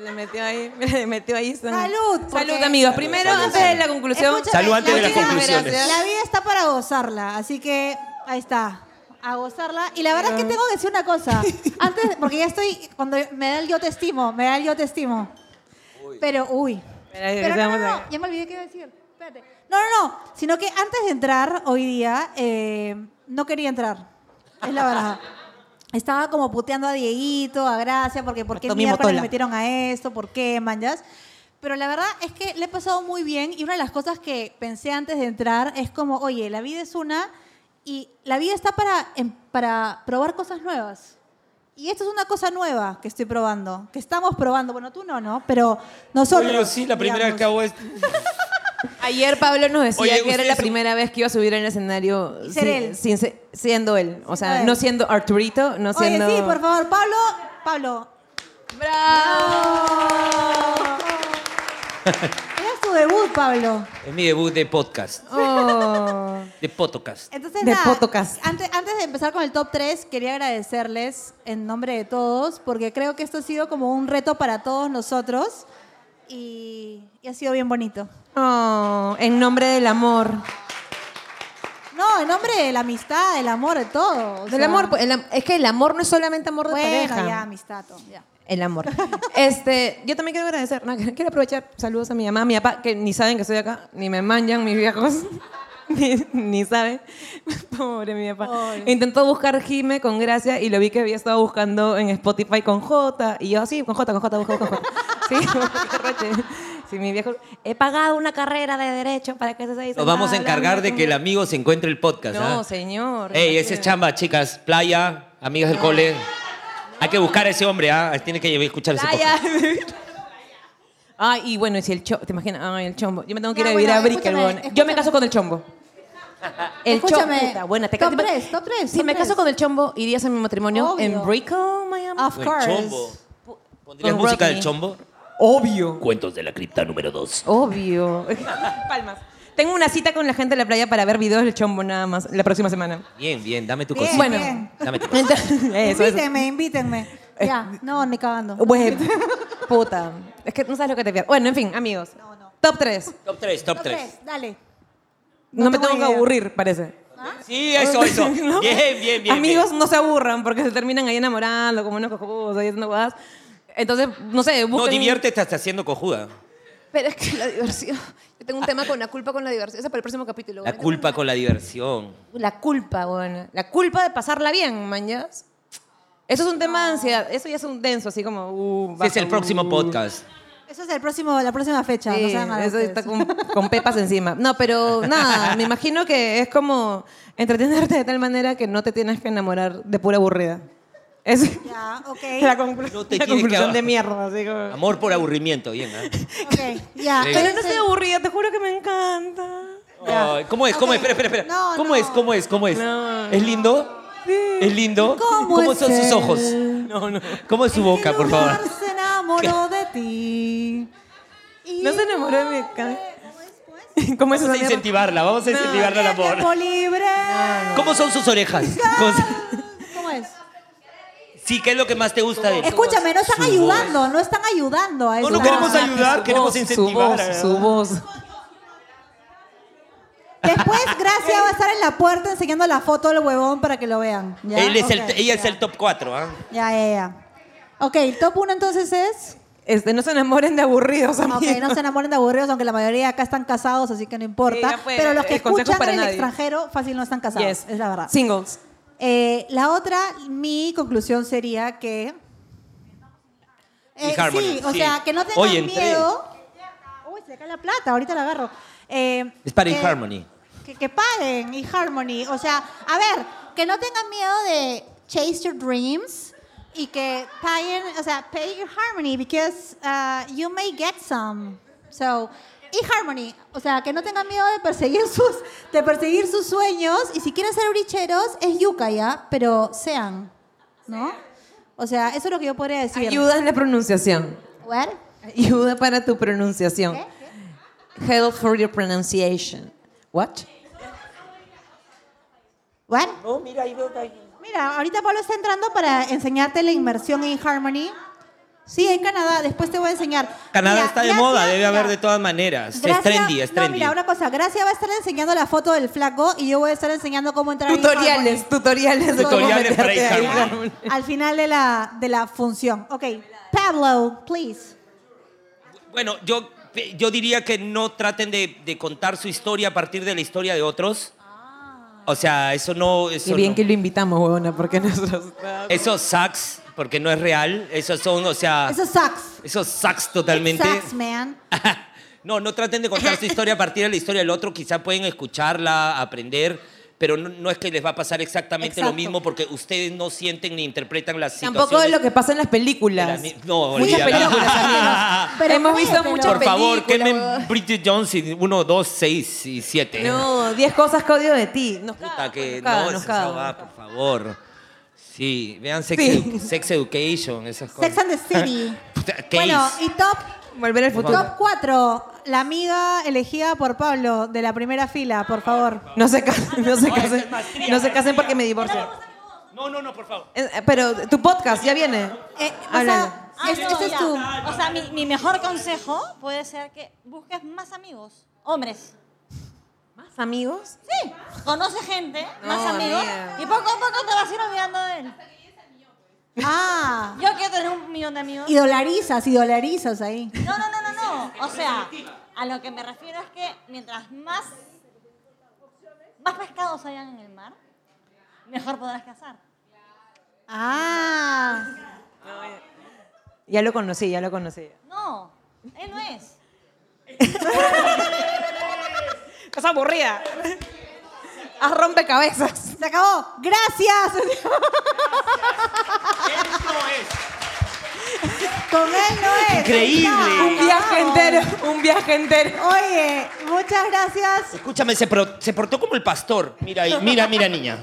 [SPEAKER 3] Le metió ahí, le metió ahí. son-
[SPEAKER 4] Salud, porque-
[SPEAKER 3] Salud, amigos. Primero,
[SPEAKER 8] Salud,
[SPEAKER 3] antes de
[SPEAKER 8] salud.
[SPEAKER 3] la conclusión.
[SPEAKER 4] Escúchame,
[SPEAKER 8] Salud antes de las
[SPEAKER 4] vida-
[SPEAKER 8] conclusiones.
[SPEAKER 4] La vida está para gozarla, así que ahí está. A gozarla. Y la verdad es que tengo que decir una cosa. Antes, porque ya estoy, cuando me da el yo te estimo, me da el yo te estimo. Pero, uy.
[SPEAKER 3] Espera,
[SPEAKER 4] Pero no,
[SPEAKER 3] estamos
[SPEAKER 4] no, no,
[SPEAKER 3] acá.
[SPEAKER 4] ya me olvidé qué iba a decir. Espérate. No, no, no. Sino que antes de entrar hoy día, eh, no quería entrar. Es la verdad. Estaba como puteando a Dieguito, a Gracia, porque ¿por qué
[SPEAKER 3] Tommy
[SPEAKER 4] mierda le
[SPEAKER 3] Motola.
[SPEAKER 4] metieron a esto? ¿Por qué, manjas? Pero la verdad es que le he pasado muy bien y una de las cosas que pensé antes de entrar es como, oye, la vida es una Y la vida está para, em- para probar cosas nuevas. Y esto es una cosa nueva que estoy probando, que estamos probando. Bueno, tú no, ¿no? Pero nosotros.
[SPEAKER 8] Oye, yo sí, la primera vez que
[SPEAKER 4] digamos.
[SPEAKER 8] hago es
[SPEAKER 3] Ayer Pablo nos decía
[SPEAKER 8] Oye,
[SPEAKER 3] que era
[SPEAKER 8] ustedes
[SPEAKER 3] la
[SPEAKER 8] son-
[SPEAKER 3] primera vez que iba a subir al escenario
[SPEAKER 4] Y ser él.
[SPEAKER 3] sin se- siendo él. O sea,
[SPEAKER 4] él.
[SPEAKER 3] no siendo Arturito, no siendo...
[SPEAKER 4] Oye, sí, por favor, Pablo. Pablo,
[SPEAKER 3] ¡Bravo!
[SPEAKER 4] era tu debut, Pablo.
[SPEAKER 8] Es mi debut de podcast,
[SPEAKER 3] Oh.
[SPEAKER 8] de podcast.
[SPEAKER 4] Entonces,
[SPEAKER 3] De
[SPEAKER 4] nada,
[SPEAKER 3] podcast.
[SPEAKER 4] Antes, antes de empezar con el top 3, quería agradecerles en nombre de todos, porque creo que esto ha sido como un reto para todos nosotros y, y ha sido bien bonito.
[SPEAKER 3] Oh, en nombre del amor.
[SPEAKER 4] No, en nombre de la amistad, del amor, de todo. o
[SPEAKER 3] Del
[SPEAKER 4] sea,
[SPEAKER 3] amor, pues, el am- es que el amor no es solamente amor de
[SPEAKER 4] Bueno,
[SPEAKER 3] pareja.
[SPEAKER 4] ya, amistad, todo, ya.
[SPEAKER 3] El amor. este, yo también quiero agradecer, no, quiero aprovechar saludos a mi mamá, a mi papá, que ni saben que estoy acá, ni me manjan mis viejos, ni, ni saben. Pobre mi papá. Intentó buscar Jime con gracia y lo vi que había estado buscando en Spotify con J. Y yo, "Ah, sí, con J, con J, busca con J. sí, qué roche. Sí, mi viejo, he pagado una carrera de derecho para que se dice.
[SPEAKER 8] Nos vamos a encargar de que el amigo se encuentre el podcast.
[SPEAKER 3] No,
[SPEAKER 8] ¿ah?
[SPEAKER 3] señor.
[SPEAKER 8] Ey, ese es chamba, chicas. Playa, amigas del cole. Hay que buscar a ese hombre, ¿ah? Tiene que llevar- escuchar ese podcast.
[SPEAKER 3] Playa. Ay, Ah, y bueno, y si el chombo, te imaginas, ay, el chombo. Yo me tengo que
[SPEAKER 4] Ya,
[SPEAKER 3] ir a vivir
[SPEAKER 4] bueno,
[SPEAKER 3] a Brickelbone.
[SPEAKER 4] escúchame,
[SPEAKER 3] Yo me caso con el chombo. El
[SPEAKER 4] Escúchame,
[SPEAKER 3] chombo. puta, Buena, te te-
[SPEAKER 4] top tres, top tres,
[SPEAKER 3] Si
[SPEAKER 4] top
[SPEAKER 3] me
[SPEAKER 4] tres.
[SPEAKER 3] caso con el chombo, irías a mi matrimonio
[SPEAKER 4] Obvio.
[SPEAKER 3] en oh, Brickell, Miami.
[SPEAKER 4] Of
[SPEAKER 8] El
[SPEAKER 4] course.
[SPEAKER 8] chombo. ¿Pondrías
[SPEAKER 3] Con
[SPEAKER 8] música
[SPEAKER 3] Rodney.
[SPEAKER 8] del chombo?
[SPEAKER 3] Obvio.
[SPEAKER 8] Cuentos de la cripta número 2.
[SPEAKER 3] Obvio. Palmas. Tengo una cita con la gente de la playa para ver videos del chombo nada más la próxima semana.
[SPEAKER 8] Bien, bien, dame tu
[SPEAKER 4] Bien,
[SPEAKER 8] cosita.
[SPEAKER 3] Bueno.
[SPEAKER 4] bien.
[SPEAKER 8] Dame tu cosita.
[SPEAKER 3] Entonces, eso, Eh, eso.
[SPEAKER 4] invítenme, invítenme. Ya, no, ni cagando.
[SPEAKER 3] Pues, puta. Es que no sabes lo que te pierdes. Bueno, en fin, amigos. Top 3.
[SPEAKER 8] Top 3, top
[SPEAKER 4] Top
[SPEAKER 8] 3.
[SPEAKER 4] tres, dale.
[SPEAKER 3] No,
[SPEAKER 4] No
[SPEAKER 3] me
[SPEAKER 4] tengo
[SPEAKER 3] tengo que
[SPEAKER 4] idea.
[SPEAKER 3] aburrir, parece.
[SPEAKER 8] Sí, eso, eso.
[SPEAKER 3] ¿ah? ¿No?
[SPEAKER 8] Bien, bien, bien.
[SPEAKER 3] Amigos, no se aburran porque se terminan ahí enamorando, como unos cojudos, ahí haciendo guadas. Entonces, no sé,
[SPEAKER 8] bien. No,
[SPEAKER 3] busquen...
[SPEAKER 8] diviértete hasta haciendo cojuda.
[SPEAKER 3] Pero es que la diversión... Yo tengo un tema con la culpa con la diversión. Ese es para el próximo capítulo.
[SPEAKER 8] La
[SPEAKER 3] güey.
[SPEAKER 8] culpa con la diversión.
[SPEAKER 3] La culpa, bueno. La culpa de pasarla bien, mañas. Eso es un tema de ansiedad. Eso ya es un denso, así como... Uh,
[SPEAKER 8] Ese es el próximo podcast.
[SPEAKER 4] Eso es el próximo, la próxima fecha. no
[SPEAKER 3] Sí,
[SPEAKER 4] sean malos
[SPEAKER 3] eso está
[SPEAKER 4] ustedes.
[SPEAKER 3] con, con pepas encima. No, pero nada, me imagino que es como entretenerte de tal manera que no te tienes que enamorar de pura aburrida. Es
[SPEAKER 4] Ya, ok.
[SPEAKER 3] la, conclu-
[SPEAKER 8] No te
[SPEAKER 3] la
[SPEAKER 8] tienes que
[SPEAKER 3] conclusión
[SPEAKER 8] ab-
[SPEAKER 3] de mierda. así como-
[SPEAKER 8] Amor por aburrimiento, bien. ¿ah?
[SPEAKER 4] ok, ya.
[SPEAKER 8] Sí.
[SPEAKER 3] Pero no estoy aburrida, te juro que me encanta.
[SPEAKER 8] Ay, ¿Cómo es? ¿Cómo es?
[SPEAKER 4] Ok.
[SPEAKER 8] Espera, espera, espera.
[SPEAKER 4] No,
[SPEAKER 8] ¿Cómo
[SPEAKER 4] no.
[SPEAKER 8] es? ¿Cómo es? ¿Cómo es?
[SPEAKER 3] No.
[SPEAKER 8] ¿Es lindo? ¿Es lindo?
[SPEAKER 4] ¿Cómo es
[SPEAKER 8] son sus
[SPEAKER 4] él?
[SPEAKER 8] ojos? No, no. ¿Cómo es su boca, por favor?
[SPEAKER 4] El lugar se enamoró de ti. Y
[SPEAKER 3] No se enamoró de mi cara. ¿Cómo es
[SPEAKER 8] Vamos a
[SPEAKER 3] esa mierda?
[SPEAKER 8] incentivarla, vamos a incentivarla al
[SPEAKER 4] Tiempo
[SPEAKER 8] amor.
[SPEAKER 4] libre.
[SPEAKER 8] ¿Cómo son sus orejas? ¿Cómo son-
[SPEAKER 4] ¿Cómo es?
[SPEAKER 8] Sí, ¿qué es lo que más te gusta de él?
[SPEAKER 4] Escúchame, no están
[SPEAKER 8] Su
[SPEAKER 4] ayudando, no están ayudando a
[SPEAKER 8] No,
[SPEAKER 4] eso.
[SPEAKER 8] no queremos
[SPEAKER 3] Ah,
[SPEAKER 8] ayudar,
[SPEAKER 3] su
[SPEAKER 8] queremos
[SPEAKER 3] voz,
[SPEAKER 8] incentivar, ¿eh?
[SPEAKER 3] Su voz, su voz.
[SPEAKER 4] Después, Gracia va a estar en la puerta enseñando la foto del huevón para que lo vean. ¿ya?
[SPEAKER 8] Él es el,
[SPEAKER 4] Ok,
[SPEAKER 8] ella es
[SPEAKER 4] ya.
[SPEAKER 8] el top 4, ¿ah?
[SPEAKER 4] Ya, ya, ya. Ok, el top 1 entonces es.
[SPEAKER 3] Este, no se enamoren de aburridos,
[SPEAKER 4] Ah, Ok,
[SPEAKER 3] amigos.
[SPEAKER 4] no se enamoren de aburridos, aunque la mayoría acá están casados, así que no importa.
[SPEAKER 3] Sí, ya fue,
[SPEAKER 4] Pero los que
[SPEAKER 3] el consejo
[SPEAKER 4] escuchan en
[SPEAKER 3] para
[SPEAKER 4] el
[SPEAKER 3] nadie.
[SPEAKER 4] extranjero, fácil no están casados.
[SPEAKER 3] Yes.
[SPEAKER 4] Es la verdad.
[SPEAKER 3] Singles.
[SPEAKER 4] Eh, la otra, mi conclusión sería que. Eh,
[SPEAKER 8] Harmony,
[SPEAKER 4] sí, o
[SPEAKER 8] sí.
[SPEAKER 4] sea, que no tengan
[SPEAKER 8] Oye, entré.
[SPEAKER 4] miedo. Uy, se cae la plata, ahorita la agarro. Eh,
[SPEAKER 8] Es para
[SPEAKER 4] que-
[SPEAKER 8] eHarmony.
[SPEAKER 4] Que, que paguen eHarmony. O sea, a ver, que no tengan miedo de chase your dreams y que paguen, o sea, pay your harmony because uh, you may get some. So, eHarmony, o sea, que no tengan miedo de perseguir sus, de perseguir sus sueños y si quieren ser bricheros es yuca ya, pero sean, ¿no? O sea, eso es lo que yo podría decir.
[SPEAKER 3] Ayuda en la pronunciación.
[SPEAKER 4] What?
[SPEAKER 3] Ayuda para tu pronunciación.
[SPEAKER 4] ¿Qué?
[SPEAKER 3] Help for your pronunciation. What?
[SPEAKER 4] What? Mira, ahorita Pablo está entrando para enseñarte la inmersión en Harmony. Sí, en Canadá, después te voy a enseñar.
[SPEAKER 8] Canadá
[SPEAKER 4] Mira,
[SPEAKER 8] está de
[SPEAKER 4] Gracia-
[SPEAKER 8] moda, debe haber
[SPEAKER 4] mira,
[SPEAKER 8] de todas maneras. es
[SPEAKER 4] Gracia-
[SPEAKER 8] trendy, es
[SPEAKER 4] No,
[SPEAKER 8] trendy.
[SPEAKER 4] mira, una cosa, Gracia va a estar enseñando la foto del flaco y yo voy a estar enseñando cómo entrar en
[SPEAKER 3] Tutoriales, tutoriales. de cómo
[SPEAKER 8] Tutoriales para
[SPEAKER 3] meterte ahí.
[SPEAKER 8] iHarmony.
[SPEAKER 4] Harmony al final de la, de la función. Ok, Pablo, please.
[SPEAKER 8] Bueno, yo, yo diría que no traten de, de contar su historia a partir de la historia de otros. O sea, eso no... Eso
[SPEAKER 3] Ah. Qué bien
[SPEAKER 8] no.
[SPEAKER 3] que lo invitamos, huevona, porque nosotros...
[SPEAKER 8] Eso sucks, porque no es real. Esos son, o sea,
[SPEAKER 4] Eso sucks.
[SPEAKER 8] eso sucks totalmente.
[SPEAKER 4] Sucks, man.
[SPEAKER 8] no, no traten de contar su historia a partir de la historia del otro. Quizá pueden escucharla, aprender, pero no, no es que les va a pasar exactamente lo
[SPEAKER 4] Exacto.
[SPEAKER 8] mismo porque ustedes no sienten ni interpretan las
[SPEAKER 3] Tampoco
[SPEAKER 8] situaciones.
[SPEAKER 3] lo que pasa en las películas.
[SPEAKER 8] de la mi- No,
[SPEAKER 3] Muchas
[SPEAKER 8] olvídalo.
[SPEAKER 3] películas, amigos.
[SPEAKER 6] Pero
[SPEAKER 3] Hemos
[SPEAKER 6] fue,
[SPEAKER 3] visto
[SPEAKER 6] pero-
[SPEAKER 3] muchas
[SPEAKER 8] Por favor,
[SPEAKER 3] películas.
[SPEAKER 8] quemen Bridget Jones 1, 2, 6 y 7.
[SPEAKER 3] No, 10 cosas que odio de ti. Nos
[SPEAKER 8] Este. Puta,
[SPEAKER 3] caga, nos
[SPEAKER 8] que
[SPEAKER 3] caga,
[SPEAKER 8] no,
[SPEAKER 3] nos
[SPEAKER 8] esa
[SPEAKER 3] caga.
[SPEAKER 8] va, por favor. Sí, vean Sex,
[SPEAKER 3] Sí.
[SPEAKER 8] Edu- Sex Education, esas cosas.
[SPEAKER 4] Sex and the City.
[SPEAKER 8] Puta, ¿Qué
[SPEAKER 4] bueno,
[SPEAKER 8] hice?
[SPEAKER 4] y top,
[SPEAKER 3] Volver al futuro.
[SPEAKER 4] top 4. La amiga elegida por Pablo de la primera fila, por favor.
[SPEAKER 3] No se casen, no se casen. No se casen porque me divorcio.
[SPEAKER 8] No, no, no, por favor.
[SPEAKER 3] Eh, Pero tu podcast ya viene.
[SPEAKER 4] Eh, o
[SPEAKER 3] Háblalo.
[SPEAKER 4] sea,
[SPEAKER 6] Ah,
[SPEAKER 4] es-
[SPEAKER 6] no,
[SPEAKER 4] este es
[SPEAKER 6] ya.
[SPEAKER 4] tu.
[SPEAKER 6] O sea, mi, mi mejor consejo puede ser que busques más amigos, hombres.
[SPEAKER 3] ¿Más amigos?
[SPEAKER 6] Sí, conoce gente,
[SPEAKER 3] No,
[SPEAKER 6] más amigos,
[SPEAKER 3] amiga.
[SPEAKER 6] y poco a poco te vas a ir olvidando de él.
[SPEAKER 4] Ah,
[SPEAKER 6] Yo quiero tener un millón de amigos.
[SPEAKER 4] y dolarizas, y dolarizas ahí.
[SPEAKER 6] No, no, no, no, no. O sea, a lo que me refiero es que mientras más, más pescados hayan en el mar, mejor podrás cazar.
[SPEAKER 4] Ah,
[SPEAKER 3] Ya lo conocí, ya lo conocí.
[SPEAKER 6] No, él no es.
[SPEAKER 3] Cosa aburrida. Haz rompecabezas.
[SPEAKER 4] se acabó. Gracias. Con él no es.
[SPEAKER 8] Increíble.
[SPEAKER 3] Un viaje entero, un viaje entero.
[SPEAKER 4] Oye, muchas gracias.
[SPEAKER 8] Escúchame, se, pro- se portó como el pastor. Mira, ahí, mira, mira, niña.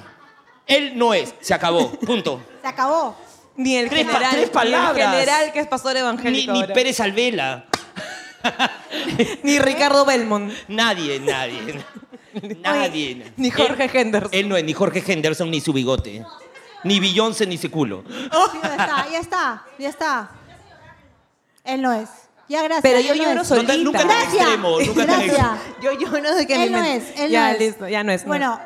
[SPEAKER 8] Él no es. Se acabó. Punto.
[SPEAKER 4] Se acabó.
[SPEAKER 3] Ni el
[SPEAKER 8] Tres pa-
[SPEAKER 3] general,
[SPEAKER 8] tres
[SPEAKER 3] ni el
[SPEAKER 8] palabras.
[SPEAKER 3] general que es pastor
[SPEAKER 8] Ni,
[SPEAKER 3] evangélico.
[SPEAKER 8] ni
[SPEAKER 3] ahora.
[SPEAKER 8] Pérez Alvela.
[SPEAKER 3] Ni Ricardo Belmont.
[SPEAKER 8] Nadie, nadie. nadie.
[SPEAKER 3] ni Jorge
[SPEAKER 8] Él-
[SPEAKER 3] Henderson.
[SPEAKER 8] Él no es ni Jorge Henderson ni su bigote. Ni Beyoncé ni su culo.
[SPEAKER 3] Oh.
[SPEAKER 4] Sí, ya está, ya está, ya está. Él no es. Ya, gracias.
[SPEAKER 3] Pero yo
[SPEAKER 4] él no
[SPEAKER 3] lloro
[SPEAKER 4] es.
[SPEAKER 8] No te- nunca tan
[SPEAKER 4] Gracias.
[SPEAKER 8] extremo. Nunca tan
[SPEAKER 4] Gracias.
[SPEAKER 8] extremo.
[SPEAKER 3] Yo, yo no sé qué me
[SPEAKER 4] Él no
[SPEAKER 3] inventé.
[SPEAKER 4] es, él
[SPEAKER 3] ya,
[SPEAKER 4] no es.
[SPEAKER 3] listo, ya no es. no.
[SPEAKER 4] Bueno,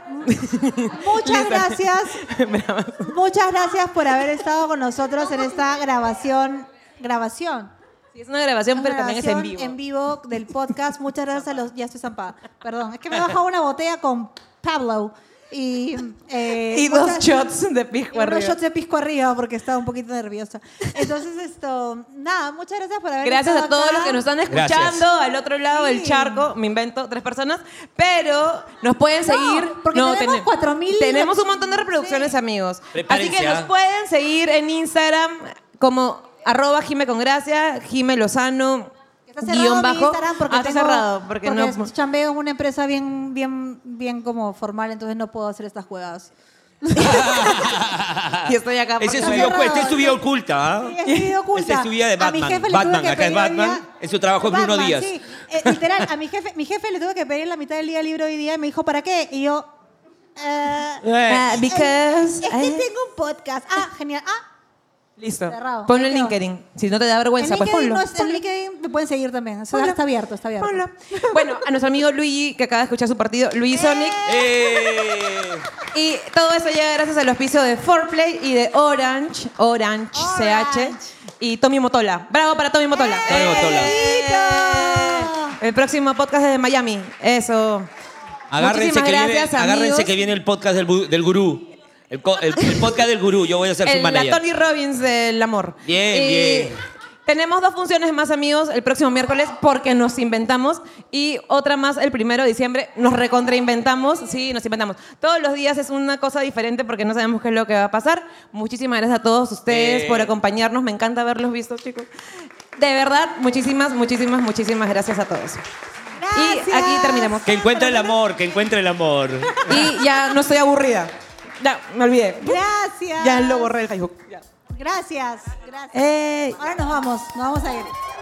[SPEAKER 4] muchas gracias.
[SPEAKER 3] Bravo.
[SPEAKER 4] Muchas gracias por haber estado con nosotros en esta grabación. Grabación.
[SPEAKER 3] Sí, es una grabación, pero
[SPEAKER 4] Una
[SPEAKER 3] también es en
[SPEAKER 4] grabación
[SPEAKER 3] vivo.
[SPEAKER 4] vivo del podcast. Muchas gracias a los. Ya estoy zampada. Perdón. Es que me he
[SPEAKER 3] Ah.
[SPEAKER 4] bajado una botella con Pablo. Y, eh,
[SPEAKER 3] Y dos
[SPEAKER 4] muchas-
[SPEAKER 3] shots de
[SPEAKER 4] Y
[SPEAKER 3] pisco
[SPEAKER 4] unos
[SPEAKER 3] arriba.
[SPEAKER 4] shots de pisco arriba porque estaba un poquito nerviosa. Entonces, esto, nada, muchas gracias por haber
[SPEAKER 3] Gracias
[SPEAKER 4] estado
[SPEAKER 3] a todos
[SPEAKER 4] acá.
[SPEAKER 3] los que nos están
[SPEAKER 8] Gracias.
[SPEAKER 3] escuchando al otro lado del
[SPEAKER 4] Sí.
[SPEAKER 3] charco, me invento tres personas, pero nos pueden
[SPEAKER 4] No,
[SPEAKER 3] seguir.
[SPEAKER 4] porque tenemos
[SPEAKER 3] tenem-
[SPEAKER 4] 4.000
[SPEAKER 3] Tenemos un montón de reproducciones,
[SPEAKER 4] Sí.
[SPEAKER 3] amigos. Así
[SPEAKER 8] Prepárense,
[SPEAKER 3] que nos
[SPEAKER 8] ¿ah?
[SPEAKER 3] pueden seguir en Instagram como arroba Jime con gracia, Jime Lozano,
[SPEAKER 4] Está cerrado
[SPEAKER 3] guión
[SPEAKER 4] mi
[SPEAKER 3] bajo.
[SPEAKER 4] Instagram porque
[SPEAKER 3] Ah, está
[SPEAKER 4] tengo-
[SPEAKER 3] cerrado, porque, no...
[SPEAKER 4] chambeo en una empresa bien, bien, bien como formal, entonces no puedo hacer estas jugadas.
[SPEAKER 3] Y estoy acá
[SPEAKER 8] Ah,
[SPEAKER 3] porque-
[SPEAKER 8] Ese es su vida, oculta,
[SPEAKER 4] cerrado.
[SPEAKER 8] esta es su vida oculta, ¿ah?
[SPEAKER 4] Sí, es vida oculta.
[SPEAKER 8] Esa es su vida de
[SPEAKER 4] A mi
[SPEAKER 8] Batman.
[SPEAKER 4] jefe le tuve
[SPEAKER 8] Batman,
[SPEAKER 4] que
[SPEAKER 8] acá es
[SPEAKER 4] pedir hoy
[SPEAKER 8] Batman.
[SPEAKER 4] día-
[SPEAKER 8] En su trabajo es Bruno
[SPEAKER 4] Batman,
[SPEAKER 8] Díaz.
[SPEAKER 4] Sí. Eh, literal, a mi jefe, mi jefe le tuve que pedir la mitad del día libre hoy día y me dijo, ¿para qué? Y yo, eh,
[SPEAKER 3] Ah,
[SPEAKER 8] Eh,
[SPEAKER 3] because...
[SPEAKER 4] es que
[SPEAKER 3] eh,
[SPEAKER 4] tengo un podcast. Ah, genial. Ah,
[SPEAKER 3] Listo.
[SPEAKER 4] Cerrado.
[SPEAKER 3] Ponlo en
[SPEAKER 4] Ahí quedó.
[SPEAKER 3] LinkedIn. Si no te da vergüenza,
[SPEAKER 4] en
[SPEAKER 3] pues
[SPEAKER 4] LinkedIn
[SPEAKER 3] ponlo.
[SPEAKER 4] no es- en LinkedIn me pueden seguir también. Eso
[SPEAKER 3] Ponlo.
[SPEAKER 4] está abierto, está abierto.
[SPEAKER 3] Ponlo. Bueno, a nuestro amigo Luigi, que acaba de escuchar su partido, Luigi Sonic.
[SPEAKER 8] eh.
[SPEAKER 3] Y todo eso llega gracias al auspicio de Foreplay y de Orange, Orange,
[SPEAKER 4] Orange.
[SPEAKER 3] CH y Tommy Motola. Bravo para Tommy Motola.
[SPEAKER 8] Tommy Motola.
[SPEAKER 3] Eh, El próximo podcast es de Miami. Eso.
[SPEAKER 8] Agárrense
[SPEAKER 3] Muchísimas
[SPEAKER 8] que,
[SPEAKER 3] gracias,
[SPEAKER 8] viene, agárrense
[SPEAKER 3] amigos.
[SPEAKER 8] que viene el podcast del, bu- del gurú. El, co- el- el podcast del gurú, yo voy a ser su
[SPEAKER 3] El, la
[SPEAKER 8] manager.
[SPEAKER 3] Tony Robbins del amor.
[SPEAKER 8] Bien,
[SPEAKER 3] Y
[SPEAKER 8] bien.
[SPEAKER 3] Tenemos dos funciones más, amigos, el próximo miércoles, porque nos inventamos. Y otra más el primero de diciembre, nos recontrainventamos. Sí, nos inventamos. Todos los días es una cosa diferente porque no sabemos qué es lo que va a pasar. Muchísimas gracias a todos ustedes
[SPEAKER 8] Bien.
[SPEAKER 3] por acompañarnos. Me encanta haberlos visto, chicos. De verdad, muchísimas, muchísimas, muchísimas gracias a todos. Y aquí terminamos.
[SPEAKER 8] Que encuentre el amor, que encuentre el amor.
[SPEAKER 3] Y ya no estoy aburrida. Ya, me olvidé.
[SPEAKER 4] Gracias.
[SPEAKER 3] Ya lo borré el Facebook. Ya.
[SPEAKER 4] Gracias. Gracias.
[SPEAKER 3] Eh,
[SPEAKER 4] Ahora nos vamos, nos vamos a ir.